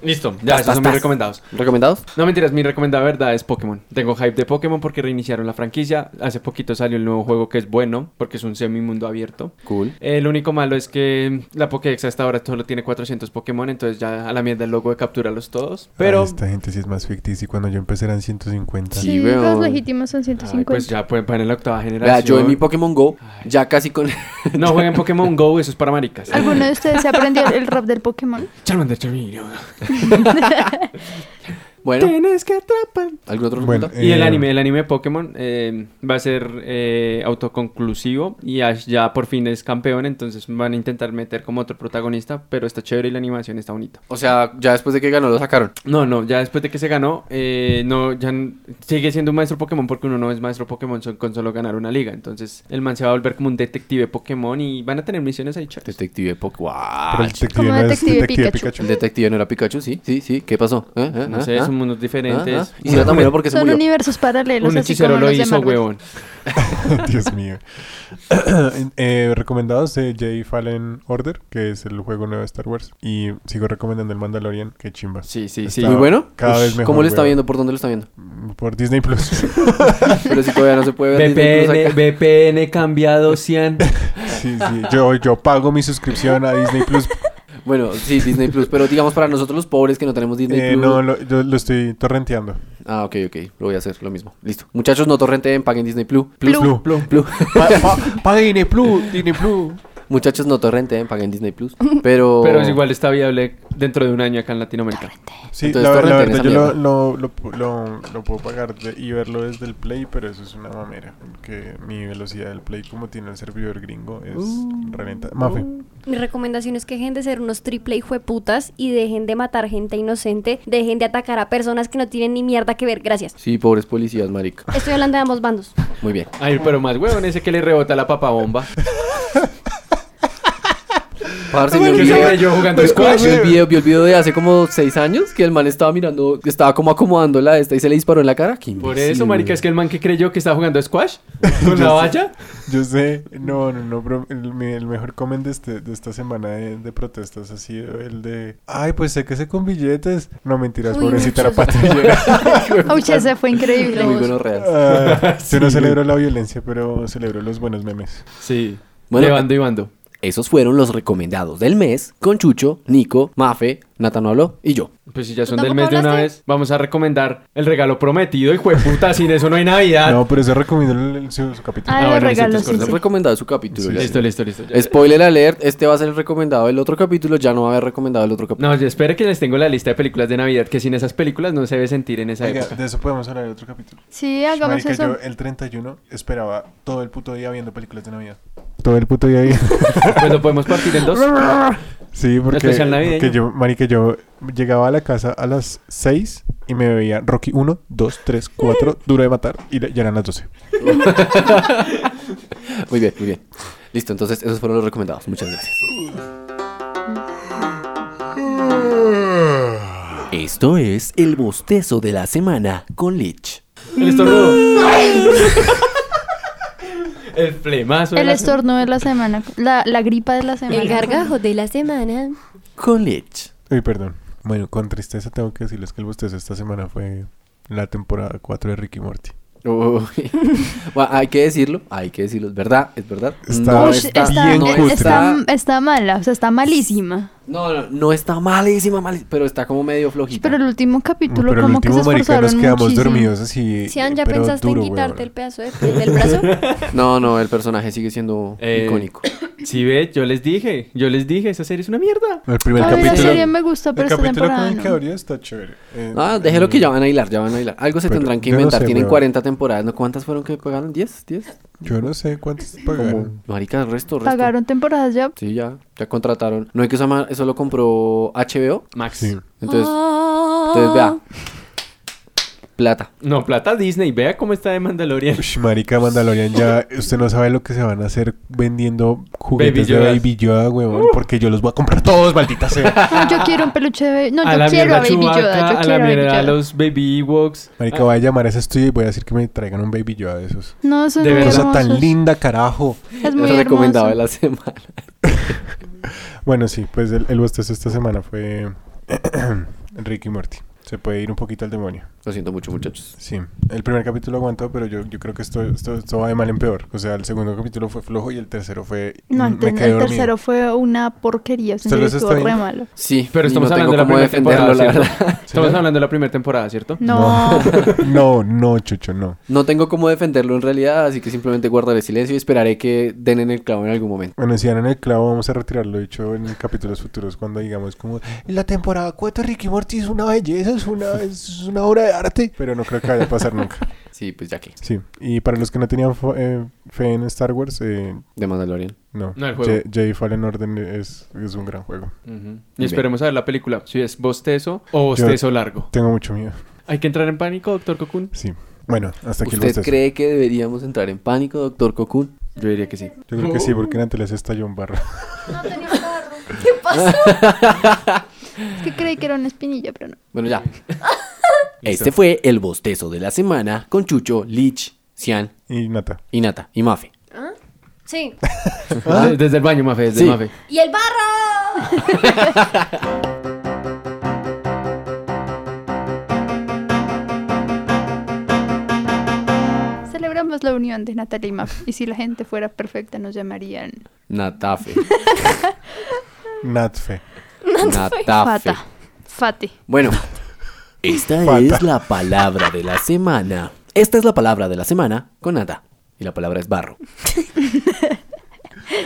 Speaker 3: Listo, ya,
Speaker 4: Tas, tas,
Speaker 3: esos son mis
Speaker 4: tas.
Speaker 3: recomendados.
Speaker 4: ¿Recomendados?
Speaker 3: No mentiras, mi recomendada verdad es Pokémon. Tengo hype de Pokémon porque reiniciaron la franquicia. Hace poquito salió el nuevo juego que es bueno, porque es un semimundo abierto.
Speaker 4: Cool.
Speaker 3: El único malo es que la Pokédex hasta ahora solo tiene 400 Pokémon, entonces ya a la mierda el logo de capturarlos todos. Pero
Speaker 2: Ay, esta gente sí es más ficticia y cuando yo empecé eran 150.
Speaker 4: Sí,
Speaker 5: Sí,
Speaker 4: weón.
Speaker 5: los legítimos son
Speaker 3: Ay,
Speaker 5: 150.
Speaker 3: pues ya pueden poner la octava generación.
Speaker 4: Vea, yo en mi Pokémon Go, ya casi con.
Speaker 3: No jueguen Pokémon Go, eso es para maricas.
Speaker 5: ¿Alguno de ustedes se aprendió el rap del
Speaker 4: (laughs)
Speaker 5: Pokémon?
Speaker 3: Charmander, Charmeleon.
Speaker 4: (laughs) bueno,
Speaker 3: Tienes que atrapar.
Speaker 4: ¿algún otro
Speaker 2: Bueno,
Speaker 4: recomendados?
Speaker 3: Y el
Speaker 2: Eh,
Speaker 3: anime, el anime de Pokémon eh, va a ser eh, autoconclusivo y Ash ya por fin es campeón, entonces van a intentar meter como otro protagonista, pero está chévere y la animación está bonita.
Speaker 4: O sea, ya después de que ganó lo sacaron.
Speaker 3: No, no, ya después de que se ganó, eh, no, ya n- sigue siendo un maestro Pokémon porque uno no es maestro Pokémon son- con solo ganar una liga, entonces el man se va a volver como un detective Pokémon y van a tener misiones ahí chéveres.
Speaker 4: Detective Pokémon.
Speaker 2: Pero el detective
Speaker 5: Como
Speaker 2: no es
Speaker 5: detective
Speaker 2: detective
Speaker 5: Pikachu.
Speaker 2: Pikachu.
Speaker 4: El detective no era Pikachu, sí, sí, sí. ¿Qué pasó? ¿Eh? ¿Eh?
Speaker 3: No
Speaker 4: ¿Eh?
Speaker 3: sé,
Speaker 4: ¿Eh?
Speaker 3: son mundos
Speaker 4: ¿Ah?
Speaker 3: diferentes.
Speaker 4: ¿Ah? Y no tan bueno porque se
Speaker 5: Son
Speaker 4: murió.
Speaker 5: universos paralelos.
Speaker 3: Un
Speaker 5: así
Speaker 3: hechicero
Speaker 5: como
Speaker 3: lo
Speaker 5: los de
Speaker 3: hizo,
Speaker 5: Marvel.
Speaker 3: huevón.
Speaker 2: (laughs) Dios mío. Eh, recomendados de Jay Fallen Order, que es el juego nuevo de Star Wars. Y sigo recomendando el Mandalorian, que chimba.
Speaker 3: Sí, sí, sí.
Speaker 2: Está
Speaker 4: ¿Muy bueno?
Speaker 2: Cada vez
Speaker 4: Ush,
Speaker 2: mejor,
Speaker 4: ¿Cómo lo está
Speaker 2: weón.
Speaker 4: viendo? ¿Por dónde lo está viendo?
Speaker 2: Por Disney Plus. (laughs)
Speaker 4: Pero si todavía no se puede ver. Disney Plus acá.
Speaker 3: VPN, VPN cambiado 100.
Speaker 2: sí, sí. Yo, yo pago mi suscripción a Disney Plus.
Speaker 4: Bueno, sí, Disney Plus. Pero digamos para nosotros los pobres que no tenemos (laughs) Disney
Speaker 2: Eh,
Speaker 4: Plus.
Speaker 2: no, lo, yo lo estoy torrenteando.
Speaker 4: Ah, ok, ok. Lo voy a hacer, lo mismo. Listo. Muchachos, no torrenteen, paguen Disney Plus.
Speaker 5: Plus.
Speaker 4: Plus. Plus. Plus.
Speaker 2: Pa, pa- paga Disney Plus, Disney Plus.
Speaker 4: (laughs) Muchachos, no torrenteen, paguen Disney Plus. Pero.
Speaker 3: (laughs) Pero es igual está viable dentro de un año acá en Latinoamérica.
Speaker 2: Sí, la,
Speaker 4: Entonces,
Speaker 2: la
Speaker 4: torrenten
Speaker 2: verdad
Speaker 4: esa
Speaker 2: yo lo,
Speaker 4: mierda.
Speaker 2: lo, lo- lo- lo puedo pagar de- y verlo desde el Play, pero eso es una mamera. Que mi velocidad del Play, como tiene el servidor gringo, es
Speaker 4: Uh,
Speaker 2: relenta. Mafe.
Speaker 1: Mi recomendación es que dejen de ser unos triple hijueputas y dejen de matar gente inocente, dejen de atacar a personas que no tienen ni mierda que ver. Gracias.
Speaker 4: Sí, pobres policías, marica.
Speaker 1: Estoy hablando de ambos bandos.
Speaker 4: Muy bien.
Speaker 3: Ay, pero más huevón ese que le rebota
Speaker 2: (laughs)
Speaker 3: la papabomba.
Speaker 4: Parce, me
Speaker 3: Que
Speaker 4: olvidé. (laughs)
Speaker 3: se yo jugando
Speaker 2: Pues,
Speaker 3: squash.
Speaker 4: Pues, Vi el video, vi el video de hace como seis años que el man estaba mirando, estaba como acomodando la esta y se le disparó en la cara. Qué
Speaker 3: Por
Speaker 4: imbécil,
Speaker 3: eso, marica,
Speaker 4: güey.
Speaker 3: es que el man que creyó que estaba jugando
Speaker 2: (laughs)
Speaker 3: squash con la
Speaker 2: sé.
Speaker 3: valla.
Speaker 2: Yo sé, no, no, no, pero el, mi- el mejor comment de, este, de esta semana de, de protestas ha sido el de, ay, pues sé que sé con billetes. No mentiras,
Speaker 1: Uy,
Speaker 2: pobrecita la
Speaker 1: muchos.
Speaker 2: patrullera.
Speaker 5: Uy, ese fue increíble.
Speaker 4: Muy bueno, real.
Speaker 2: Ah, Yo no
Speaker 3: Sí.
Speaker 2: celebro la violencia, pero celebro los buenos memes.
Speaker 3: Sí.
Speaker 4: Bueno,
Speaker 3: de bando y bando.
Speaker 4: Esos fueron los recomendados del mes con Chucho, Nico, Mafe, Natanolo y yo.
Speaker 3: Pues si ya
Speaker 1: ¿Tú
Speaker 3: son del
Speaker 1: tampoco
Speaker 3: mes de una
Speaker 1: hablaste?
Speaker 3: vez, vamos a recomendar el regalo prometido. Hijo de puta, sin eso no hay Navidad.
Speaker 2: No, pero eso recomiendo el- el- su, su capítulo.
Speaker 5: Ah,
Speaker 3: Ah,
Speaker 5: los
Speaker 3: bueno,
Speaker 5: regalos.
Speaker 3: nosotros
Speaker 5: Sí,
Speaker 4: Nos
Speaker 5: sí.
Speaker 4: han recomendado su capítulo. ya.
Speaker 3: (laughs) Listo, listo, listo. Ya-
Speaker 4: Spoiler alert, este va a ser el recomendado del otro capítulo, ya no va a haber recomendado el otro capítulo.
Speaker 3: No, yo espero que les tengo la lista de películas de Navidad, que sin esas películas no se debe sentir en esa
Speaker 2: Oiga,
Speaker 3: época.
Speaker 2: de eso podemos hablar en otro capítulo.
Speaker 5: Sí, hagamos
Speaker 2: Marica,
Speaker 5: eso.
Speaker 2: yo el 31 esperaba todo el puto día viendo películas de Navidad. Todo el puto día viendo.
Speaker 3: (laughs) Pues lo podemos partir en dos.
Speaker 2: (laughs) sí, porque,
Speaker 3: especial navideño.
Speaker 2: porque yo, marica, yo llegaba a la casa a las 6 y me veía Rocky 1, 2, 3,
Speaker 5: (laughs)
Speaker 2: 4, Duro de Matar y le- ya eran las 12.
Speaker 4: Muy bien, muy bien. Listo, entonces esos fueron los recomendados. Muchas gracias. Esto es el bostezo de la semana con Lich.
Speaker 3: El estornudo.
Speaker 2: (laughs)
Speaker 3: el flemazo. de
Speaker 5: El
Speaker 3: la-
Speaker 5: estornudo de la semana, la, la gripa de la semana.
Speaker 1: El gargajo de la semana.
Speaker 4: Con Lich.
Speaker 2: Uy, perdón. Bueno, con tristeza tengo que decirles que el bostezo esta semana fue la temporada 4 de Ricky Morty.
Speaker 4: Uy. (laughs) Bueno, hay que decirlo, hay que decirlo, es verdad, es verdad.
Speaker 2: Está
Speaker 5: Ush,
Speaker 2: está
Speaker 5: está,
Speaker 2: bien cutre.
Speaker 5: está, está mala, o sea, está malísima.
Speaker 4: No, no, no está malísima, malísima, pero está como medio flojita.
Speaker 5: Pero el último capítulo
Speaker 2: Pero el
Speaker 5: como que se
Speaker 2: último marica
Speaker 5: esforzaron
Speaker 2: nos quedamos
Speaker 5: muchísimo.
Speaker 2: dormidos así.
Speaker 1: Sean, ¿ya
Speaker 2: Eh, pero
Speaker 1: pensaste
Speaker 2: duro,
Speaker 1: en quitarte el
Speaker 2: weón.
Speaker 1: pedazo de piel del
Speaker 2: (laughs)
Speaker 1: brazo?
Speaker 4: No, no, el personaje sigue siendo
Speaker 3: Eh,
Speaker 4: icónico.
Speaker 3: Sí, ve, yo les dije, yo les dije, esa serie es una mierda.
Speaker 2: El primer
Speaker 5: A ver, la
Speaker 2: capítulo.
Speaker 5: serie me gusta,
Speaker 2: el
Speaker 5: pero esta
Speaker 2: capítulo con
Speaker 5: temporada
Speaker 2: el que
Speaker 5: no.
Speaker 2: abría está chévere. Eh,
Speaker 4: Ah, déjelo que ya van a hilar, ya van a hilar. Algo se
Speaker 2: Pero
Speaker 4: tendrán que
Speaker 2: yo no
Speaker 4: inventar.
Speaker 2: sé,
Speaker 4: Tienen
Speaker 2: weón.
Speaker 4: 40 temporadas. ¿no? ¿Cuántas fueron que pagaron? ¿10? ¿10?
Speaker 2: Yo no sé cuántos pagaron.
Speaker 4: Marica, resto, resto.
Speaker 5: Pagaron
Speaker 2: (laughs)
Speaker 5: temporadas ya.
Speaker 4: Sí, ya, ya contrataron. No hay que usar más, eso lo compró HBO.
Speaker 3: Max.
Speaker 2: Sí.
Speaker 4: Entonces,
Speaker 1: Ah.
Speaker 4: entonces vea. Plata.
Speaker 3: No, plata Disney, vea cómo está de Mandalorian.
Speaker 2: Ush, marica Mandalorian, ya usted no sabe lo que se van a hacer vendiendo juguetes
Speaker 3: Baby
Speaker 2: de
Speaker 3: Yodas.
Speaker 2: Baby Yoda, Uh. weón, porque yo los voy a comprar todos, maldita sea.
Speaker 5: No, yo quiero un peluche de Baby- No,
Speaker 3: a
Speaker 5: yo
Speaker 3: la
Speaker 5: quiero
Speaker 3: mierda
Speaker 5: a Baby
Speaker 3: Chewbacca,
Speaker 5: Yoda. Yo
Speaker 3: a la
Speaker 5: quiero a Baby
Speaker 3: mierda a
Speaker 5: Yoda.
Speaker 3: los Baby Ewoks.
Speaker 2: Marica, voy a llamar a ese estudio y voy a decir que me traigan un Baby Yoda de esos.
Speaker 5: No, eso
Speaker 3: De
Speaker 5: es muy
Speaker 3: verdad.
Speaker 2: Cosa tan
Speaker 5: hermosos.
Speaker 2: linda, carajo.
Speaker 5: Es muy
Speaker 4: el recomendado de
Speaker 5: hermoso.
Speaker 4: la semana.
Speaker 2: Bueno, sí, pues el, el bostezo esta semana fue (clears throat) Ricky Morty. Se puede ir un poquito al demonio.
Speaker 4: Lo siento mucho, muchachos.
Speaker 2: Sí, el primer capítulo aguantó, pero yo, yo creo que esto, esto, esto va de mal en peor. O sea, el segundo capítulo fue flojo y el tercero fue...
Speaker 5: No,
Speaker 2: mm,
Speaker 5: el,
Speaker 2: me
Speaker 5: el
Speaker 2: quedé dormido.
Speaker 5: tercero fue una porquería. o sea,
Speaker 2: Solo
Speaker 5: en
Speaker 2: eso
Speaker 5: serio,
Speaker 2: está
Speaker 5: estuvo re
Speaker 2: bien.
Speaker 5: malo.
Speaker 4: Sí,
Speaker 3: Pero
Speaker 4: y
Speaker 3: estamos
Speaker 4: no
Speaker 3: hablando
Speaker 4: tengo
Speaker 3: de la
Speaker 4: cómo
Speaker 3: primera
Speaker 4: defenderlo,
Speaker 3: temporada,
Speaker 4: la
Speaker 3: ¿cierto?
Speaker 4: (laughs) verdad.
Speaker 3: Estamos hablando de la primera temporada, ¿cierto?
Speaker 5: Mm. No.
Speaker 2: (laughs) No, no, Chucho, no.
Speaker 4: No tengo cómo defenderlo en realidad, así que simplemente guardaré silencio y esperaré que den en el clavo en algún momento.
Speaker 2: Bueno, si dan en el clavo, vamos a retirar lo dicho en capítulos futuros cuando digamos como la temporada 4 de Ricky Morty es una belleza, es una, es una obra de arte. Pero no creo que vaya a pasar
Speaker 5: (laughs)
Speaker 2: nunca.
Speaker 4: Sí, pues ya que.
Speaker 2: Sí, y para los que no tenían fo- eh, fe en Star Wars, eh,
Speaker 4: De Mandalorian.
Speaker 2: no.
Speaker 3: No, el juego.
Speaker 2: Je- Jedi Fallen Order es, es un gran juego.
Speaker 3: Ujú. Y esperemos a ver la película. Si es bostezo o
Speaker 2: Yo-
Speaker 3: bostezo largo.
Speaker 2: Tengo mucho miedo.
Speaker 3: Hay que entrar en pánico, doctor Cocoon.
Speaker 2: Sí. Bueno, hasta aquí el
Speaker 4: ¿Usted
Speaker 2: bostezo.
Speaker 4: cree que deberíamos entrar en pánico, doctor Cocoon? Yo diría que sí.
Speaker 2: Yo creo que sí, porque en Anteles estalló un barro.
Speaker 1: ¿Qué pasa?
Speaker 5: Es que creí que era una espinilla, pero no.
Speaker 2: (laughs)
Speaker 4: Bueno, ya. este fue el bostezo de la semana con Chucho, Lich, Cian,
Speaker 2: (laughs) Y Nata.
Speaker 4: Inata y Mafe.
Speaker 1: ¿Ah? Sí.
Speaker 3: De- Desde el baño, Mafe, desde
Speaker 4: Ah. Sí.
Speaker 3: el Mafe.
Speaker 1: ¡Y el (laughs) barro!
Speaker 5: Celebramos la unión de Natalia y Maf. Y si la gente fuera perfecta, nos llamarían
Speaker 1: (laughs)
Speaker 4: Natafe.
Speaker 2: Natfe.
Speaker 4: Natafe.
Speaker 5: Fata. Fati.
Speaker 2: (laughs)
Speaker 4: Bueno, esta
Speaker 2: Fata.
Speaker 4: es la palabra de la semana. Esta es la palabra de la semana con Nata. Y la palabra es barro.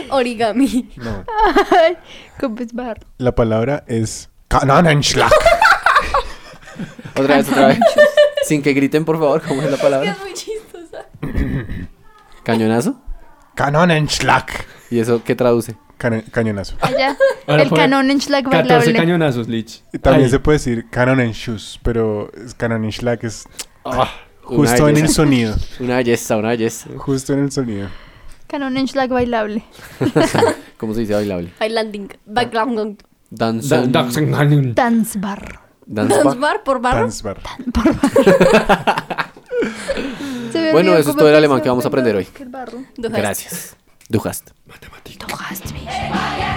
Speaker 1: Origami.
Speaker 2: No.
Speaker 5: Como es barro.
Speaker 2: La palabra es... Kananenschlag.
Speaker 4: Otra vez,
Speaker 1: (laughs)
Speaker 4: otra vez. Sin que griten, por favor, ¿cómo es la palabra?
Speaker 1: Es muy chistosa.
Speaker 4: Cañonazo.
Speaker 2: Kanonenschlag.
Speaker 4: ¿Y eso qué traduce?
Speaker 2: Cana- cañonazo.
Speaker 5: Allá.
Speaker 3: Ahora
Speaker 5: el
Speaker 3: fue
Speaker 5: canon en Schlag
Speaker 3: 14
Speaker 5: bailable.
Speaker 3: cañonazos, Lich.
Speaker 2: También
Speaker 3: Ahí.
Speaker 2: se puede decir Kanonenschuss, pero es Kanonenschlag es
Speaker 4: Una
Speaker 2: justo en el
Speaker 4: belleza.
Speaker 2: sonido.
Speaker 4: Una belleza, una belleza.
Speaker 2: Justo en el sonido.
Speaker 5: Canon en Schlag bailable.
Speaker 4: (laughs) ¿Cómo se dice bailable?
Speaker 1: Highlanding. Background.
Speaker 4: Dance.
Speaker 3: Da- Daxen Canyon.
Speaker 5: Dance barro.
Speaker 4: Dance.
Speaker 1: Dance
Speaker 4: bar.
Speaker 1: bar por barro.
Speaker 2: Dance bar.
Speaker 5: Se me
Speaker 4: Bueno,
Speaker 5: olvidó
Speaker 4: eso es
Speaker 5: cómo
Speaker 4: todo el
Speaker 5: empezó,
Speaker 4: alemán que vamos a aprender hoy.
Speaker 5: que el barro.
Speaker 1: Dujas.
Speaker 4: Gracias. Dujast.
Speaker 5: Tojaste.